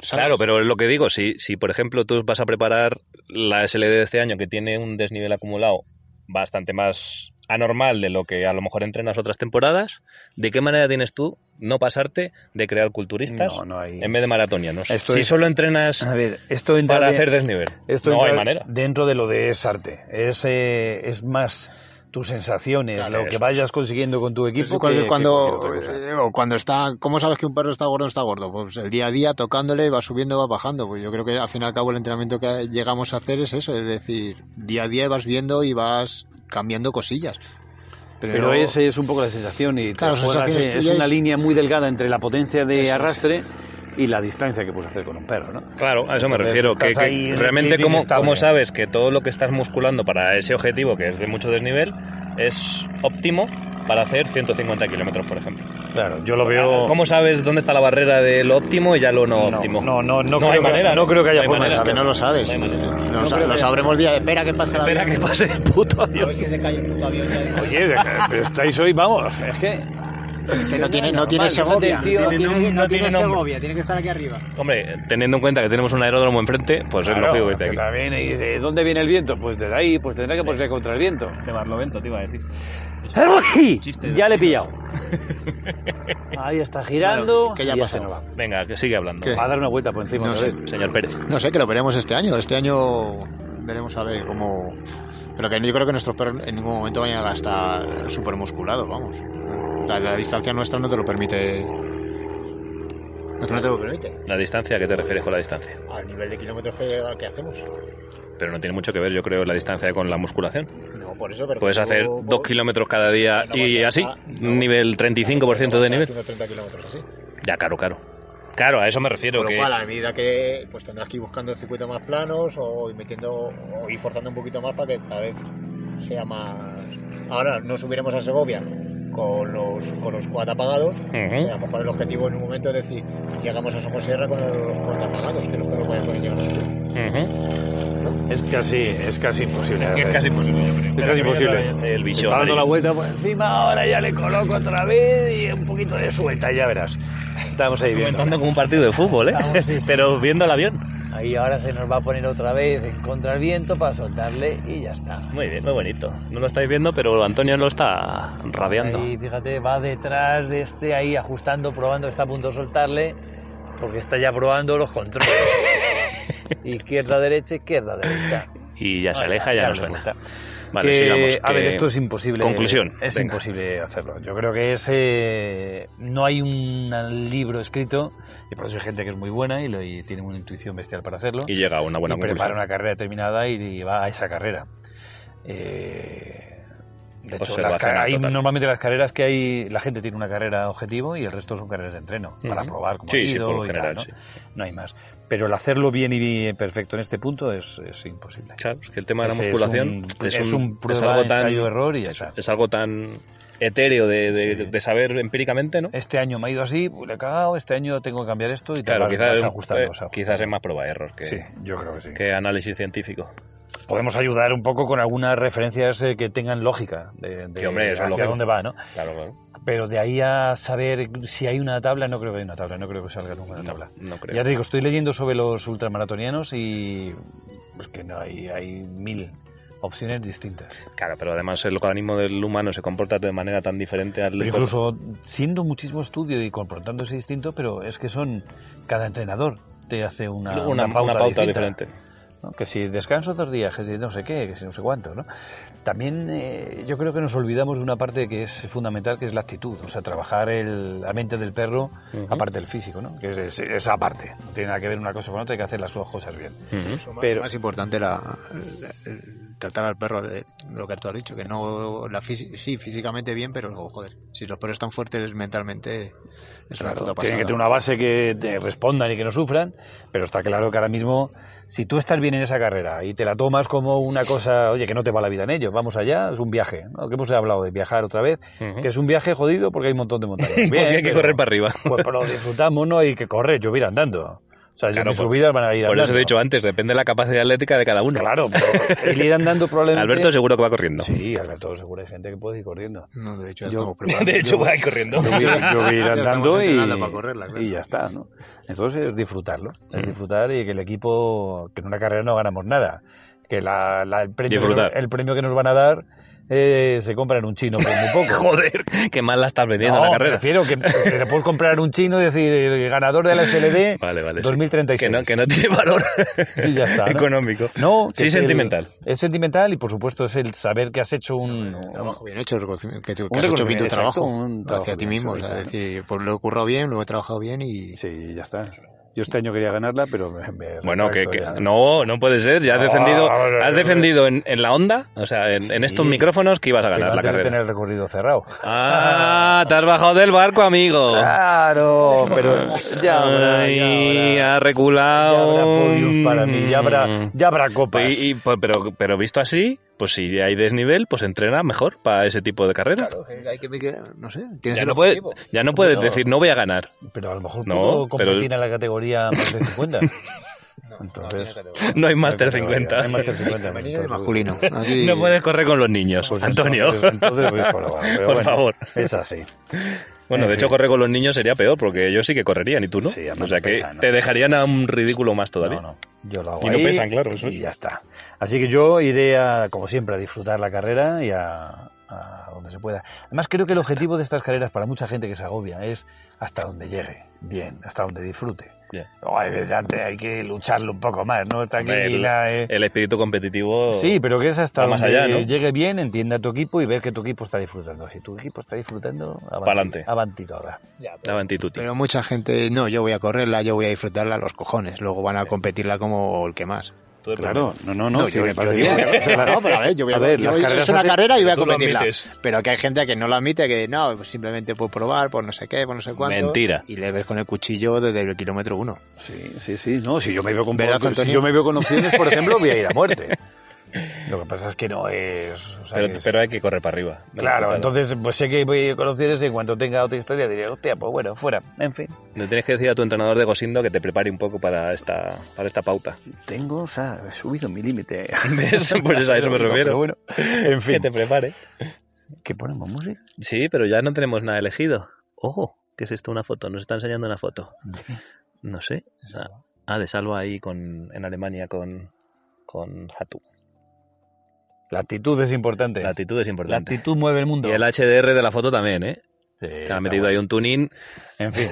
S9: ¿sabes?
S1: Claro, pero es lo que digo, si, si por ejemplo tú vas a preparar la SLD de este año que tiene un desnivel acumulado bastante más anormal de lo que a lo mejor entrenas otras temporadas, ¿de qué manera tienes tú no pasarte de crear culturistas
S2: No, no hay.
S1: en vez de maratonianos?
S2: Esto
S1: si
S2: es-
S1: solo entrenas
S2: A ver, esto entra
S1: para
S2: de-
S1: hacer desnivel,
S2: esto
S1: no
S2: entra
S1: hay manera.
S2: Dentro de lo de es arte, es, eh, es más tus sensaciones,
S1: Claro,
S2: lo que
S1: eso
S2: vayas consiguiendo con tu
S9: Es
S2: equipo.
S9: igual
S2: que-
S9: que
S2: que
S9: cuando,
S2: cualquier otra cosa.
S9: eh, o cuando está. ¿Cómo sabes que un perro está gordo o no está gordo? Pues el día a día tocándole, va subiendo, va bajando. Pues yo creo que al fin y al cabo el entrenamiento que llegamos a hacer es eso: es decir, día a día vas viendo y vas cambiando cosillas.
S12: Pero esa es un poco la sensación y te
S9: Claro,
S12: juegas,
S9: sensaciones
S12: eh, es
S9: tuyas.
S12: una línea muy delgada entre la potencia de
S9: Eso es.
S12: arrastre y la distancia que puedes hacer con un perro, ¿no?
S1: Claro, a eso me refiero. Que,
S2: estás
S1: que
S2: ahí
S1: realmente,
S2: bien
S1: ¿cómo,
S2: estable.
S1: cómo sabes que todo lo que estás musculando para ese objetivo, que es de mucho desnivel, es óptimo para hacer 150 kilómetros, por ejemplo?
S2: Claro, yo lo veo.
S1: Ah, ¿Cómo sabes dónde está la barrera de lo óptimo y ya lo no,
S2: No,
S1: óptimo?
S2: no, no, no creo
S1: hay
S2: que-
S1: manera.
S2: no creo que haya
S1: hay
S2: forma de
S1: manera.
S9: que no lo sabes.
S1: No hay manera.
S9: No lo, sa- lo sabremos día. Espera que pase la
S1: Espera que pase el puto avión.
S2: Oye, de- pero estáis hoy, vamos. Es que.
S9: Que no tiene, no
S12: Normal, fíjate,
S9: tiene Segovia.
S12: el tío
S9: no
S12: tiene-
S9: tiene, no tiene
S1: nombre.
S9: Segovia, tiene que estar aquí arriba.
S1: Hombre, teniendo en cuenta que tenemos un aeródromo enfrente, pues
S2: Claro,
S1: es lógico que esté
S2: que
S1: aquí.
S2: también y dice, ¿dónde viene el viento? Pues de ahí, pues tendrá que ponerse contra el viento.
S13: De Barlovento, te iba a decir.
S2: ¡Ay!
S13: Chiste de-
S2: Ya le he pillado. Ahí está girando.
S9: que ya
S2: y
S9: pasó.
S2: se nos va.
S1: Venga, que sigue hablando.
S9: ¿Qué?
S2: Va a dar una vuelta por encima
S9: No
S2: otra
S9: sé.
S2: vez.
S1: Señor Pérez.
S9: No sé, que lo veremos este año. Este año veremos a ver cómo. Pero que yo creo que nuestros perros en ningún momento vayan a estar súper musculados, vamos. O sea, la distancia nuestra no te lo permite. No te, no te lo permite.
S1: La distancia, ¿a qué te refieres con la distancia?
S9: Al nivel de kilómetros que, que hacemos.
S1: Pero no tiene mucho que ver, yo creo, la distancia con la musculación.
S9: No, por eso, pero.
S1: Puedes
S9: yo-
S1: hacer
S9: por-
S1: dos kilómetros cada día
S9: No
S1: y
S9: vas a-
S1: así,
S9: no.
S1: nivel 35% de
S9: no vas a
S1: nivel.
S9: hacer 30 kilómetros así.
S1: Ya, claro, claro. Claro, a eso me refiero.
S9: Con
S1: que
S9: lo cual, a medida que pues tendrás que ir buscando circuitos más planos o ir metiendo o ir forzando un poquito más para que cada vez sea más. Ahora no subiremos a Segovia con los con los quad apagados.
S1: Ujú.
S9: pero A lo mejor el objetivo en un momento es decir, llegamos a Somosierra con los quad apagados, que los perros pueden pueden llegar a subir.
S1: Ujú.
S2: Es casi, es casi imposible.
S1: Es casi posible, yo creo.
S2: Es casi imposible.
S1: El
S2: Está
S1: bichón.
S2: dando
S1: ahí.
S2: la vuelta por encima, ahora ya le coloco otra vez y un poquito de suelta, ya verás. Estamos ahí viendo.
S1: Comentando como un partido de fútbol, ¿eh?
S2: Vamos, sí, sí.
S1: Pero viendo el avión.
S2: Ahí ahora se nos va a poner otra vez en contra el viento para soltarle y ya está.
S1: Muy bien, muy bonito. No lo estáis viendo, pero Antonio lo está radiando.
S2: Ahí, fíjate, va detrás de este ahí ajustando, probando, está a punto de soltarle porque está ya probando los controles. izquierda, derecha, izquierda, derecha.
S1: Y ya se aleja, ya no suena. Vale,
S2: Que,
S1: sigamos.
S2: A ver,
S1: que-
S2: esto es imposible.
S1: Conclusión,
S2: Es
S1: venga.
S2: imposible hacerlo. Yo creo que es, eh, no hay un libro escrito, y por eso hay gente que es muy buena y, lo- y tiene una intuición bestial para hacerlo.
S1: Y llega a una buena
S2: y prepara
S1: conclusión.
S2: una carrera determinada y, y va a esa carrera. Eh, de hecho,
S1: Observación
S2: las ca- hay-
S1: total.
S2: normalmente las carreras que hay, la gente tiene una carrera objetivo y el resto son carreras de entreno para
S1: Ujú.
S2: probar cómo
S1: Sí,
S2: ha
S1: sí,
S2: ido
S1: por lo
S2: y
S1: general,
S2: tal, ¿no?
S1: sí.
S2: No hay más. Pero el hacerlo bien y bien perfecto en este punto es, es imposible.
S1: Claro, es que el tema de la
S2: Ese es
S1: musculación
S2: un- es un prueba, ensayo, error y ya
S1: es,
S2: está.
S1: es algo tan etéreo de, de- de saber empíricamente, ¿no?
S2: Este año me ha ido así, pues, le he cagado, este año tengo que cambiar esto y tal,
S1: Claro,
S2: vas- vas
S1: quizás,
S2: ajustando,
S1: eh,
S2: vas ajustando.
S1: quizás es más prueba de error que,
S2: Sí, yo creo que sí.
S1: que análisis científico.
S2: Podemos ayudar un poco con algunas referencias eh, que tengan lógica de, de
S1: Sí, hombre, eso es
S2: hacia
S1: lógico.
S2: dónde va, ¿no?
S1: Claro, claro.
S2: Pero de ahí a saber si hay una tabla, no creo que haya una tabla, no creo que salga nunca una tabla.
S1: No creo.
S2: Ya te digo, estoy leyendo sobre los ultramaratonianos y pues que no hay, hay mil opciones distintas.
S1: Claro, pero además el organismo del humano se comporta de manera tan diferente al
S2: Pero incluso siendo muchísimo estudio y confrontándose distinto, pero es que son cada entrenador te hace una,
S1: Una- una pauta diferente.
S2: ¿no? Que si descanso dos días, que si no sé qué, que si no sé cuánto, ¿no? También eh, yo creo que nos olvidamos de una parte que es fundamental, que es la actitud, o sea, trabajar el, la mente del perro, aparte del físico, ¿no? Que es, es- esa parte, no tiene nada que ver una cosa con otra, hay que hacer las dos cosas bien.
S9: Pero más importante la, la- el tratar al perro de lo que tú has dicho, que no la fisi- sí físicamente bien, pero luego, joder, si los perros están fuertes mentalmente es una puta pasada.
S2: Tienen que tener una base que te respondan y que no sufran, pero está claro que ahora mismo, si tú estás bien en esa carrera y te la tomas como una cosa, oye, que no te va la vida en ello, vamos allá, es un viaje, ¿no? que hemos hablado de viajar otra vez, que es un viaje jodido porque hay un montón de montañas. Bien,
S1: Porque hay que
S2: pero-
S1: correr para arriba.
S2: Pues pero lo disfrutamos, no hay que correr, yo voy a ir andando. O sea, yo
S1: Claro,
S2: mis
S1: por-
S2: subidas van a ir
S1: Por
S2: andando.
S1: eso he dicho antes, depende de la capacidad atlética de cada uno.
S2: Claro, pero el ir andando probablemente...
S1: Alberto seguro que va corriendo.
S2: Sí, Alberto, seguro hay gente que puede ir corriendo.
S9: No, de hecho, ya
S2: Yo-
S1: De
S9: estamos preparados.
S1: hecho, va corriendo.
S2: Yo voy, yo voy a ir
S9: Ya estamos
S2: andando y,
S9: entrenando para correrla, claro.
S2: y ya está, ¿no? Entonces es disfrutarlo,
S9: Mm.
S2: es disfrutar y que el equipo, que en una carrera no ganamos nada, que la, la- el, premio que,
S1: Disfrutar.
S2: el premio que nos van a dar eh, se compra en un chino por muy poco.
S1: Joder, qué mal la estás vendiendo
S2: no,
S1: la
S2: me
S1: carrera.
S2: refiero que que te puedes comprar un chino y decir, el ganador de la SLD
S1: Vale, vale. sí.
S2: 2036.
S1: Que no, que no tiene valor
S2: Y ya está, ¿no?
S1: económico.
S2: No, que
S1: sí,
S2: es el-
S1: sentimental.
S2: es sentimental y por supuesto es el saber que has hecho un...
S9: Un trabajo bien hecho, reconocimiento- que, tú- que has hecho bien tu
S2: reconocimiento,
S9: trabajo,
S2: exacto, un trabajo
S9: hacia ti
S2: bien
S9: mismo.
S2: hecho,
S9: o sea,
S2: claro.
S9: es decir, pues lo he currado bien, lo he trabajado bien y
S2: Sí, ya está. Yo este año quería ganarla, pero me... me
S1: Bueno, que,
S2: retracto
S1: que-
S2: ya.
S1: no, no puede ser. Ya has
S2: No,
S1: defendido,
S2: Ah, no, no,
S1: has
S2: no.
S1: defendido en, en la onda, o sea, en, en estos micrófonos que ibas a
S2: Pero
S1: ganar la
S2: antes de
S1: carrera.
S2: tener el recorrido cerrado.
S1: Ah, te has bajado del barco, amigo.
S2: Ah, Claro, pero ya habrá,
S1: Ay,
S2: ya
S1: Ah,
S2: habrá,
S1: ha
S2: ya habrá
S1: reculado. Mm.
S2: podiums para mí, ya habrá, ya habrá copas.
S1: Y- y, pues, pero, pero visto así, pues si hay desnivel, pues entrena mejor para ese tipo de carreras.
S9: Claro, eh, hay que me queda- no sé, tienes
S1: Ya
S9: el
S1: no, puedes,
S9: objetivo.
S1: ya no puedes decir, no voy a ganar.
S2: pero a lo mejor
S1: No,
S2: puedo competir
S1: pero-
S2: en la categoría más de 50.
S9: Tienes
S2: Entonces,
S9: que tener-
S1: No hay Master
S2: la categoría,
S1: 50.
S2: hay Master 50.
S9: Femenino y
S2: entonces-
S9: masculino. Aquí-
S1: No puedes correr con los niños,
S2: pues
S1: Antonio.
S2: Entonces, entonces voy por abajo, pero
S1: Por
S2: bueno,
S1: favor.
S2: Es así.
S1: Bueno,
S2: en
S1: de hecho,
S2: fin.
S1: correr con los niños sería peor, porque ellos sí que correrían y tú no.
S2: Sí, además
S1: o sea
S2: no
S1: que
S2: pesan, ¿no?
S1: te dejarían a un ridículo más todavía.
S2: No, no. Yo lo hago
S1: Y no
S2: ahí
S1: pesan, claro, eso
S2: y
S1: es.
S2: ya está. Así que yo iré, a, como siempre, a disfrutar la carrera y a, a donde se pueda. Además, creo que el objetivo de estas carreras para mucha gente que se agobia es hasta donde llegue, bien, hasta donde disfrute.
S1: Ya.
S2: No, hay, antes hay que lucharlo un poco más, ¿no? Está aquí
S1: Hombre, el-
S2: la, eh,
S1: El espíritu competitivo.
S2: Sí, pero que es hasta
S1: va más
S2: donde
S1: allá, ¿no?
S2: llegue bien, entienda a tu equipo y ver que tu equipo está disfrutando. Si tu equipo está disfrutando, avanti-
S1: Pa'lante.
S2: avanti toda.
S1: Avanti tutti.
S9: Pero mucha gente, no, yo voy a correrla, yo voy a disfrutarla a los cojones. Luego van a competirla como el que más.
S1: Tú-
S14: Claro, no, no, no, sí,
S9: yo-
S14: me
S9: yo
S14: parece
S9: digo
S14: bien.
S9: que- o sea, no, pero a ver, yo voy a,
S2: A ver,
S9: yo
S2: las
S9: voy-
S2: carreras
S9: es una
S2: hace-
S9: carrera y voy a
S1: tú lo
S9: competirla.
S1: admites.
S9: Pero que hay gente que no lo admite, que no, pues simplemente por probar, por no sé qué, por no sé cuánto.
S1: Mentira.
S9: Y le ves con el cuchillo desde el kilómetro uno.
S14: Sí, sí, sí. No, si yo me veo con
S9: ¿Verdad,
S14: si
S9: Antonio?
S14: yo me veo con opciones, por ejemplo, voy a ir a muerte.
S2: Lo que pasa es que no es... o sea,
S1: Pero,
S2: que es-
S1: pero hay que correr para arriba. Me lo he
S2: Claro,
S1: contado.
S2: entonces pues sé que voy a conocer ese y cuando tenga otra historia diré, hostia, pues bueno, fuera. En fin.
S1: Le tienes que decir a tu entrenador de Gosindo que te prepare un poco para esta, para esta pauta.
S14: Tengo, o sea, he subido mi límite.
S1: ¿Ves? Pues a eso me
S14: Pero
S1: refiero.
S14: bueno, en
S1: Que
S14: fin.
S1: te prepare.
S14: ¿Qué ponemos música?
S1: Sí, pero ya no tenemos nada elegido. Ojo, ¿qué es esto? Una foto. Nos está enseñando una foto. No sé. Ah, ah, de Salva ahí con, en Alemania con, con Hatu.
S2: La actitud es importante.
S1: La actitud es
S2: La
S1: importante.
S2: actitud mueve el mundo.
S1: y el HDR de la foto también, ¿eh?
S2: Sí,
S1: Que
S2: está
S1: ha metido
S2: bueno.
S1: ahí un tuning
S2: En fin.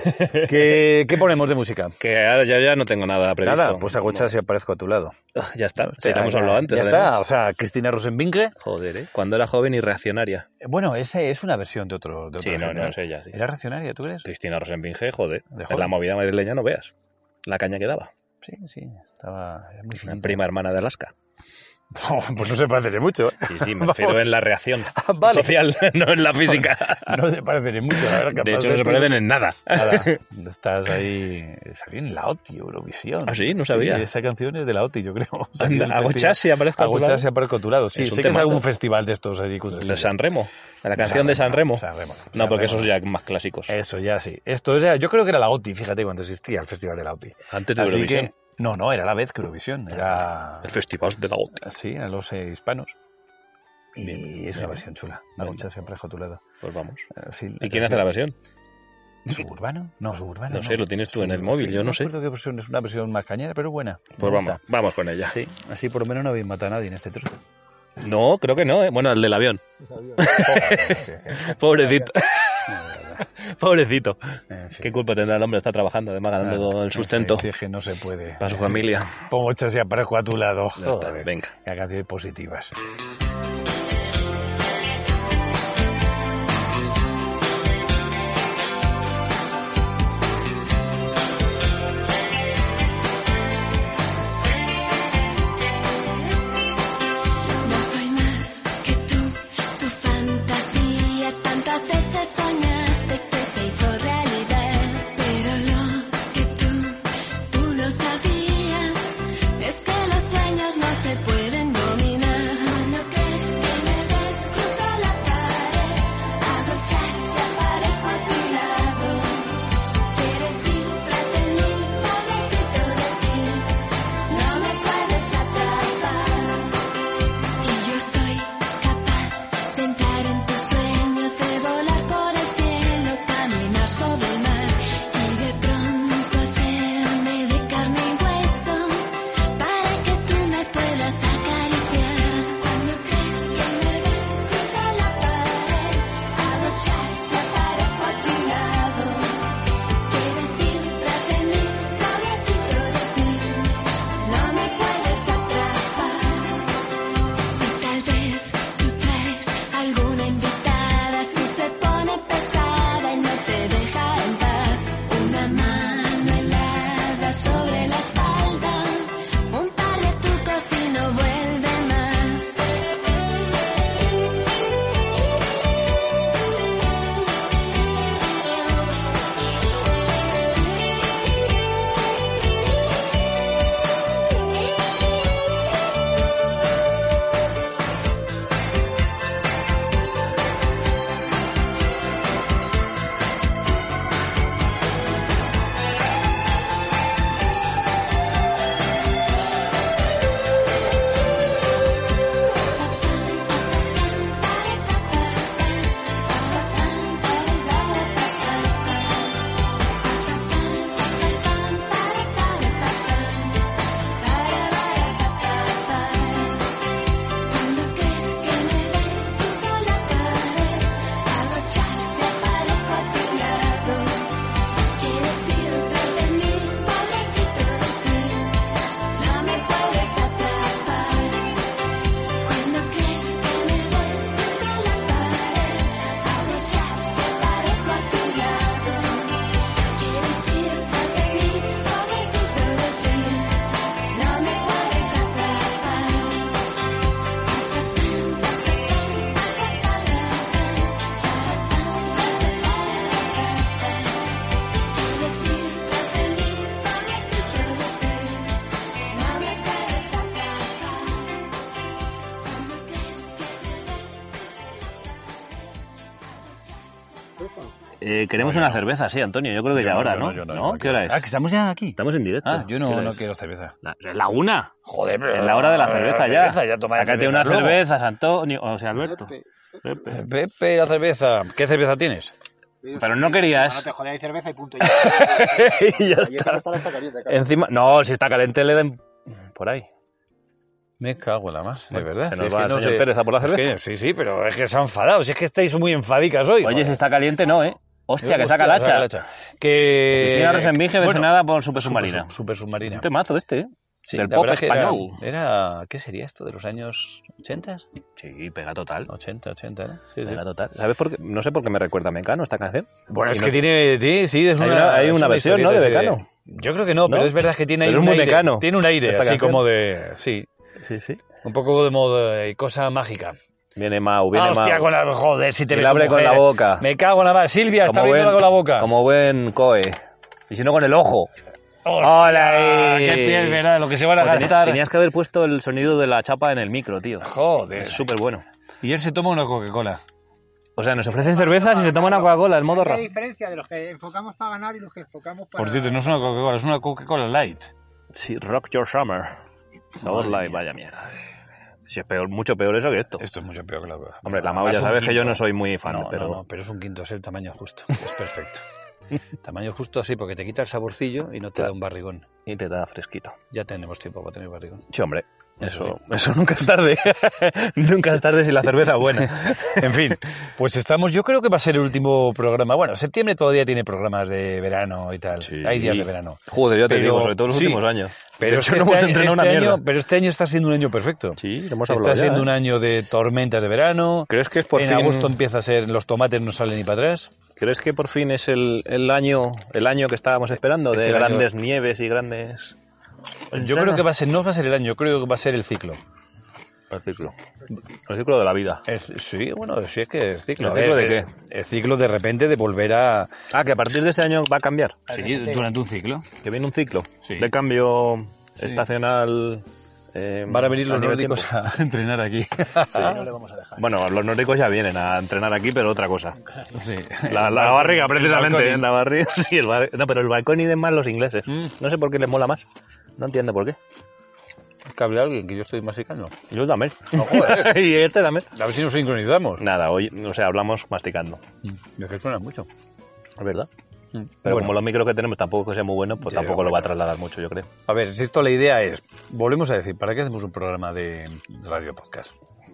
S2: ¿Qué, qué ponemos de música?
S1: que ahora ya, ya no tengo nada previsto.
S2: Nada, pues agocha si aparezco a tu lado.
S1: Ah, Ya está.
S2: O sea,
S1: Sí, lo hemos
S2: ya-
S1: hablado antes.
S2: Ya
S1: además.
S2: está, o sea, Cristina Rosenbinke.
S1: Joder, ¿eh? Cuando era joven y reaccionaria.
S2: Bueno, esa es una versión de otro. De
S1: Sí,
S2: otra
S1: no,
S2: gente,
S1: no, es ella, sí.
S2: ¿Era racionaria, tú crees?
S1: Cristina Rosenbinge, joder.
S2: De
S1: En la
S2: joven.
S1: movida madrileña no veas. La caña que daba.
S2: Sí, sí, estaba era muy
S1: La
S2: finita.
S1: prima hermana de Alaska. Oh,
S2: pues no se parece ni mucho.
S1: Sí, sí, me
S2: Vamos.
S1: refiero en la reacción
S2: Ah, vale. Ah,
S1: social, no en la física.
S2: No se parece ni mucho. la verdad, capaz
S1: De hecho, no se parecen en nada.
S2: Nada, estás ahí. Salió en la OTI, Eurovisión.
S1: ¿Ah, sí? No sabía.
S2: Sí, esa canción es de la OTI, yo creo.
S1: Anda, Agochás si aparezco a tu
S2: Agochás
S1: lado.
S2: si aparezco a tu lado. Sí,
S1: Es un
S2: sé que es
S1: temazo.
S2: algún festival de estos allí. cutres.
S1: De San Remo. La canción de San Remo.
S2: San Remo,
S1: No,
S2: San
S1: porque
S2: Remo.
S1: esos
S2: Eh,
S1: ya más clásicos.
S2: Eso ya sí. Esto era, yo creo que era la OTI, fíjate, cuando existía el festival de la OTI.
S1: Antes de
S2: Así
S1: Eurovisión. Ah,
S2: que- no, no, era la vez que Eurovisión. Era.
S1: El festival de la OTI.
S2: Sí, a los eh, hispanos. Y es una versión chula. Agochás siempre aparezco a tu lado.
S1: Pues vamos.
S2: Eh, sí,
S1: ¿Y quién hace la versión?
S2: ¿Suburbano? No, suburbano.
S1: No sé, lo tienes tú en el móvil, yo no sé.
S2: recuerdo qué versión es una versión más cañera, pero buena.
S1: Pues
S2: Me
S1: vamos,
S2: gusta.
S1: vamos con ella.
S2: Sí, así por lo menos no habéis matado a nadie en este trozo.
S1: No, creo que no, ¿eh? Bueno, el del avión. Pobrecito. Pobrecito.
S2: Eh,
S15: En fin.
S1: ¿Qué culpa tendrá el hombre? Está trabajando, además, ganando
S15: Ah,
S1: el sustento
S15: Sí, es que no se puede.
S1: para su familia.
S15: Pocha, si aparezco a tu lado.
S1: Ya está,
S15: Joder.
S1: venga.
S15: Que haga canciones positivas.
S16: No soy más que tú, tu fantasía. Tantas veces soñaste que se hizo realidad. Pero lo que tú, tú no sabías es que los sueños no se pueden dominar. No crees que me ves cruzar la pared. Hago chas y aparezco a tu lado. Quieres ir tras de mí, pobrecito de ti. No me puedes atrapar. Y yo soy capaz de entrar en tus sueños, de volar por el cielo, caminar sobre el mar y de pronto hacerme de carne y hueso para que tú me puedas acariciar. Cuando crees que me ves cruza la pared, hago chas y aparezco a tu lado. Quieres ir tras de mí, pobrecito de ti, no me puedes atrapar. Y tal vez tú traes alguna invitada si se pone pesada y no te deja en paz. Una mano helada sobre la espalda, un par de trucos y no vuelve más. Cuando crees que me ves cruzo la pared, hago chas y aparezco a tu lado. Quieres ir tras de mí, pobrecito de ti, no me puedes atrapar. Cuando crees que me ves cruzo la pared, hago chas y aparezco a tu lado. Quieres ir tras de mí, pobrecito de ti, no me puedes atrapar.
S1: Eh, queremos una cerveza, sí, Antonio. Yo creo que ya ahora, ¿no? ¿No? ¿Qué hora es?
S2: Ah, que estamos ya aquí.
S1: Estamos en directo.
S2: Ah, yo
S1: ¿Qué
S2: no,
S1: hora
S2: no
S1: es?
S2: quiero cerveza.
S1: La, la una.
S2: Joder,
S1: Es la hora de la
S2: Ah,
S1: cerveza ya.
S2: toma
S1: Sácate una cerveza, Antonio. O sea, Alberto. Pepe.
S2: Pepe, la cerveza. ¿Qué cerveza tienes?
S1: Pero no querías.
S9: No te joder, hay cerveza y punto. Ya.
S1: y ya
S9: Y encima está la está caliente, claro.
S1: Encima, no, si está caliente le den por ahí.
S2: Me cago en la más, de verdad.
S1: Se
S2: si es
S1: nos va
S2: que
S1: el
S2: no
S1: señor
S2: sé-
S1: Pérez a por la
S2: es que-
S1: cerveza.
S2: sí, sí, pero es que se han enfadado. Si es que estáis muy enfadicas hoy.
S1: Oye, si está caliente, no, ¿eh? Hostia, que
S2: Hostia,
S1: saca la hacha.
S2: Que...
S1: Cristina Rosenvige
S2: bueno,
S1: mencionada por Super
S2: super-
S1: Submarina.
S2: Super submarina.
S1: Un temazo este, ¿eh?
S2: Sí,
S1: Del
S2: la
S1: pop
S2: verdad que era-
S1: español.
S2: Era, ¿Qué sería esto? ¿De los años 80?
S1: Sí, pega total.
S2: 80, 80, ¿no? ¿eh? Sí, sí.
S1: Pega total. ¿Sabes por qué? No sé por qué me recuerda a Mecano esta canción.
S2: Bueno,
S1: Y
S2: es
S1: no-
S2: que tiene, tiene- sí, es
S1: Hay
S2: una,
S1: una- hay
S2: es
S1: una versión,
S2: historieta
S1: ¿no? de
S2: así
S1: Becano.
S2: Yo creo que no, pero
S1: ¿No?
S2: es verdad que tiene ahí
S1: Pero es
S2: un
S1: muy
S2: aire,
S1: Becano,
S2: tiene un aire así
S1: esta canción.
S2: como de, sí,
S1: Sí, sí.
S2: un poco de modo de cosa mágica.
S1: Viene Mau, viene
S2: Ah, hostia,
S1: Mau.
S2: con la, joder, si te
S1: Y
S2: ves
S1: la abre con
S2: mujer.
S1: la boca.
S2: Me cago en la madre. Silvia, está abriéndola con la boca.
S1: Como buen coe. Y si no, con el ojo.
S2: Hostia,
S1: ¡Hola! eh!
S2: qué piel, ¿verdad? Lo que se van a
S1: Joder, tenías-
S2: gastar.
S1: Tenías que haber puesto el sonido de la chapa en el micro, tío.
S2: Joder.
S1: Es súper bueno.
S2: Y él se toma una Coca-Cola.
S1: O sea, nos ofrecen cervezas y se toma una Coca-Cola, el modo
S17: ¿Qué
S1: rap.
S17: diferencia de los que enfocamos para ganar y los que enfocamos para...
S2: Por cierto, no es una Coca-Cola, es una Coca-Cola Light.
S1: Sí, Rock Your Summer. Sabor Live, vaya mierda. Si es peor, mucho peor eso que esto.
S2: Esto es mucho peor que la Coca-Cola.
S1: Hombre, la Mau ya
S2: Además, un
S1: sabes que yo
S2: quinto.
S1: no soy muy fan,
S2: no,
S1: pero...
S2: no, no, pero es un quinto, es el tamaño justo. Es perfecto. tamaño justo así, porque te quita el saborcillo y no te da un barrigón.
S1: Y te da fresquito.
S2: Ya tenemos tiempo para tener barrigón.
S1: Sí, hombre. Eso, eso nunca es tarde. nunca es tarde si la cerveza es buena.
S2: En fin, pues estamos, yo creo que va a ser el último programa. Bueno, septiembre todavía tiene programas de verano y tal.
S1: Sí.
S2: Hay días de verano.
S1: Joder, ya te
S2: Pero-
S1: digo, sobre todo los
S2: sí.
S1: últimos años.
S2: Pero
S1: de hecho,
S2: es que
S1: no hemos
S2: año-
S1: entrenado una
S2: este año-
S1: mierda.
S2: pero este año está siendo un año perfecto.
S1: Sí, lo hemos hablado
S2: Está
S1: ya,
S2: siendo
S1: ¿eh?
S2: un año de tormentas de verano.
S1: ¿Crees que es por
S2: en
S1: fin-
S2: agosto empieza a ser los tomates no salen ni para atrás.
S1: ¿Crees que por fin es el, el año el año que estábamos esperando
S2: Es
S1: de
S2: el año-
S1: grandes nieves y grandes
S2: Yo creo que va a ser no va a ser el año, yo creo que va a ser el ciclo.
S1: el ciclo el ciclo de la vida?
S2: Es- sí, bueno, sí es que el ciclo.
S1: ¿El
S2: A
S1: ciclo
S2: ver,
S1: de
S2: el- El ciclo de repente de volver a
S1: Ah, que a partir de este año va a cambiar,
S18: Sí, durante un ciclo.
S1: que viene un ciclo
S18: Sí.
S1: de cambio estacional. eh,
S2: van a venir los
S1: a nivel
S2: nórdicos a entrenar aquí.
S9: No le vamos a dejar.
S1: Bueno, los nórdicos ya vienen a entrenar aquí, pero otra cosa.
S18: Sí.
S1: La, la barriga, precisamente.
S18: balcón.
S1: ¿eh? La barriga, sí, el bar- No, pero el balcón y demás los ingleses.
S2: Mm.
S1: No sé por qué les mola más. No entiendo por qué.
S2: Cable alguien que yo estoy masticando.
S1: Yo también. y este también.
S2: A ver si nos sincronizamos.
S1: Nada, hoy, o sea, hablamos masticando.
S2: Es que suena mucho.
S1: Es verdad. Mm. Pero como los micros que tenemos tampoco que sea muy buenos, pues
S2: Ya,
S1: tampoco lo va a trasladar mucho, yo creo.
S2: A ver, si esto la idea es, volvemos a decir, ¿para qué hacemos un programa de radio podcast?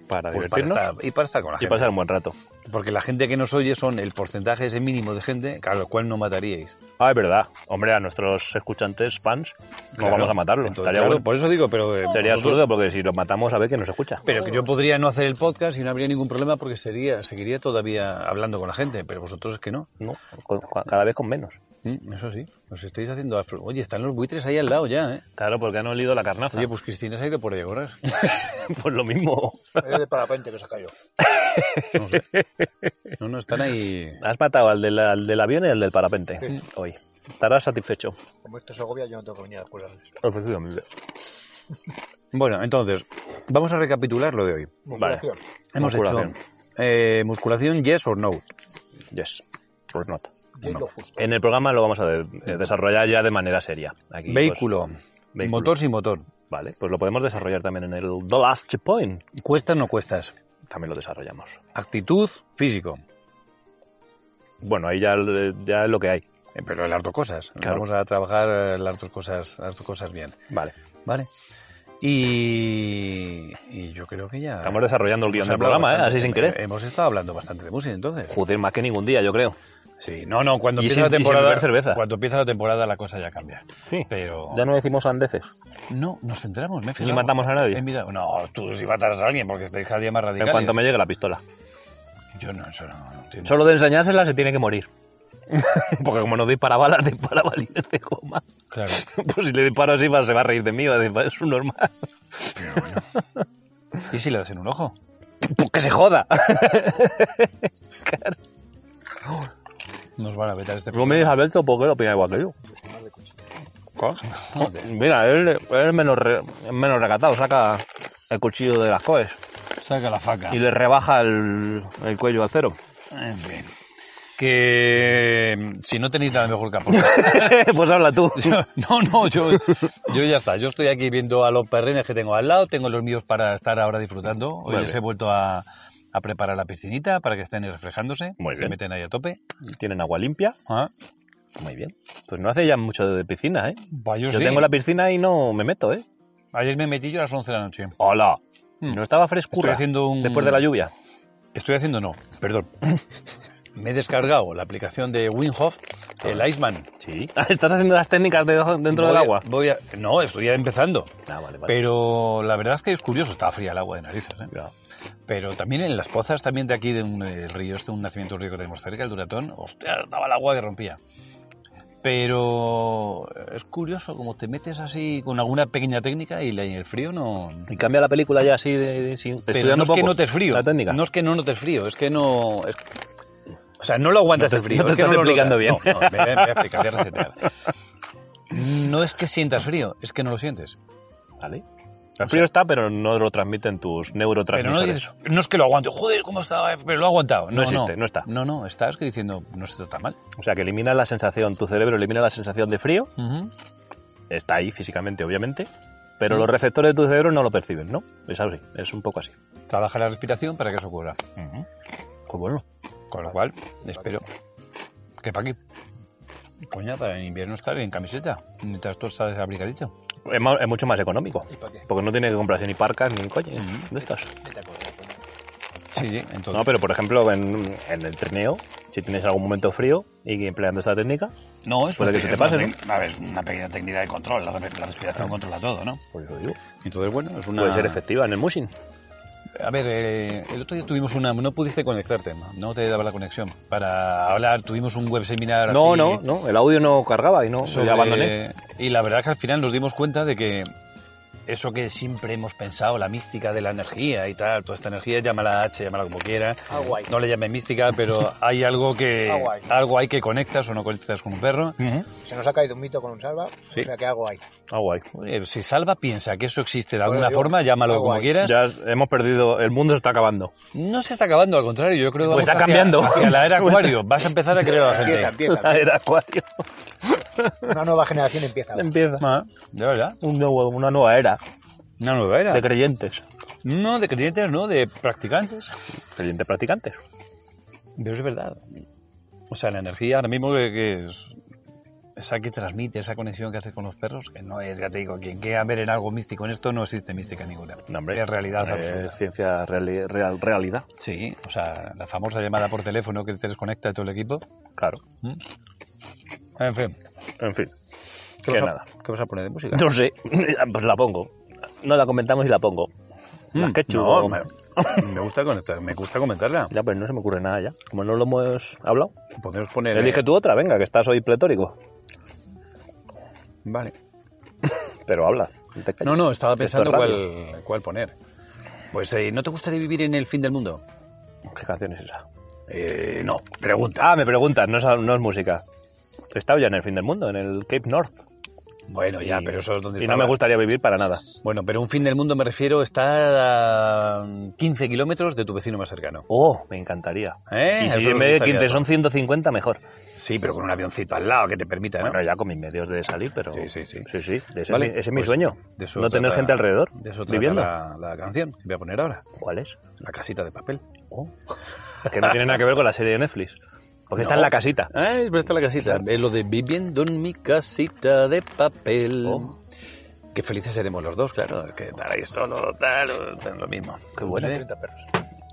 S1: Para
S2: Pues para
S1: divertirnos
S2: estar- y para estar con la
S1: y
S2: gente.
S1: pasar un buen rato.
S2: Porque la gente que nos oye son el porcentaje ese mínimo de gente, claro, al cual no mataríais.
S1: Ah, es verdad. Hombre, a nuestros escuchantes, fans, no
S2: Claro.
S1: vamos a matarlos.
S2: Entonces,
S1: Estaría
S2: claro,
S1: bueno.
S2: Por eso digo, pero... eh,
S1: Sería
S2: vosotros-
S1: absurdo porque si los matamos a ver que nos escucha.
S2: Pero que yo podría no hacer el podcast y no habría ningún problema porque sería, seguiría todavía hablando con la gente, pero vosotros es que no.
S1: No, con- con- cada vez con menos.
S2: Mm, Eso sí, os estáis haciendo... absurdo. Oye, están los buitres ahí al lado ya, ¿eh?
S1: Claro, porque han olido la carnaza.
S2: Oye, pues Cristina se ha ido por ahí ahora.
S1: pues lo mismo.
S9: Es Eh, de parapente que se cayó.
S2: No, sé. no, no, están ahí...
S1: Has matado al, de la- al del avión y al del parapente hoy. Estarás satisfecho.
S9: Como esto es Segovia, yo no tengo que venir a curarles.
S1: Efectivamente.
S2: Bueno, entonces, vamos a recapitular lo de hoy.
S1: Vale.
S2: Hemos
S1: Musculación. pues,
S2: hecho eh, musculación, yes or no.
S1: Yes. Or not.
S9: Y es lo justo.
S1: En el programa lo vamos a de- eh, desarrollar ya de manera seria. Aquí, pues,
S2: Vehículo,
S1: vehículo.
S2: motor sin motor.
S1: Vale, pues lo podemos desarrollar también en el The Last Point.
S2: Cuestas no cuestas.
S1: También lo desarrollamos.
S2: Actitud, físico.
S1: Bueno, ahí ya, ya es lo que hay.
S2: Eh, Pero las dos cosas.
S1: Claro.
S2: Vamos a trabajar eh, las dos cosas, las dos cosas bien.
S1: Vale.
S9: Ah.
S2: Vale. Y, y yo creo que ya.
S1: Estamos desarrollando el
S2: hemos
S1: guión del
S2: hablado
S1: programa, ¿eh?
S2: bastante.
S1: así sin querer.
S2: Hemos estado hablando bastante de música entonces.
S1: Joder, más que ningún día, yo creo.
S2: Sí, no, no, cuando
S1: Y
S2: empieza
S1: sin-
S2: la
S1: y sin
S2: temporada.
S1: beber cerveza.
S2: Cuando empieza la temporada la cosa ya cambia.
S1: Sí.
S2: Pero.
S1: Ya no decimos andeces.
S2: No, nos centramos, me he fijado.
S1: matamos a nadie.
S2: He mirado. No, tú si matarás a alguien porque estáis cada día más radicales.
S1: En cuanto me llegue la pistola.
S2: Yo no, eso no. no entiendo.
S1: Solo de enseñársela se tiene que morir. Porque como no dispara balas, dispara balines de goma.
S2: Claro.
S1: Pues si le disparo así, va- se va a reír de mí, va a decir, es un normal.
S2: ¿Y si le hacen un ojo?
S1: Pues que se joda.
S2: Nos van a vetar este
S1: No me digas, Alberto, ¿por qué lo opina igual que yo? Mira, él él es menos, re- es menos recatado, saca el cuchillo de las coes
S18: Saca la faca.
S1: y le rebaja el, el cuello al cero.
S18: En fin.
S2: Que mm, si no tenéis nada mejor que aportar.
S1: pues habla tú.
S2: no, no, yo, yo ya está. Yo estoy aquí viendo a los perrenes que tengo al lado. Tengo los míos para estar ahora disfrutando. Hoy
S1: Muy
S2: les
S1: bien.
S2: he vuelto a, a preparar la piscinita para que estén reflejándose.
S1: Muy
S2: Se
S1: bien.
S2: meten ahí a tope.
S1: Tienen agua limpia.
S2: Ah,
S1: Muy bien. Pues no hace ya mucho de piscina, ¿eh?
S2: va, yo
S1: Yo
S2: sí.
S1: tengo la piscina y no me meto, ¿eh?
S2: Ayer me metí yo a las 11 de la noche.
S1: Hola.
S2: Mm.
S1: No estaba frescura
S2: Estoy haciendo un-
S1: después de la lluvia.
S2: Estoy haciendo no, perdón. Me he descargado la aplicación de Winhof, el Iceman.
S1: Sí. Estás haciendo las técnicas de- Ah. dentro
S2: Voy
S1: del
S2: a-
S1: agua.
S2: voy a- no, estoy ya empezando.
S1: Ah, vale, vale.
S2: Pero la verdad es que es curioso, está fría el agua de narices. ¿eh?
S1: Ya.
S2: Pero también en las pozas también de aquí, de un eh, río, este un nacimiento de un río que tenemos cerca, el Duratón, hostia, estaba el agua que rompía. Pero es curioso, como te metes así con alguna pequeña técnica y la- el frío no...
S1: Y cambia la película ya así de, de- sin-
S2: Pero
S1: estudiando
S2: no es que
S1: poco
S2: no te es frío.
S1: La técnica.
S2: No es que no notes frío, es que no... es- O sea, no lo aguantas
S1: No te-
S2: el frío.
S1: no te
S2: es que
S1: estás
S2: lo notas.
S1: explicando bien.
S2: No, no, me, me voy a explicar, voy a resetear. No es que sientas frío, es que no lo sientes.
S1: Vale. El frío está, pero no lo transmiten tus
S2: Pero no,
S1: neurotransmisores.
S2: dices, no es que lo aguante, joder, ¿cómo estaba? Pero lo ha aguantado.
S1: No existe, no está.
S2: No, no, estás que diciendo, no se trata mal.
S1: O sea, que elimina la sensación, tu cerebro elimina la sensación de frío, está ahí físicamente, obviamente, pero
S2: Hmm.
S1: los receptores de tu cerebro no lo perciben, ¿no? Es así, es un poco así.
S2: Trabaja la respiración para que eso ocurra.
S1: Pues bueno.
S2: Con lo cual, espero que pa' aquí. Coña, para en invierno estar en camiseta, mientras tú estás abrigadito.
S1: es, más- es mucho más económico.
S9: ¿Y para qué?
S1: Porque no tiene que comprarse ni parcas ni coño
S2: Hmm.
S1: de estas.
S9: Vete a correr.
S2: Sí, sí, entonces.
S1: No, pero por ejemplo, en, en el trineo, si tienes algún momento frío y empleando esta técnica,
S2: No, es
S1: Puede
S2: una-
S1: que se te
S2: es una
S1: pase,
S2: tec- A ver, es una pequeña técnica de control. La, re- la respiración controla todo, ¿no?
S1: por eso pues digo,
S2: Entonces, bueno, es una.
S1: puede ser efectiva en el mushing.
S2: A ver, eh, el otro día tuvimos una. No pudiste conectarte, no, No te daba la conexión. Para hablar, tuvimos un web seminar.
S1: No,
S2: así
S1: no, no, el audio no cargaba y no,
S2: sobre-
S1: lo abandoné.
S2: Y la verdad es que al final nos dimos cuenta de que eso que siempre hemos pensado, la mística de la energía y tal, toda esta energía, llámala H, llámala como quiera.
S9: Ah, guay.
S2: No le llame mística, pero hay algo que.
S9: Ah, guay.
S2: algo hay que conectas o no conectas con un perro.
S9: Se nos ha caído un mito con un salva.
S2: Sí.
S9: O sea, que hago ahí.
S1: Ah, guay.
S2: Oye, Si Salva piensa que eso existe de alguna
S9: Bueno, Ah, digo,
S2: forma, llámalo
S9: algo
S2: como
S9: hay.
S2: quieras.
S1: Ya hemos perdido, el mundo se está acabando.
S2: No se está acabando, al contrario, yo creo que
S1: Pues
S2: vamos
S1: está
S2: hacia-
S1: cambiando.
S2: hacia la era acuario. Vas a empezar a creer a la
S9: Empieza,
S2: gente.
S9: empieza.
S1: Era acuario.
S9: Una nueva generación empieza. ahora.
S1: Empieza.
S2: Ah, de verdad.
S1: Un nuevo- una nueva era
S2: Una nueva era.
S1: de creyentes.
S2: No, de creyentes, no, de practicantes.
S1: Creyentes practicantes.
S2: Pero es verdad. O sea, la energía ahora mismo que, que es esa que transmite, esa conexión que hace con los perros, que no es, ya te digo, quien quiera ver en algo místico en esto, no existe mística ninguna.
S1: No, hombre.
S2: Es realidad
S1: Eh,
S2: absoluta.
S1: ciencia reali- real- realidad.
S2: Sí, o sea, la famosa llamada por teléfono que te desconecta de todo el equipo.
S1: Claro.
S2: En fin.
S1: En fin. Que
S2: vas a-
S1: nada.
S2: ¿Qué vas a poner de música?
S1: No sé. pues la pongo. No la comentamos y la pongo. La
S2: Mm,
S1: ketchup.
S2: no,
S1: o-
S2: me, me gusta conectar- me gusta comentarla.
S1: Ya, pues no se me ocurre nada ya. Como no lo hemos hablado.
S2: Podemos poner.
S1: Elige tú otra, venga, que estás hoy pletórico.
S2: eh, Vale.
S1: Pero habla. no te calles.
S2: No, no, estaba
S1: Esto es
S2: pensando
S1: radio.
S2: cuál, cuál poner. Pues, eh, ¿no te gustaría vivir en el fin del mundo?
S1: ¿Qué canción es esa?
S2: Eh, no, pregunta.
S1: Ah, me preguntas, no es, no es música. He estado ya en el fin del mundo, en el Cape North.
S2: Bueno, ya, pero eso es donde
S1: Y
S2: estaba.
S1: no me gustaría vivir para nada.
S2: Bueno, pero un fin del mundo me refiero está a 15 kilómetros de tu vecino más cercano.
S1: Oh, me encantaría.
S2: ¿Eh?
S1: Y
S2: Eso
S1: si
S2: nos
S1: en vez de
S2: gustaría
S1: 15
S2: a
S1: son 150, mejor.
S2: Sí, pero con un avioncito al lado que te permita, ¿no?
S1: Bueno, ya con mis medios de salir, pero.
S2: Sí, sí, sí.
S1: Sí, sí, Ese,
S2: Vale,
S1: es, mi, ese es mi
S2: pues,
S1: sueño.
S2: de eso
S1: No tener
S2: trata-
S1: gente alrededor.
S2: de eso trata
S1: viviendo.
S2: la, la canción que voy a poner ahora,
S1: ¿Cuál es?
S2: la casita de papel.
S1: Oh. Que no tiene nada que ver con la serie de Netflix. Porque está en
S2: No.
S1: la casita.
S2: Ah, es verdad la casita. Es lo de viviendo en mi casita de papel.
S1: Oh.
S2: Qué felices seremos los dos, claro. Que estar ahí solo, tal, o tal, lo mismo. Qué
S9: Son 30 perros.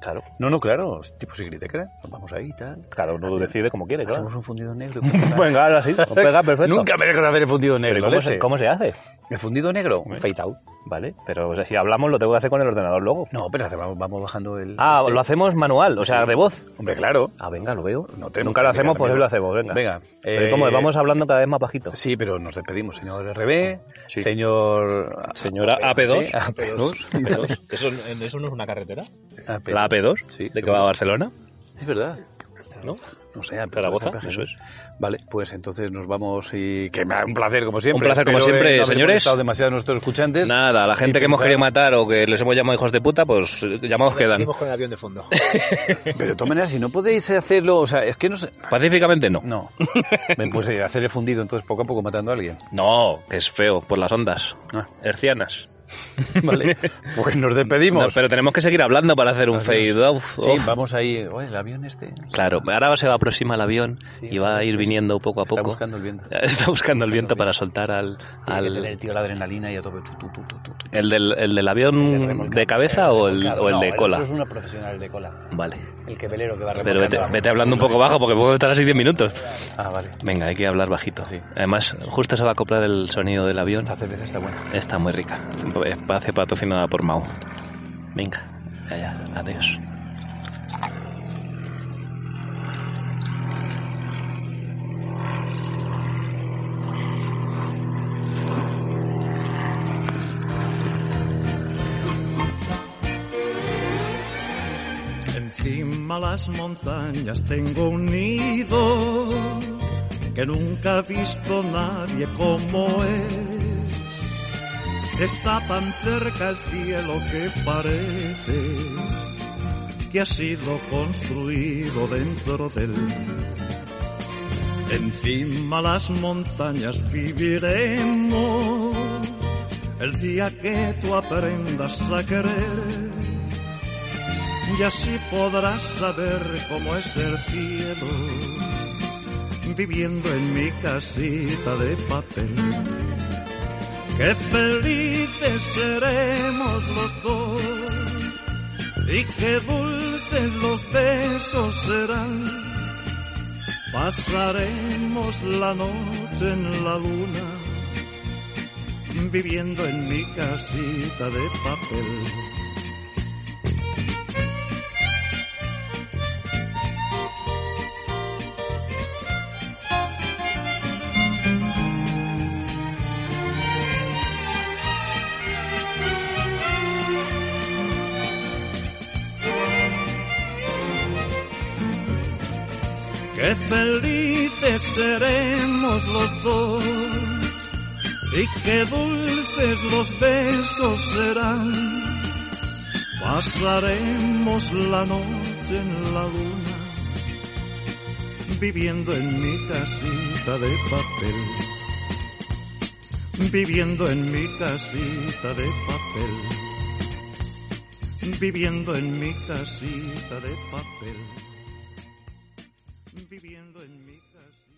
S1: Claro,
S2: No, no, claro. Tipo secreteca. Nos vamos ahí, tal.
S1: claro, uno decide como quiere, claro.
S2: Hacemos un fundido negro.
S1: Venga, ahora sí. os Pega, perfecto.
S2: Nunca me dejas hacer el fundido
S1: Pero
S2: negro.
S1: ¿cómo,
S2: leche.
S1: se, cómo se hace?
S2: ¿El fundido negro? Fade out.
S1: Vale, pero o sea, si hablamos lo tengo que hacer con el ordenador luego.
S2: No, pero hace- vamos, vamos bajando el. este.
S1: Ah, lo hacemos manual, o sea, de voz.
S2: Hombre, claro.
S1: Ah, venga, lo veo.
S2: No tenemos
S1: Nunca lo
S2: que
S1: hacemos,
S2: llegar
S1: pues
S2: a
S1: hoy
S2: mí.
S1: lo hacemos, venga.
S2: Venga,
S1: Pero
S2: eh,
S1: como vamos hablando cada vez más bajito.
S2: Sí, pero nos despedimos, señor RB,
S1: Ah, Sí.
S2: señor...
S19: Señora
S1: ¿eh?
S19: AP2.
S2: AP2.
S19: ¿Eso, ¿Eso no es una carretera?
S2: AP2.
S19: ¿La AP2?
S2: Sí,
S19: ¿De
S2: yo
S19: que va a
S2: creo.
S19: Barcelona?
S2: Es verdad.
S19: ¿No?
S2: No sé, AP2,
S19: Zaragoza,
S2: AP2.
S19: eso es.
S2: Vale, pues entonces nos vamos y... Que me ha un placer, como siempre.
S19: Un placer, como
S2: Espero,
S19: siempre,
S2: eh, no haber
S19: señores.
S2: molestado demasiado a nuestros escuchantes.
S19: Nada, la gente
S2: Y
S19: que hemos
S2: pensar-
S19: querido matar o que les hemos llamado hijos de puta, pues eh, llamados quedan.
S9: Seguimos con el avión de fondo.
S2: Pero de todas maneras, si no podéis hacerlo, o sea, es que no sé...
S19: Pacíficamente no.
S2: No. Me puse a hacer el fundido, entonces poco a poco matando a alguien.
S19: No, que es feo, por las ondas
S2: Ah.
S19: hercianas.
S2: Vale. Pues nos despedimos.
S19: No, pero tenemos que seguir hablando para hacer un
S2: Adiós.
S19: fade off.
S2: Sí,
S19: Off.
S2: vamos ahí. Oye, el avión este. Está
S19: Claro, ahora se va aproxima el avión
S2: Sí,
S19: y va a ir
S2: entonces,
S19: viniendo poco a poco.
S2: buscando el viento.
S19: Está buscando el viento para soltar al...
S2: Tiene que
S19: al-
S2: tener el tío la adrenalina y a tope. tu, tu, tu, tu, tu, tu.
S19: ¿El del, el del
S2: El
S19: avión
S2: remolcado.
S19: Mm, de cabeza o el,
S2: remolcado.
S19: o el
S2: No,
S19: de cola?
S2: otro es uno profesional de cola.
S19: Vale.
S2: El que velero que va
S19: Pero
S2: remolcando.
S19: vete, vete hablando un poco bajo porque puedo estar así 10 minutos.
S2: Ah, vale.
S19: Venga, hay que hablar bajito. Además, justo se va a acoplar el sonido del avión.
S2: Esta cerveza está buena.
S19: Está muy rica. Espacio patrocinada por Mau. Venga, allá, adiós.
S20: Encima las montañas tengo un nido que nunca ha visto nadie como es. Está tan cerca el cielo que parece que ha sido construido dentro de él. Encima las montañas viviremos el día que tú aprendas a querer y así podrás saber cómo es el cielo viviendo en mi casita de papel. Qué felices seremos los dos y qué dulces los besos serán. Pasaremos la noche en la luna viviendo en mi casita de papel. Qué felices seremos los dos y qué dulces los besos serán. Pasaremos la noche en la luna viviendo en mi casita de papel. Viviendo en mi casita de papel. Viviendo en mi casita de papel. Viviendo en mi casita.